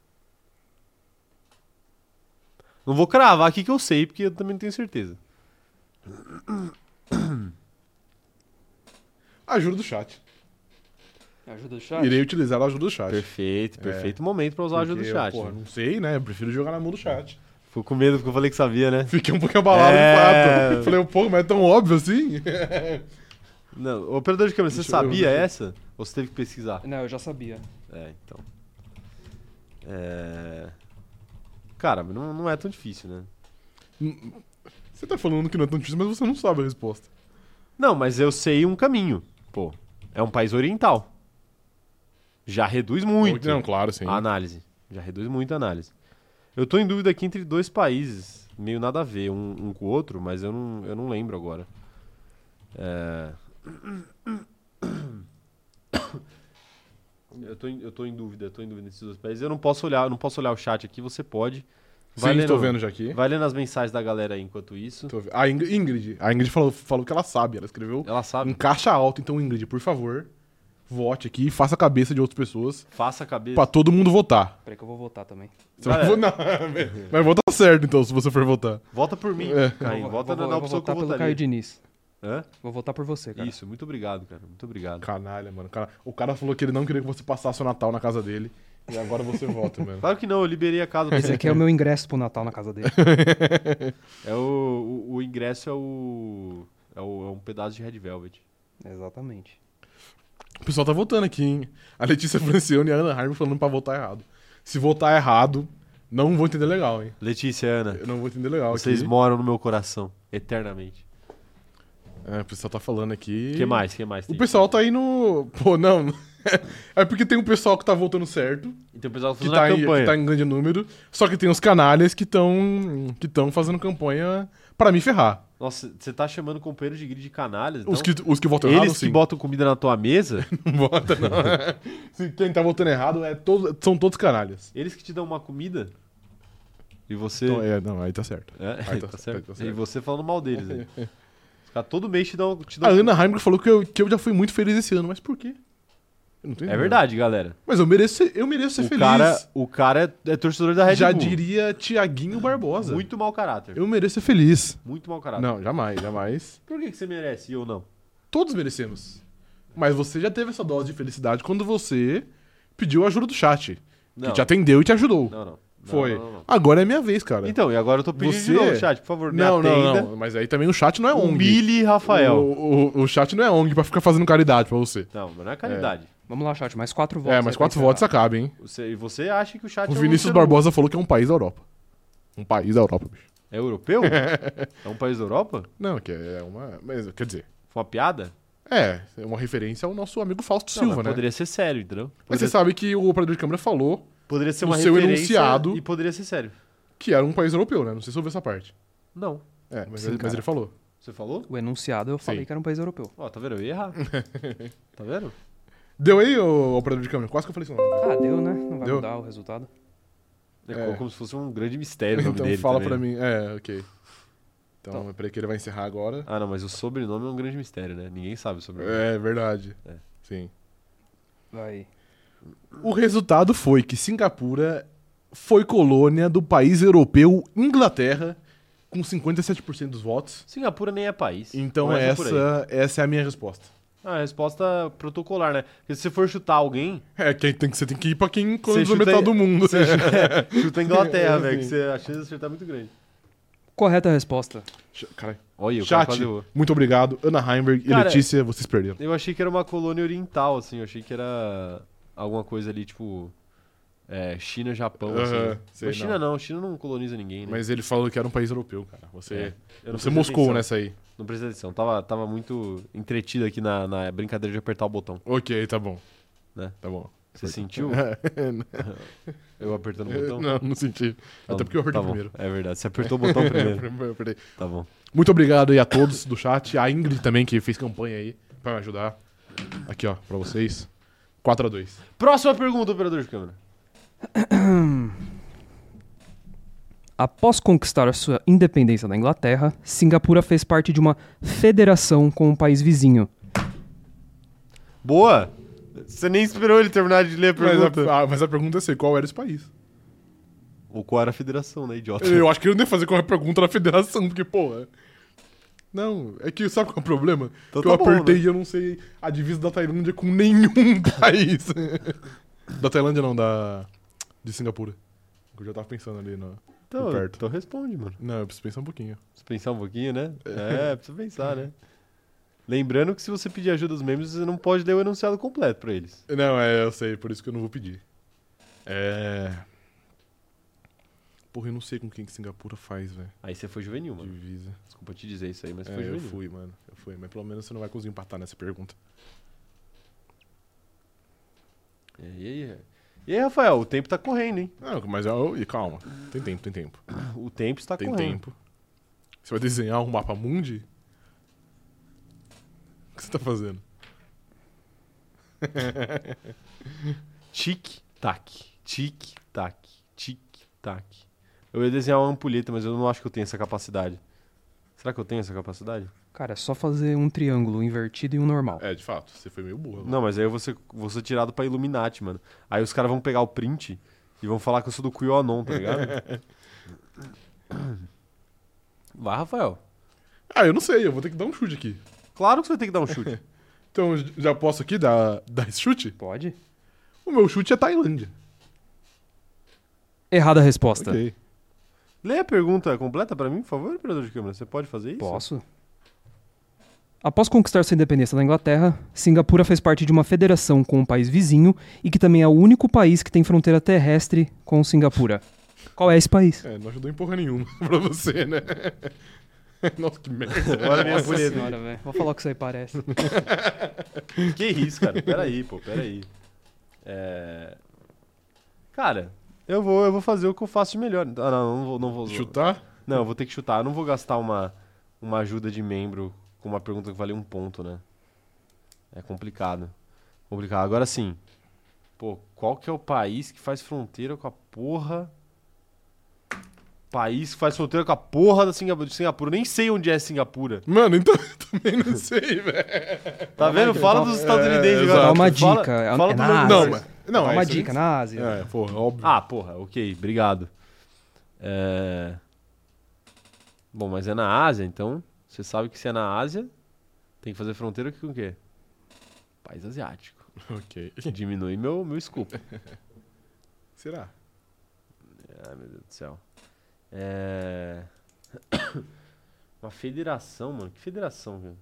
A: Não vou cravar aqui que eu sei, porque eu também não tenho certeza.
B: Ajuda do chat.
C: Ajuda o
B: Irei utilizar a ajuda do chat.
A: Perfeito, perfeito momento pra usar a ajuda do
B: É. Porque eu,
A: chat.
B: porra, não sei, né? Eu prefiro jogar na mão do chat.
A: Ficou com medo porque eu falei que sabia, né?
B: Fiquei um pouco abalado
A: É.
B: de fato. Falei, pô, mas é tão óbvio assim?
A: Não, o operador de câmera, você
B: Deixa eu-
A: sabia
B: deixa eu-
A: essa? Ou você teve que pesquisar?
C: Não, eu já sabia.
A: É, então. É... Cara, mas não, não é tão difícil, né?
B: Você tá falando que não é tão difícil, mas você não sabe a resposta.
A: Não, mas eu sei um caminho. Pô, é um país oriental. Já reduz muito Ah,
B: Não, claro, sim.
A: a análise. Já reduz muito a análise. Eu tô em dúvida aqui entre dois países. Meio nada a ver um, um com o outro, mas eu não, eu não lembro agora. É... Eu tô, em, eu tô em dúvida, eu tô em dúvida nesses dois países. Eu não posso olhar, eu não posso olhar o chat aqui, você pode. Vai
B: sim, estou
A: lendo-
B: vendo já aqui.
A: Vai lendo as mensagens da galera aí enquanto isso.
B: Tô vendo. A Ing- Ingrid. A Ingrid falou, falou que ela sabe. Ela escreveu
A: Ela sabe.
B: em
C: Hum.
B: caixa alta. Então, Ingrid, por favor, vote aqui e faça a cabeça de outras pessoas
A: Faça a cabeça.
B: pra todo mundo votar.
C: Peraí que eu vou votar também.
B: Você vai
A: Galera.
B: vo- não, mas votar certo, então, se você for votar.
A: Vota por mim,
B: É.
A: Caim.
C: vou,
A: Vota
C: vou,
A: na,
C: eu
A: na
C: vou
A: opção que eu
C: votar pelo É.
A: votaria.
C: Caio Diniz.
A: Hã?
C: Vou votar por você, cara.
A: Isso, muito obrigado, cara. Muito obrigado.
B: Canalha, mano. Cara, o cara falou que ele não queria que você passasse o Natal na casa dele. E agora você vota, mano.
A: Claro que não, eu liberei a casa pra
C: Esse
A: você.
C: aqui é o meu ingresso pro Natal na casa dele.
A: É o, o, o ingresso é o, é o- é um pedaço de Red Velvet.
C: Exatamente.
B: O pessoal tá votando aqui, hein? A Letícia Francione e a Ana Harm falando pra votar errado. Se votar errado, não vou entender legal, hein?
A: Letícia, Ana,
B: Eu não vou entender legal.
A: vocês
B: aqui.
A: moram no meu coração, eternamente.
B: É, o pessoal tá falando aqui.
A: O que mais? que mais?
B: O
A: tem?
B: pessoal tá aí no. Pô, não. é porque tem um pessoal que tá votando certo,
A: E tem Então, o pessoal
B: que
A: fazendo
B: tá,
A: a
B: em, que
A: campanha.
B: tá em grande número. Só que tem os canalhas que estão que tão fazendo campanha pra me ferrar.
A: Nossa, você tá chamando companheiro de grid de canalhas?
B: os,
A: então?
B: que, os que votam
A: Eles
B: errado,
A: que
B: sim.
A: botam comida na tua mesa,
B: Não vota, não. Se Quem tá votando errado é todo, são todos canalhas.
A: eles que te dão uma comida e você...
B: Então, é, não, aí tá certo.
A: É,
B: Aí
A: tá,
B: tá-
A: certo.
B: aí tá certo.
A: E você falando mal deles. Né? Os caras todo mês te dão. Te
B: A
A: dão...
B: Ana Heimberg falou que eu, que eu já fui muito feliz esse ano, mas por quê? Eu não tô
A: É
B: entendendo.
A: verdade, galera.
B: Mas eu mereço ser, eu mereço ser
A: O
B: é feliz.
A: cara, o cara é, é torcedor da Red
B: já
A: Bull.
B: diria Tiaguinho Barbosa.
A: Muito Tá. mau caráter.
B: Eu mereço ser feliz.
A: Muito mau caráter.
B: Não, jamais, jamais.
A: Por que, que você merece e eu não?
B: Todos merecemos. Mas você já teve essa dose de felicidade quando você pediu a ajuda do chat.
A: Não.
B: Que te atendeu e te ajudou.
A: Não, não. Não,
B: Foi.
A: não, não,
B: Agora é minha vez, cara.
A: não. Então, e agora eu tô pedindo
B: Você-
A: de novo, chat, por favor, me
B: não, não,
A: atenda.
B: não. Mas aí também o chat não é ONG.
A: Humilhe Um Rafael.
B: O, o, o chat não é ONG pra ficar fazendo caridade pra você.
A: Não, mas não é caridade.
C: Vamos lá, chat. Mais quatro votos.
B: É,
C: aí
B: mas
C: pra
B: quatro
C: encerrar.
B: votos acaba, hein?
A: Você, e você acha que o chat
B: O
A: é um
B: Vinícius
A: ser
B: Barbosa falou que é um país da Europa. Um país da Europa, bicho.
A: humano. É europeu? é um país da Europa?
B: Não, que é uma. Mas, quer dizer,
A: Foi uma piada?
B: é, é uma referência ao nosso amigo Fausto
A: não,
B: Silva,
A: mas
B: né?
A: Poderia ser sério, entendeu?
B: Mas
A: Poderia,
B: você sabe que o operador de câmera falou
A: poderia ser
B: no
A: uma
B: seu
A: referência
B: enunciado-
A: E poderia ser sério.
B: que era um país europeu, né? Não sei se ouviu essa parte.
A: Não.
B: É, mas,
C: Sim,
B: mas
C: cara.
B: ele falou.
A: Você falou?
C: O enunciado eu falei
B: Sim.
C: que era um país europeu.
A: Ó, tá vendo? Eu ia errar. tá vendo?
B: Deu aí, o operador de câmera? Quase que eu falei seu nome.
C: Ah, deu, né? Não vai
B: Deu.
C: mudar o resultado.
A: É,
B: É.
A: como se fosse um grande mistério o nome
B: Então
A: dele
B: fala
A: também,
B: pra
A: né?
B: mim. É, ok. Então,
C: Então.
B: peraí que ele vai encerrar agora.
A: Ah, não, mas o sobrenome é um grande mistério, né? Ninguém sabe o sobrenome.
B: É, verdade.
A: É.
B: Sim.
C: Vai.
B: O resultado foi que Singapura foi colônia do país europeu Inglaterra, com 57% dos votos.
A: Singapura nem é país.
B: Então
A: Começa por aí.
B: essa, essa é a minha resposta.
A: Ah, a resposta protocolar, né? Porque se você for chutar alguém,
B: É, quem tem que, você tem que ir pra quem
A: Você
B: colonizou
A: chuta
B: metade
A: aí-
B: do mundo.
A: você chuta, chuta a Inglaterra,
B: É,
A: velho. que
B: sim.
A: você- A chance de acertar é muito grande.
C: Correta a resposta.
B: Ch- Caralho.
A: Olha, o cara
B: Chat,
A: quase errou.
B: muito obrigado. Ana Heimberg
A: Cara,
B: e Letícia, vocês perderam.
A: Eu achei que era uma colônia oriental, assim. Eu achei que era alguma coisa ali, tipo... é, China, Japão,
B: Aham,
A: assim.
B: sei
A: Mas China
B: não.
A: não, China não coloniza ninguém, né?
B: Mas ele falou que era um país europeu, cara. Você,
A: Eu
B: você
A: prestei
B: moscou né?
A: atenção.
B: nessa aí.
A: Não precisa atenção, tava, tava muito entretido aqui na, na brincadeira de apertar o botão.
B: Ok, tá bom.
A: Né?
B: Tá bom.
A: Você sentiu eu apertando o botão?
B: não, não senti.
A: Tá bom,
B: Até porque eu apertei
A: tá bom.
B: primeiro.
A: É verdade, você apertou o botão primeiro.
B: Eu apertei.
A: Tá bom.
B: Muito obrigado aí a todos do chat. A Ingrid também, que fez campanha aí pra me ajudar. Aqui, ó, pra vocês. 4x2.
A: Próxima pergunta, operador de câmera.
C: Após conquistar a sua independência da Inglaterra, Singapura fez parte de uma federação com um país vizinho.
A: Boa! Você nem esperou ele terminar de ler a
B: Mas
A: pergunta.
B: a, a- mas a pergunta é assim, qual era esse país?
A: O qual era a federação, né, idiota?
B: Eu acho que eu não ia fazer qualquer pergunta na federação, porque, porra... Não, é que sabe qual é o problema?
A: Então
B: que
A: tá
B: eu
A: bom,
B: apertei
A: né?
B: e eu não sei a divisa da Tailândia com nenhum país. da Tailândia não, da... De Singapura. Eu já tava pensando ali no...
A: Então,
B: Perto.
A: então responde, mano.
B: Não, eu preciso pensar um pouquinho.
A: Precisa pensar um pouquinho, né? É, precisa pensar, né? Lembrando que se você pedir ajuda dos membros, você não pode ler o enunciado completo pra eles.
B: Não, é, eu sei, por isso que eu não vou pedir. É. Porra, eu não sei com quem que Singapura faz, velho.
A: Aí você foi juvenil, mano.
B: Divisa.
A: Desculpa te dizer isso aí, mas
B: É,
A: foi
B: eu
A: juvenil.
B: fui, mano. Eu fui, mas pelo menos você não vai conseguir empatar nessa pergunta.
A: É, E aí, e aí, Rafael, o tempo tá correndo, hein?
B: Não, mas eu, e calma. Tem tempo, tem tempo.
A: O tempo está
B: tem
A: correndo.
B: tempo. Você vai desenhar um mapa mundi? O que você tá fazendo?
A: Tic-tac, tic-tac, tic-tac. Eu ia desenhar uma ampulheta, mas eu não acho que eu tenho essa capacidade. Será que eu tenho essa capacidade?
C: Cara, é só fazer um triângulo invertido e um normal.
B: É, de fato, você foi meio burro. né?
A: Não, mas aí eu vou ser, vou ser tirado pra Illuminati, mano. Aí os caras vão pegar o print e vão falar que eu sou do QAnon, tá ligado? Vai, Rafael.
B: Ah, eu não sei, eu vou ter que dar um chute aqui.
A: Claro que você vai ter que dar um chute.
B: Então, j- já posso aqui dar, dar esse chute?
C: Pode?
B: O meu chute é Tailândia.
C: Errada a resposta.
B: Ok.
A: Lê a pergunta completa pra mim, por favor, operador de câmera. Você pode fazer isso?
C: Posso? Após conquistar sua independência da Inglaterra, Singapura fez parte de uma federação com um país vizinho e que também é o único país que tem fronteira terrestre com Singapura. Qual é esse país?
B: É, não ajudou em porra nenhuma pra você, né? Nossa, que merda.
A: Olha a minha ampulheta.
C: velho. Vou falar o que isso aí parece.
A: Que isso, cara? Peraí, pô, peraí. É... Cara, eu vou, eu vou fazer o que eu faço de melhor. Ah, não, não vou, não vou.
B: Chutar?
A: Não, eu vou ter que chutar. Eu não vou gastar uma, uma ajuda de membro com uma pergunta que vale um ponto, né? É complicado. Complicado. Agora sim. Pô, qual que é o país que faz fronteira com a porra. País que faz fronteira com a porra da Singapura. De Singapura. Eu Nem sei onde é Singapura.
B: Mano, então eu também não sei, velho.
A: Tá vendo? Fala dos estadunidenses
B: então, É,
A: agora.
B: exato.
C: Dá uma
A: Fala-
C: dica. É-
A: Fala
C: é
A: do
C: na
A: nome
C: Ásia.
A: do
B: Não,
A: país.
B: mas. Não,
C: Dá
B: é
C: uma
B: isso aí.
C: dica né? na Ásia.
B: É, porra, óbvio.
A: Ah, porra, ok, obrigado. É... Bom, mas é na Ásia, então. Você sabe que se é na Ásia, tem que fazer fronteira com o quê? País asiático.
B: Ok.
A: Diminui meu, meu scoop.
B: Será?
A: Ai, Ah, meu Deus do céu. É... Uma federação, mano. Que federação, velho?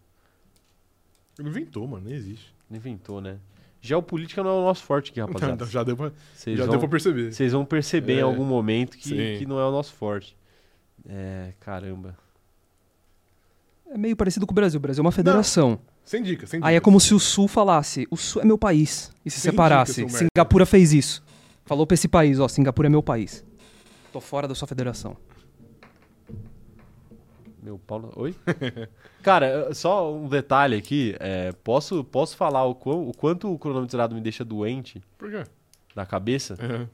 B: Ele inventou, mano, nem existe.
A: Não Inventou, né? Geopolítica não é o nosso forte aqui, rapaziada.
B: Então, já deu pra,
A: Vocês
B: já
A: vão-
B: deu pra perceber.
A: Vocês vão perceber em
B: É.
A: algum momento que,
B: Sim.
A: que não é o nosso forte. É, caramba.
C: É meio parecido com o Brasil. O Brasil é uma federação.
B: Sem dica, sem dica.
C: Aí é como se o Sul falasse: o Sul é meu país. E se
B: Sem
C: separasse.
B: dica, seu merda.
C: Singapura fez isso. Falou pra esse país: ó, Singapura é meu país. Tô fora da sua federação.
A: Meu Paulo. Oi? Cara, eu- só um detalhe aqui. é, posso, posso falar o, quão- o quanto o cronômetro zerado me deixa doente
B: Por quê?
A: da cabeça?
B: Aham.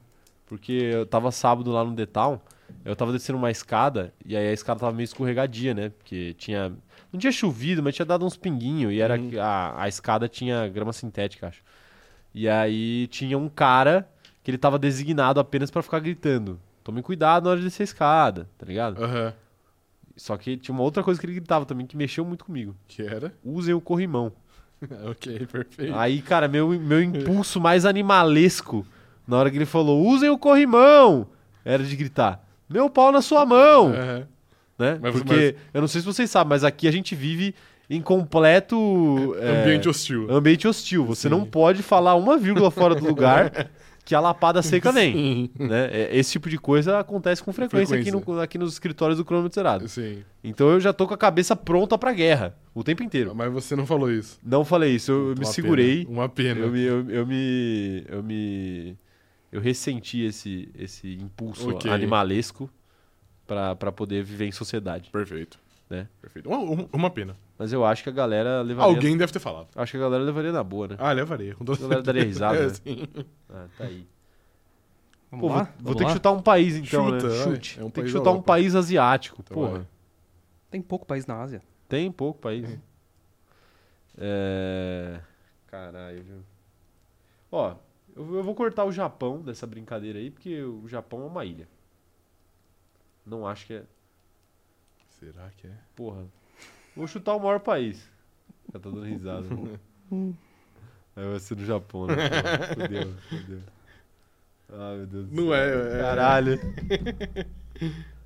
A: Porque eu tava sábado lá no The Town, eu tava descendo uma escada, e aí a escada tava meio escorregadia, né? Porque tinha. Não tinha chovido, mas tinha dado uns pinguinhos, e era que a, a escada tinha grama sintética, acho. E aí tinha um cara que ele tava designado apenas pra ficar gritando. Tome cuidado na hora de descer a escada, tá ligado?
B: Aham.
A: Só que tinha uma outra coisa que ele gritava também que mexeu muito comigo.
B: Que era?
A: Usem o corrimão.
B: ok, perfeito.
A: Aí, cara, meu, meu impulso mais animalesco na hora que ele falou: usem o corrimão! Era de gritar: meu pau na sua mão!
B: Aham.
A: Né?
B: É. Mas-
A: Porque eu não sei se vocês sabem, mas aqui a gente vive em completo é,
B: Ambiente hostil.
A: ambiente hostil. Você
B: Sim.
A: não pode falar uma vírgula fora do lugar. que a lapada seca vem. né? É, Esse tipo de coisa acontece com frequência, Aqui,
B: Frequência.
A: no- aqui nos escritórios do cronômetro zerado.
B: Sim.
A: Então eu já tô com a cabeça pronta pra guerra o tempo inteiro.
B: Mas você não falou isso.
A: Não falei isso, eu, eu me
B: Uma
A: segurei.
B: pena, Uma pena.
A: Eu me, eu, eu me. Eu me. Eu ressenti esse, esse impulso
B: Ok.
A: animalesco pra pra poder viver em sociedade.
B: Perfeito.
A: Né?
B: Perfeito. Uma, uma- uma pena.
A: Mas eu acho que a galera levaria.
B: Alguém deve ter falado.
A: Acho que a galera levaria na boa, né?
B: Ah, levaria. Com toda
A: A galera daria risada.
B: É,
A: né?
B: sim.
A: Ah, tá aí.
C: Vamos
A: Pô, vou,
C: lá?
A: vou
C: Vamos
A: ter que
C: lá?
A: chutar um país então,
B: Chuta,
A: né?
B: vai.
A: Chute.
B: É
A: Tem
B: um
A: que
B: país da
A: chutar um
B: Europa.
A: país asiático,
B: Então
A: porra.
B: vai.
C: Tem pouco país na Ásia.
A: Tem pouco país. É... Caralho, viu? Ó, eu, eu vou cortar o Japão dessa brincadeira aí, porque o Japão é uma ilha. Não acho que é.
B: Será que é?
A: Porra. Vou chutar o maior país. Já tá dando risada. Aí vai ser no Japão, né? porra? Fudeu, fudeu. Ah, meu Deus do
B: Não é, é-
A: Caralho.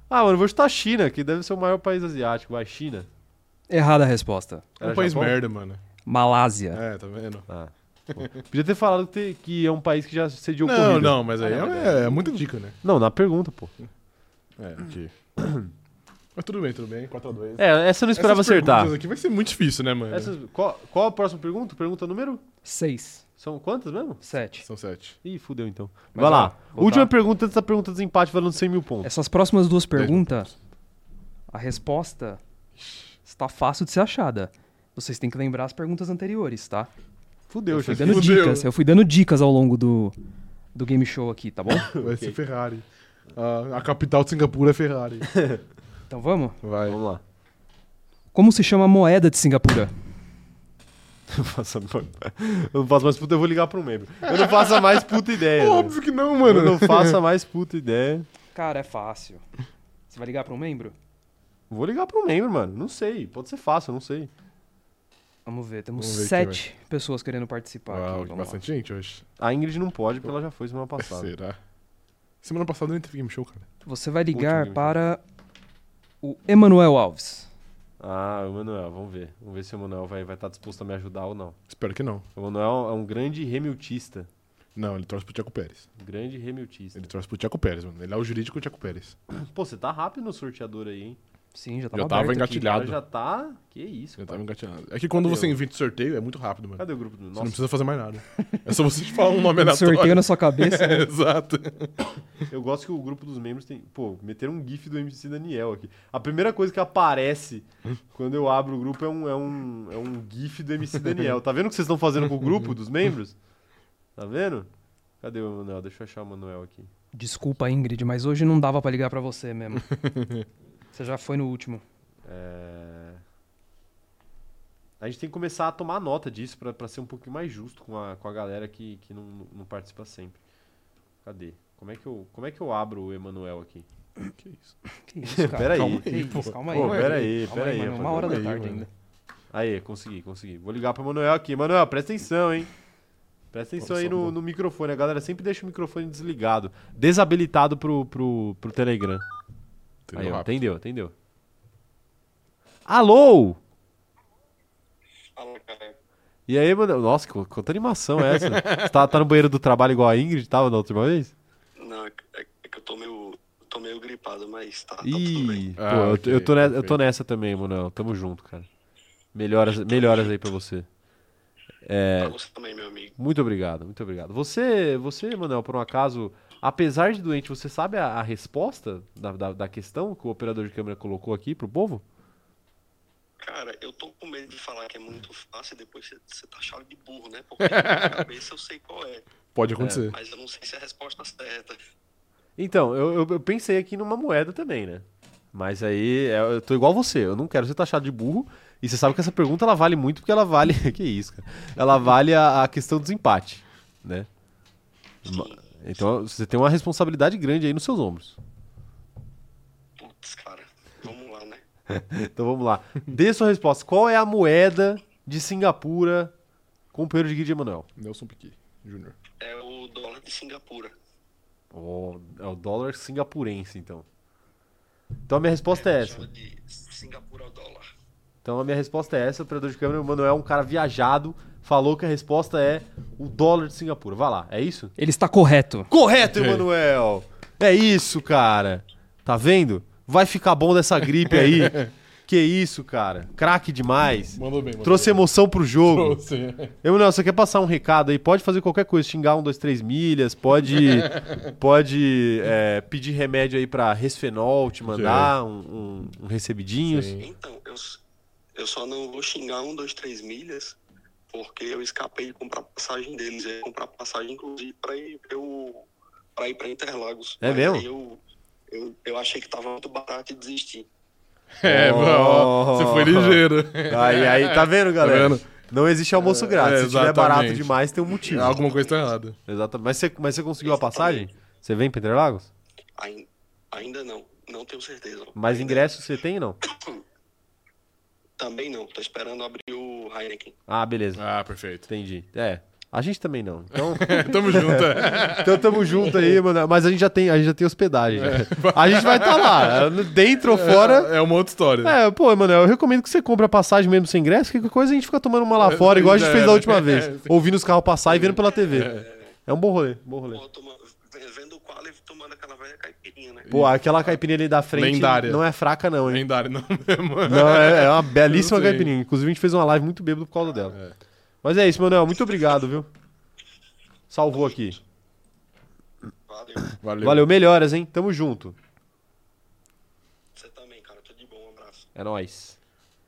A: Ah, mano, eu vou chutar a China, que deve ser o maior país asiático. Vai, China.
C: Errada a resposta.
B: É
A: Era
B: um país
A: Japão?
B: merda, mano.
C: Malásia.
B: É, tá vendo?
A: Ah. bom. Podia ter falado que, que é um país que já sediou
B: não,
A: corrida.
B: não, mas aí
A: Ah, não,
B: é, é muita dica, né?
A: Não, na pergunta, pô.
B: É, ok. mas tudo bem, tudo bem. 4x2.
A: É, essa eu não esperava acertar.
B: aqui vai ser muito difícil, né, mano?
A: Essas- qual, qual a próxima pergunta? Pergunta número?
C: Seis.
A: São quantas mesmo?
C: Sete.
B: São sete.
A: Ih, fudeu então.
C: Mas,
A: Vai
C: ó,
A: lá.
C: vou
A: Última
C: dar-
A: pergunta antes da pergunta do empate valendo 100 mil pontos.
C: Essas próximas duas
B: Dez
C: perguntas, a resposta está fácil de ser achada. Vocês têm que lembrar as perguntas anteriores, tá?
A: Fudeu,
B: Eu
C: Fui
A: já.
B: fiz-
C: dando
B: É, Fudeu.
C: dicas. Eu fui dando dicas ao longo do, do game show aqui, tá bom?
B: Vai ser Ferrari. Ah, a capital de Singapura é Ferrari.
C: Então vamos?
B: Vai.
A: Vamos lá.
C: Como se chama a moeda de Singapura?
A: Eu, faço a- eu não faço mais puta, eu vou ligar pra um membro. Eu não faço a mais puta ideia. né?
B: Óbvio que não,
A: Eu
B: mano.
A: não faço a mais puta ideia.
C: Cara, é fácil. Você vai ligar para um membro?
A: Vou ligar pra um membro, mano. Não sei. Pode ser fácil, eu não sei.
C: Vamos ver. Temos
B: Vamos ver quem
C: sete pessoas querendo participar
B: Uau,
C: aqui. Vamos lá.
B: bastante gente hoje.
A: A Ingrid não pode, porque ela já foi semana passada.
B: Será? Semana passada nem teve game show, cara.
C: Você vai
A: Último
C: ligar
A: game
C: para
B: então.
C: o Emanuel Alves.
A: Ah, o Manuel, vamos ver. Vamos ver se o Manuel vai estar disposto a me ajudar ou não.
B: Espero que não.
A: O Manuel é um grande remiltista.
B: Não, ele torce pro Tiago Pérez.
A: Um grande remiltista.
B: Ele torce pro Tiago Pérez, mano. Ele é o jurídico do Tiago Pérez.
A: Pô, você tá rápido no sorteador aí, hein?
C: Sim, já tava,
B: Já tava
C: aberto aqui.
A: O cara
B: engatilhado.
A: já tá. Que isso,
B: Já
A: cara.
B: tava engatilhado. É que quando
A: Cadê
B: você
A: o-
B: invita o sorteio, é muito rápido, mano.
A: Cadê o grupo do
B: Você não
A: Nossa,
B: precisa fazer mais nada. É só você falar um nome
C: Um
B: aleatório.
C: sorteio na sua cabeça.
B: É, Exato.
A: eu gosto que o grupo dos membros tem. Pô, meteram um GIF do MC Daniel aqui. A primeira coisa que aparece quando eu abro o grupo é um, é um, é um GIF do MC Daniel. Tá vendo o que vocês estão fazendo com o grupo dos membros? Tá vendo? Cadê o Manuel? Deixa eu achar o Manuel aqui.
C: Desculpa, Ingrid, mas hoje não dava pra ligar pra você mesmo. você já foi no último.
A: É... A gente tem que começar a tomar nota disso pra pra ser um pouquinho mais justo com a, com a galera que, que não, não participa sempre. Cadê? Como é que eu, como é que eu abro o Emanuel aqui?
B: Que isso?
C: Que isso, cara?
A: Pera aí,
C: calma, que
B: pô.
C: isso, calma aí.
A: Pô, pera aí,
C: calma
A: pera aí.
C: mano, uma
A: rapaziada.
C: hora da
B: Calma aí,
C: tarde
B: mano.
C: ainda.
A: Aí, consegui, consegui. Vou ligar pro Emanuel aqui. Emanuel, presta atenção, hein? Presta atenção
B: Nossa,
A: aí no,
B: mano.
A: no microfone. A galera sempre deixa o microfone desligado. Desabilitado pro, pro, pro Telegram. Aí,
B: Entendeu?
A: ó,
B: rápido.
A: atendeu, atendeu. Alô?
D: Fala, cara.
A: E aí, mano, nossa, qu- quanta animação é essa? Você tá, tá no banheiro do trabalho igual a Ingrid tava da última vez?
D: Não, é que é que eu tô meio, tô meio gripado, mas tá, tá tudo bem.
A: Ih, pô,
B: Ah,
A: eu,
B: ok,
A: eu tô ne- eu tô nessa,
B: perfeito.
A: também, Manuel. Tamo junto, cara. Melhoras, melhoras aí pra você. é.
D: Pra você também, meu amigo.
A: Muito obrigado, muito obrigado. Você, você, Manuel, por um acaso, apesar de doente, você sabe a, a resposta da, da, da questão que o operador de câmera colocou aqui pro povo?
D: Cara, eu tô com medo de falar que é muito fácil e depois você- você tá achado de burro, né? Porque na minha cabeça eu sei qual é,
B: Pode acontecer.
D: mas eu não sei se é a resposta certa.
A: Então, eu, eu- eu pensei aqui numa moeda também, né? Mas aí é, eu tô igual você, eu não quero ser taxado de burro. E você sabe que essa pergunta ela vale muito porque ela vale. que isso, cara? Ela vale a, a questão do desempate, né? Ma- Então você tem uma responsabilidade grande aí nos seus ombros.
D: Putz, cara, vamos lá, né?
A: Então vamos lá. Dê sua resposta. Qual é a moeda de Singapura, companheiro de guia de Emanuel?
B: Nelson Piquet Júnior.
D: É o dólar de Singapura.
A: Ó, é o dólar singapurense, então. Então a minha resposta é essa.
D: Chama de Singapura ao dólar.
A: Então a minha resposta é essa, operador de câmera, o Manuel é um cara viajado, falou que a resposta é o dólar de Singapura. Vai lá, é isso?
C: Ele está correto.
A: Correto, Emanuel! É isso, cara. Tá vendo? Vai ficar bom dessa gripe aí. que isso, cara. Craque demais.
B: Mandou bem, mandou
A: Trouxe um- emoção pro jogo.
B: Trouxe.
A: Emanuel, você quer passar um recado aí? Pode fazer qualquer coisa, xingar um, dois, três milhas, pode, pode é, pedir remédio aí pra resfenol, te mandar um, um, um recebidinhos.
B: Sim.
D: Então, eu, s- eu só não vou xingar um, dois, três milhas, porque eu escapei de comprar passagem deles. Eu ia comprar passagem, inclusive, para ir para eu, pra ir pra Interlagos.
A: É
D: Mas
A: mesmo?
D: aí Eu, eu, eu achei que tava muito barato e desisti.
B: É,
A: Oh.
B: ó, você foi ligeiro.
A: Aí, aí, tá vendo, galera?
B: vendo?
A: Não existe almoço grátis.
B: é,
A: Se tiver barato
B: exatamente.
A: demais, tem um motivo.
B: Alguma coisa tá errada.
A: Exatamente. Mas você, mas você conseguiu a passagem? Você vem para Interlagos?
D: Ain- Ainda não, não tenho certeza.
A: Mas
D: Ainda-
A: ingresso você tem ou não?
D: Também não, tô esperando abrir o Heineken.
A: Ah, beleza.
B: Ah, perfeito.
A: Entendi. É. A gente também não. Então,
B: Tamo junto. é.
A: então tamo junto aí, mano. Mas a gente já tem, a gente já tem hospedagem. A gente vai estar lá, dentro ou fora.
B: É uma outra história.
A: É, pô, mano, eu recomendo que você compre a passagem mesmo sem ingresso, que qualquer coisa a gente fica tomando uma lá fora, igual a gente
B: já
A: fez da
B: era.
A: última vez.
B: É, sim.
A: Ouvindo os carros passar e vendo pela TV. É um bom rolê, bom rolê.
D: Pô, toma- vendo o quali tomando aquela velha caipirinha, né?
A: Pô, aquela caipirinha ali da frente
B: Lendária.
A: não é fraca, não, hein?
B: Lendário, não mesmo.
A: Não, é, é uma belíssima
B: Eu sei.
A: caipirinha. Inclusive, a gente fez uma live muito bêbado por causa dela. Mas é isso, Manuel. Muito obrigado, viu? Salvou aqui.
D: Valeu.
B: Valeu.
A: Valeu, melhoras, hein? Tamo junto.
D: Você também, cara. Tudo de bom, um abraço.
A: É nóis.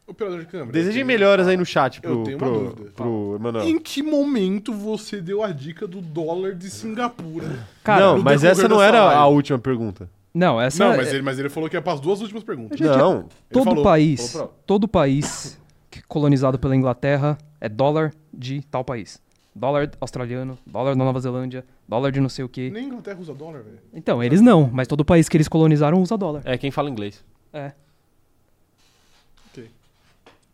B: Operador de câmera.
A: Desejem
B: eu tenho-
A: melhoras aí no chat pro,
B: Eu tenho uma
A: pro,
B: dúvida.
A: pro Emanuel.
B: Em que momento você deu a dica do dólar de Singapura?
C: Cara,
A: não,
B: no
A: mas
B: decorrer
A: essa não
B: dessa
A: era
B: live.
A: a última pergunta.
C: Não, essa
B: Não, mas
C: é-
B: ele, mas ele falou que é para as duas últimas perguntas.
A: Não.
B: Ele
C: todo
B: falou,
C: país,
B: falou pra-
C: todo país que- é colonizado pela Inglaterra é dólar de tal país. Dólar australiano, dólar da Nova Zelândia, dólar de não sei o quê.
B: Nem a Inglaterra usa dólar, velho.
C: Então, eles não, mas todo país que eles colonizaram usa dólar.
A: É quem fala inglês.
C: É.
B: Ok. é.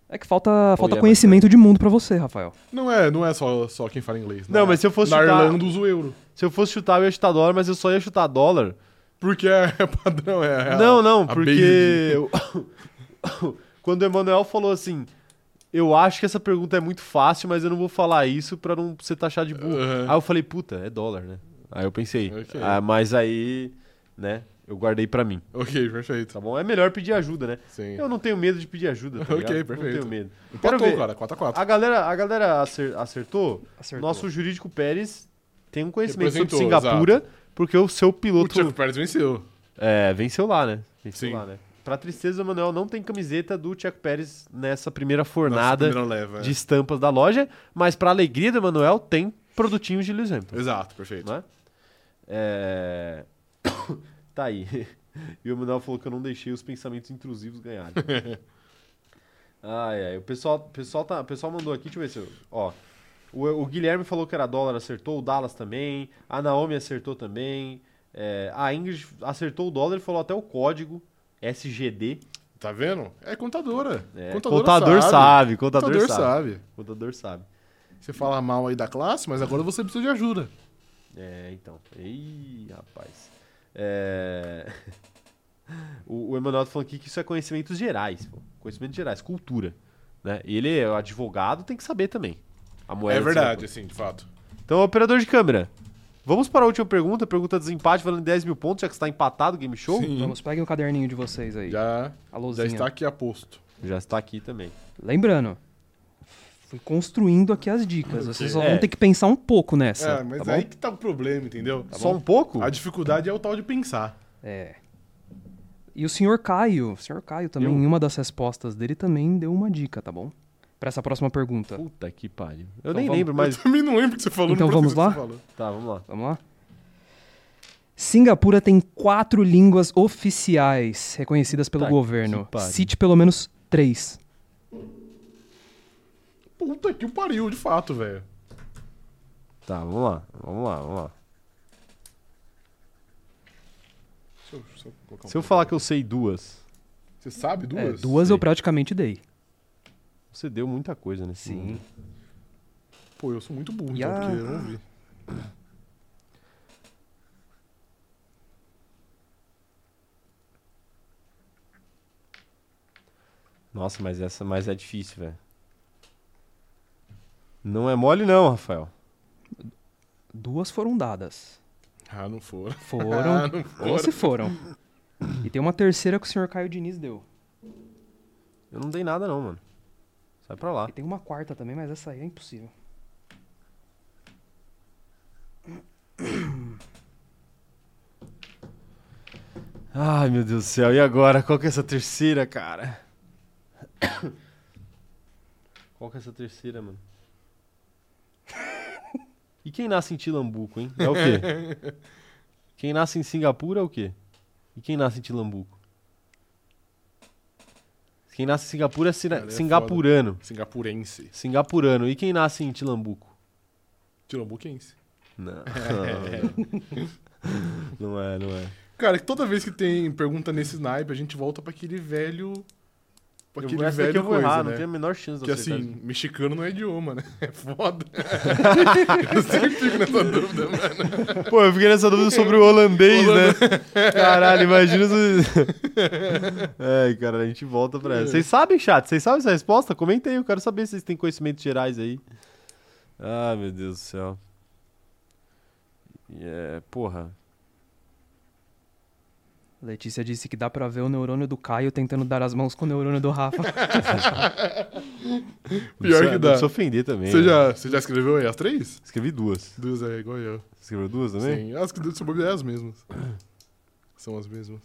C: É que falta, falta
A: yeah,
C: conhecimento de mundo pra você, Rafael.
B: Não é, não é só, só quem fala inglês.
A: Não,
B: né?
A: mas se eu fosse
B: Na
A: chutar-
B: Irlanda usa o euro.
A: Se eu fosse chutar, eu ia chutar dólar, mas eu só ia chutar dólar.
B: Porque é padrão, é. a-
A: não, não,
B: a
A: porque.
B: base
A: eu- Quando o Emanuel falou assim. Eu acho que essa pergunta é muito fácil, mas eu não vou falar isso pra não você taxar de burro.
B: Aham.
A: Aí eu falei, puta, é dólar, né? Aí eu pensei.
B: Ok.
A: Ah, mas aí, né, eu guardei pra mim.
B: de- Ok, perfeito.
A: Tá bom? É melhor pedir ajuda, né?
B: Sim.
A: Eu não tenho medo de pedir ajuda. Tá
B: Ok,
A: ligado?
B: perfeito.
A: Não tenho medo. Quero
B: Empatou,
A: ver.
B: cara. 4x4.
A: A galera, a galera acer- acertou.
C: Acertou.
A: Nosso jurídico Pérez tem um conhecimento sobre
B: Representou,
A: Singapura, porque o seu
B: O
A: piloto
B: Chuck Pérez venceu.
A: é, venceu lá, né? Venceu
B: Sim.
A: lá, né? Pra tristeza, o Manuel não tem camiseta do Tcheco Pérez nessa primeira
B: Nossa
A: fornada
B: primeira leva. é.
A: de estampas da loja, mas pra alegria do Manuel tem produtinhos de Lewis Hamilton.
B: Exato, perfeito.
A: né? É... tá aí. E o Manuel falou que eu não deixei os pensamentos intrusivos ganharem. ai, ai. O pessoal, o pessoal, tá, o pessoal mandou aqui, deixa eu ver se eu... Ó, o, o Guilherme falou que era dólar, acertou. O Dallas também. A Naomi acertou também. é, a Ingrid acertou o dólar e falou até o código SGD.
B: Tá vendo? É contadora.
A: É,
B: Contadora
A: sabe. Contador,
B: Contador
A: sabe.
B: sabe.
A: Contador sabe.
B: Você fala mal aí da classe, mas agora você precisa de ajuda.
A: É, então. Ih, rapaz. É... O, o Emanuel tá falando aqui que isso é conhecimentos gerais. Pô. Conhecimentos gerais, cultura. Né? Ele é advogado, tem que saber também. A moeda
B: é
A: de Singapura.
B: verdade, assim, de fato.
A: Então, operador de câmera. Vamos para a última pergunta. Pergunta desempate valendo 10 mil pontos, já que está empatado o game show.
C: Vamos, peguem o caderninho de vocês aí.
B: Uhum. Já,
C: a
B: já
C: lousinha.
B: está aqui a posto.
A: Já está aqui também.
C: Lembrando, fui construindo aqui as dicas. Vocês só
A: É.
C: vão ter que pensar um pouco nessa.
B: É, mas
C: tá
B: aí
C: bom? Tá
B: que tá o problema, entendeu?
A: Só um pouco?
B: A dificuldade é o tal de pensar.
C: É. E o senhor Caio, o senhor Caio também,
A: Eu?
C: em uma das respostas dele, também deu uma dica, tá bom? Pra essa próxima pergunta.
A: Puta que pariu. Eu nem
C: vamos-
A: lembro, mas.
B: Eu também não lembro o que você falou.
C: Então
B: não
C: vamos
B: preciso do
C: lá?
B: que você falou.
A: Tá, vamos lá.
C: Vamos lá? Singapura tem quatro línguas oficiais reconhecidas pelo
A: Tá que
C: governo.
A: pariu.
C: Cite pelo menos três.
B: Puta que o pariu, de fato, velho.
A: Tá, vamos lá. Vamos lá, vamos lá.
B: Deixa eu- deixa eu colocar um
A: Se eu
B: pouco.
A: falar que eu sei duas,
B: Você sabe duas?
C: É, duas eu praticamente dei.
A: você deu muita coisa nesse
C: Sim.
A: mundo.
B: Pô, eu sou muito burro,
C: Ya.
B: então, porque eu não vi.
A: Nossa, mas essa mais é difícil, velho. Não é mole não, Rafael.
C: Duas foram dadas.
B: Ah, não foram.
C: Foram.
B: Ah, não
C: Ou se foram. E tem uma terceira que o senhor Caio Diniz deu.
A: Eu não dei nada não, mano. Sai pra lá.
C: E tem uma quarta também, mas essa aí é impossível.
A: Ai, meu Deus do céu. E agora? Qual que é essa terceira, cara? Qual que é essa terceira, mano? E quem nasce em Tilambuco, hein? É o quê? Quem nasce em Singapura é o quê? E quem nasce em Tilambuco? Quem nasce em Singapura é, sina-
B: Cara, é
A: singapurano.
B: Singapurense.
A: Singapurano. E quem nasce em Tilambuco?
B: Tirambuquense.
A: Não. não é, não é.
B: Cara, que toda vez que tem pergunta nesse naipe, a gente volta pra aquele velho. Pra aquele
A: Eu- essa daqui
B: velho
A: é eu vou
B: coisa,
A: errar, não
B: né?
A: tem a menor chance de
B: Que
A: eu acertar
B: assim, mexicano não é idioma, né? É foda. eu sempre fico nessa dúvida, mano.
A: Pô, eu fiquei nessa dúvida sobre o holandês, né? Caralho, imagina se... Ai, cara, a gente volta pra essa. Vocês sabem, chat? Vocês sabem essa resposta? Comenta aí, eu quero saber se vocês têm conhecimentos gerais aí. Ah, meu Deus do céu. E É, porra.
C: Letícia disse que dá pra ver o neurônio do Caio tentando dar as mãos com o neurônio do Rafa.
A: Não
B: Pior
A: precisa-
B: que
A: não
B: dá.
A: precisa ofender também.
B: Você
A: né?
B: já, você já escreveu aí as três?
A: Escrevi duas.
B: Duas é igual eu.
A: Você escreveu duas também?
B: Sim, as que do Subúrbio é as mesmas. São as mesmas.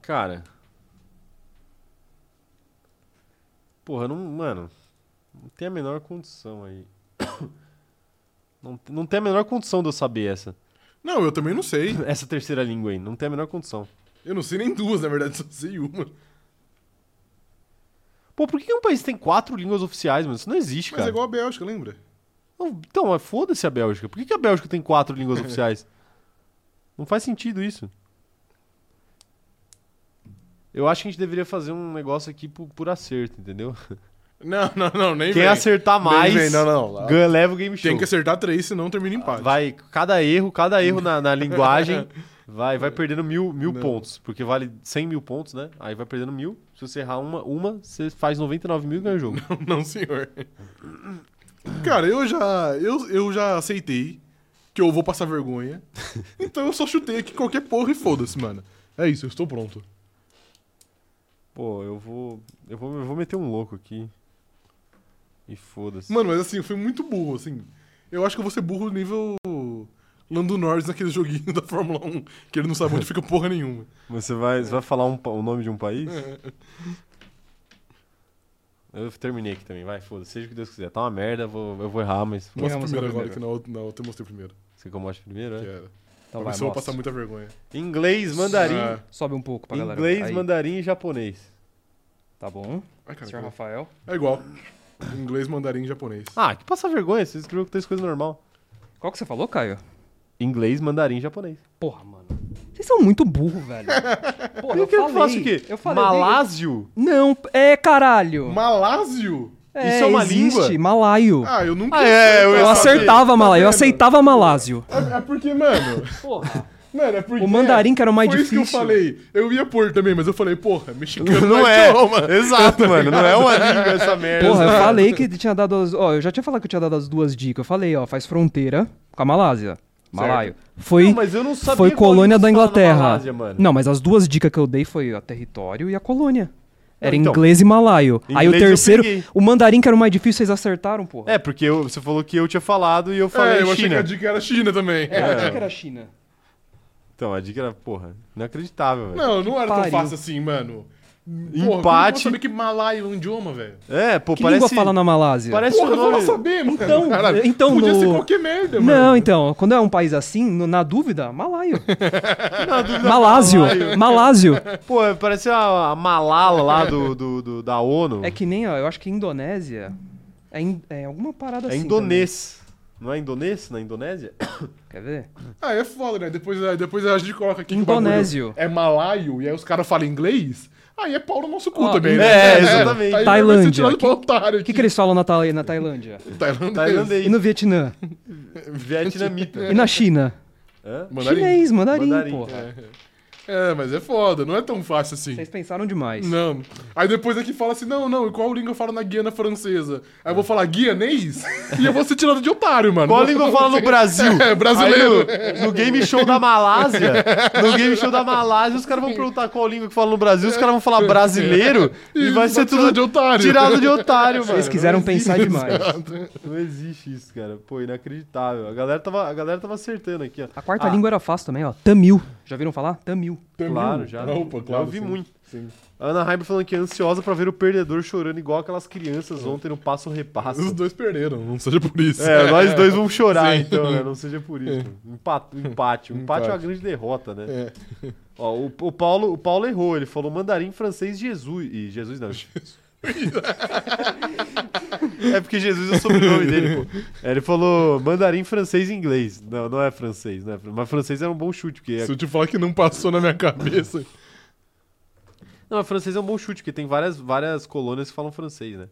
A: Cara. Porra, não. Mano. Não tem a menor condição aí. Não, não tem a menor condição de eu saber essa.
B: Não, eu também não sei.
A: Essa terceira língua aí. Não tem a menor condição.
B: Eu não sei nem duas, na verdade, só sei uma.
A: Pô, por que que um país tem quatro línguas oficiais, mano? Isso não existe,
B: Mas
A: cara.
B: é igual a Bélgica, lembra?
A: Não, Então, mas foda-se a Bélgica. Por que, que a Bélgica tem quatro línguas oficiais? Não faz sentido isso. Eu acho que a gente deveria fazer um negócio aqui por, por acerto, entendeu?
B: Não, não, não, nem
A: Quem
B: vem.
A: acertar
B: Nem
A: mais.
B: vem, não, não. lá-
A: Ganha, leva o game show.
B: Tem que acertar três, senão termina em empate.
A: Vai, cada erro, cada erro na, na linguagem vai, vai perdendo mil, mil
B: Não.
A: pontos. Porque vale 100 mil pontos, né? Aí vai perdendo mil. Se você errar uma, uma você faz 99 mil e ganha o jogo.
B: Não, senhor. Cara, eu já, eu, eu já aceitei que eu vou passar vergonha. Então eu só chutei aqui qualquer porra e foda-se, mano. É isso, eu estou pronto.
A: Pô, eu vou. Eu vou, eu vou meter um louco aqui. E foda-se.
B: Mano, mas assim, eu fui muito burro, assim. Eu acho que eu vou ser burro nível Lando Norris naquele joguinho da Fórmula 1, que ele não sabe onde fica porra nenhuma.
A: Você vai, você
B: É.
A: vai falar um pa- o nome de um país? Eu terminei aqui também, vai, foda-se. Seja o que Deus quiser. Tá uma merda, eu vou, eu vou errar, mas. foda-se.
B: Mostra
C: Quem é você
B: primeiro agora,
C: primeiro?
B: que na outra, na outra eu mostrei primeiro.
A: Você que eu mostro primeiro,
B: Que
A: né?
B: era.
C: Então vai,
B: Talvez eu vou
C: mostra.
B: passar muita vergonha.
A: Inglês, mandarim.
B: Ah,
C: Sobe um pouco pra galera.
A: inglês,
C: Aí.
A: mandarim e japonês.
C: Tá bom.
B: ai, cara,
C: Senhor
B: que-
C: Rafael.
B: é igual. Inglês, mandarim e japonês.
A: Ah, que passa vergonha, você escreveu três coisas normal.
C: Qual que você falou, Caio?
A: Inglês, mandarim e japonês.
C: Porra, mano. Vocês são muito burro, velho. Porra, eu,
A: que
C: falei.
A: faço o quê?
C: Eu falei.
A: Malásio?
C: Não, é caralho.
B: Malásio?
A: Isso é uma
C: existe,
A: língua?
C: Malaio.
B: Ah, eu nunca
A: Ah, é,
B: sei,
A: eu
C: eu
A: ia Tá
B: cara.
C: acertava Malaio, eu
B: vendo?
C: aceitava Malásio.
B: É, é porque, mano.
C: Porra.
B: Mano, é porque.
C: O mandarim que era o mais
B: Foi
C: difícil.
B: isso que eu falei. Eu ia pôr também, mas eu falei, porra, mexicano não,
A: Não
B: é
A: é.
B: idioma.
A: Exato, mano. Não é uma língua essa merda.
C: Porra, eu falei que tinha dado as. Ó, eu já tinha falado que eu tinha dado as duas dicas. Eu falei, ó, faz fronteira com a Malásia. Malaio. Foi.
A: Não, mas eu não sabia
C: foi
A: qual
C: colônia
A: língua
C: da
A: que fala na
C: Inglaterra.
A: Malásia, mano.
C: Não, mas as duas dicas que eu dei foi o território e a colônia. Era
A: então.
C: inglês e malaio. Aí o
A: Inglês eu
C: terceiro,
A: peguei.
C: o mandarim que era o mais difícil, vocês acertaram, porra.
A: É, porque eu- você falou que eu tinha falado e eu falei
B: É, eu achei que
A: China.
B: a dica era China também.
A: É,
B: É.
C: a dica era China.
A: Então, a dica era, porra, inacreditável, velho.
B: Não, não era tão
C: Pariu.
B: fácil assim, mano. Porra, como eu
A: Empate.
B: vou saber que malaio é um idioma, velho?
A: É, pô,
C: Que
A: parece.
C: língua fala na Malásia?
A: Parece
B: Porra,
A: o
B: eu vou lá
A: nome.
B: saber, mano.
C: é Então,
B: Caralho,
C: então
B: Podia ser
C: no-
B: qualquer merda, mano.
C: Não, então, quando é um país assim, no- na dúvida, malaio.
A: dúvida,
C: Malásio. Malásio.
A: Pô, parece a, a Malala lá do, do- do- da ONU.
C: É que nem, ó, eu acho que Indonésia é, in- é alguma parada
A: É
C: assim.
A: indonês. Não é indonês na Indonésia?
C: também. Quer ver?
B: Ah, é foda, né? Depois, depois a gente coloca aqui que o
C: Indonésio.
B: bagulho É malaio e aí os caras falam inglês. Aí é pau no nosso cu
C: Ó,
B: também, né?
A: é, exatamente.
B: Aí vai ser
C: Tailândia.
B: tirado
C: Que-
B: pra otário
C: O que,
B: aqui.
C: que eles falam na, Thaí- na Tailândia?
B: Tailândia.
A: Tailandês.
C: E no Vietnã?
A: Vietnamita.
C: E na China?
A: Hã?
B: Mandarim.
C: Chinês, mandarim,
A: Mandarim,
C: porra.
B: É, mas é foda, não é tão fácil assim.
C: Vocês pensaram demais.
B: Não. Aí depois aqui fala assim: não, não, e qual língua eu falo na Guiana Francesa? Aí eu vou falar guianês e eu vou ser tirado de otário, mano.
A: Qual língua fala no Brasil?
B: É, brasileiro.
A: Aí no, no game show da Malásia, no game show da Malásia, os caras vão perguntar qual língua que fala no Brasil, os caras vão falar brasileiro e vai ser
B: tirado
A: tudo
B: de otário.
A: tirado de otário, mano.
C: Vocês quiseram pensar demais.
A: Não existe isso, cara. Pô, inacreditável. A galera tava, a galera tava acertando aqui, ó. Ah,
C: A
B: Ah.
C: quarta língua é era fácil também, ó. Tamil. Já viram falar? Tamil.
B: Tamil.
A: Claro, já.
B: Opa,
A: já
B: claro,
A: ouvi
B: sim.
A: muito.
B: Sim.
A: A Ana Heimer falando que é ansiosa pra ver o perdedor chorando igual aquelas crianças ontem no Passo
B: Os
A: Repasso.
B: dois perderam, não seja por isso.
A: É, nós dois vamos chorar,
B: Sim.
A: então, né? Não seja por isso. Empate, empate. O empate é uma grande derrota, né?
B: É.
A: Ó, o, o Paulo, o Paulo errou, ele falou mandarim francês Jesus. E Jesus não. é porque Jesus é o sobrenome dele, pô. É, Ele falou mandarim francês e inglês. Não, não é francês, né? Mas francês era um bom chute, porque é-
B: Se eu te falar que não passou na minha cabeça.
A: Não, mas francês é um bom chute, porque tem várias, várias colônias que falam francês, né?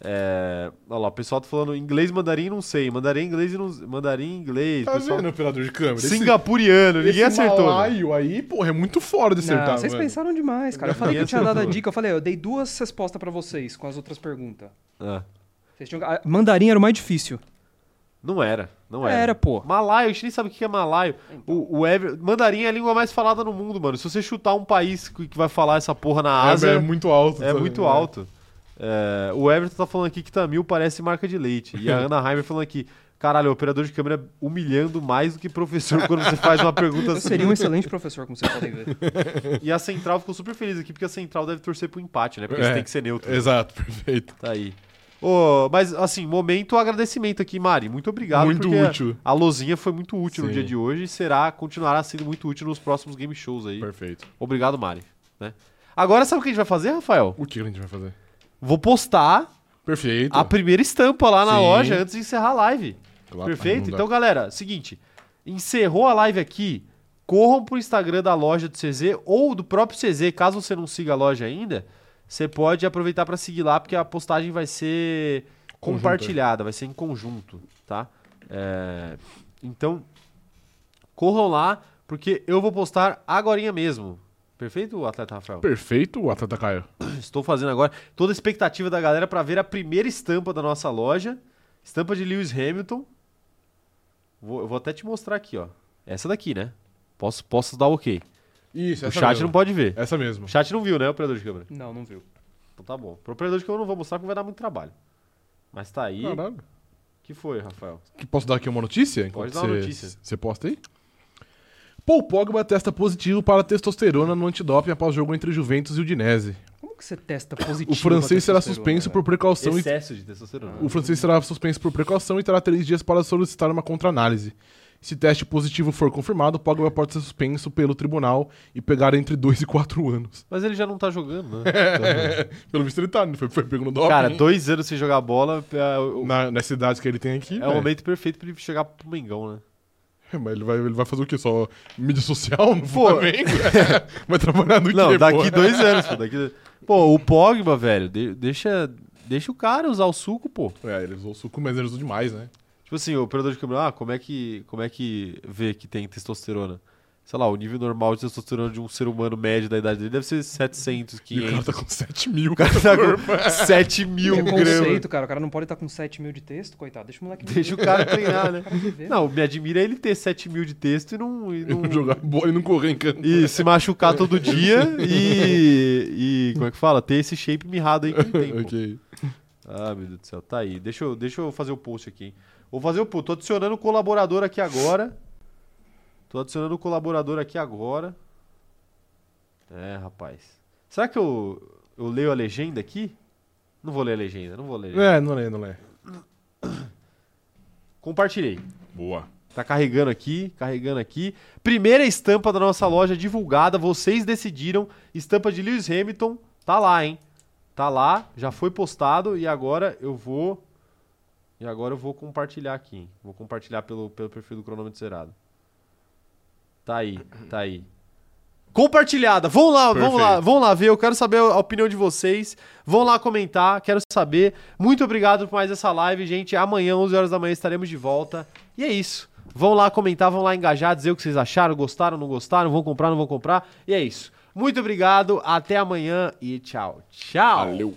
A: É... Olha lá, o pessoal tá falando inglês, mandarim, não sei. Mandarim, inglês e não... Mandarim, inglês.
B: Tá
A: pessoal...
B: vendo, operador de câmera? Esse-
A: Singapuriano, ninguém
B: esse
A: acertou. né?
B: Malaio aí, porra, é muito fora de acertar.
C: Não, vocês
B: mano.
C: pensaram demais, cara. Eu falei que eu
A: Ninguém
C: tinha dado a
A: acertou.
C: dica. Eu falei, eu dei duas respostas pra vocês com as outras perguntas.
A: Ah,
C: Vocês tinham... ah, Mandarim era o mais difícil.
A: não era, não era.
C: Era, pô.
A: Malaio, a gente nem sabe o que é malaio.
B: Então.
A: O, o Ever... Mandarim é a língua mais falada no mundo, mano. Se você chutar um país que que vai falar essa porra na
B: É,
A: Ásia,
B: é muito alto.
A: É
B: sabe?
A: muito alto. É, o Everton tá falando aqui que Tamil parece marca de leite. E a Ana Heimer falando aqui, caralho, o operador de câmera humilhando mais do que professor quando você faz uma pergunta
C: Eu
A: assim.
C: seria um excelente professor, como vocês podem ver.
A: E a Central ficou super feliz aqui, porque a Central deve torcer pro empate, né? Porque
B: É.
A: isso tem que ser neutro.
B: Exato, perfeito.
A: Tá aí. Ô, mas, assim, momento agradecimento aqui, Mari. Muito obrigado.
B: muito
A: porque
B: útil.
A: A lozinha foi muito útil no
B: Sim.
A: dia de hoje e será, continuará sendo muito útil nos próximos game shows aí.
B: Perfeito.
A: Obrigado, Mari. né? Agora sabe o que a gente vai fazer, Rafael?
B: O que a gente vai fazer?
A: Vou postar
B: Perfeito.
A: a primeira estampa lá na
B: Sim. tá
A: loja antes de encerrar a live.
B: Claro,
A: Perfeito?
B: não dá.
A: Então, galera, seguinte. Encerrou a live aqui. Corram pro Instagram da loja do CZ ou do próprio CZ, caso você não siga a loja ainda. Você pode aproveitar para seguir lá, porque a postagem vai ser
B: Conjunto,
A: compartilhada, vai ser em conjunto, tá? É, Então, corram lá, porque eu vou postar agorinha mesmo. Perfeito, atleta Rafael?
B: Perfeito, o atleta Caio.
A: Estou fazendo agora toda a expectativa da galera para ver a primeira estampa da nossa loja. Estampa de Lewis Hamilton. Vou, eu vou até te mostrar aqui, ó. Essa daqui, né? Posso, posso dar ok.
B: Isso,
A: o chat não pode ver.
B: Essa mesmo.
A: O chat não viu, né, operador de câmera?
C: Não, não viu.
A: Então tá bom. Pro operador de câmera eu não vou mostrar porque vai dar muito trabalho. Mas tá aí.
B: Caralho.
A: que foi, Rafael?
B: Que posso dar aqui uma notícia?
A: Pode
B: enquanto
A: dar uma
B: você-
A: notícia.
B: Você posta aí? Paul Pogba testa positivo para testosterona no antidoping após jogo entre Juventus e Udinese.
C: Como que você testa positivo?
B: O francês
C: pra
B: será
C: testosterona,
B: suspenso
A: né?
C: velho?
B: por precaução e
A: Excesso de testosterona.
B: O francês será suspenso por precaução e terá três dias para solicitar uma contra-análise. Se teste positivo for confirmado, Pogba pode ser suspenso pelo tribunal e pegar entre 2 e 4 anos.
A: Mas ele já não tá jogando, né?
B: Pelo visto ele tá, né? foi, foi pego no doping.
A: Cara, dois anos sem jogar bola é, o-
B: na, nas cidades que ele tem aqui, né?
A: é o
B: velho.
A: momento perfeito pra ele chegar pro Mengão, né?
B: Mas ele vai, ele vai fazer o quê? Só mídia social no
A: Pô.
B: Flamengo? vai trabalhar no
A: Não,
B: quê,
A: daqui
B: pô?
A: dois anos, pô. Daqui... Pô, o Pogba, velho, de- deixa, deixa o cara usar o suco, pô.
B: É, ele usou o suco, mas ele usou demais, né?
A: Tipo assim, o operador de câmera, ah, como é que, como é que vê que tem testosterona? Sei lá, o nível normal de testosterona de um ser humano médio da idade dele deve ser 700,
B: E o cara
A: 500.
B: tá com 7 mil.
A: O cara tá com É 7 mil gramas.
C: Preconceito, É cara. O cara não pode estar com 7 mil de texto, coitado. Deixa o moleque viver.
A: Deixa o cara treinar, né?
C: viver.
A: Não, me admira ele ter 7 mil de texto e não... E, não...
B: Jogar bola e não correr em campo.
A: e se machucar todo dia e, e... Como é que fala? Ter esse shape mirrado aí que ele tem, pô.
B: ok.
A: Ah, meu Deus do céu, tá aí. Deixa eu, deixa eu fazer o post aqui. hein? Vou fazer o post. Tô adicionando o colaborador aqui agora. Tô adicionando o colaborador aqui agora. É, rapaz. Será que eu, eu leio a legenda aqui? Não vou ler a legenda, não vou ler. a legenda.
B: É, não lê, não lê.
A: Compartilhei.
B: Boa.
A: Tá carregando aqui, carregando aqui. Primeira estampa da nossa loja divulgada, vocês decidiram. Estampa de Lewis Hamilton, tá lá, hein? Tá lá, já foi postado e agora eu vou. E agora eu vou compartilhar aqui. hein? Vou compartilhar pelo, pelo perfil do cronômetro zerado. Tá aí, tá aí. Compartilhada. Vão lá, vão lá,
B: Perfeito.
A: vão lá ver. Eu quero saber a opinião de vocês. Vão lá comentar, quero saber. Muito obrigado por mais essa live, gente. Amanhã, 11 horas da manhã, estaremos de volta. E é isso. Vão lá comentar, vão lá engajar, dizer o que vocês acharam, gostaram, não gostaram, vão comprar, não vão comprar. E é isso. Muito obrigado, até amanhã e tchau. Tchau.
B: Valeu.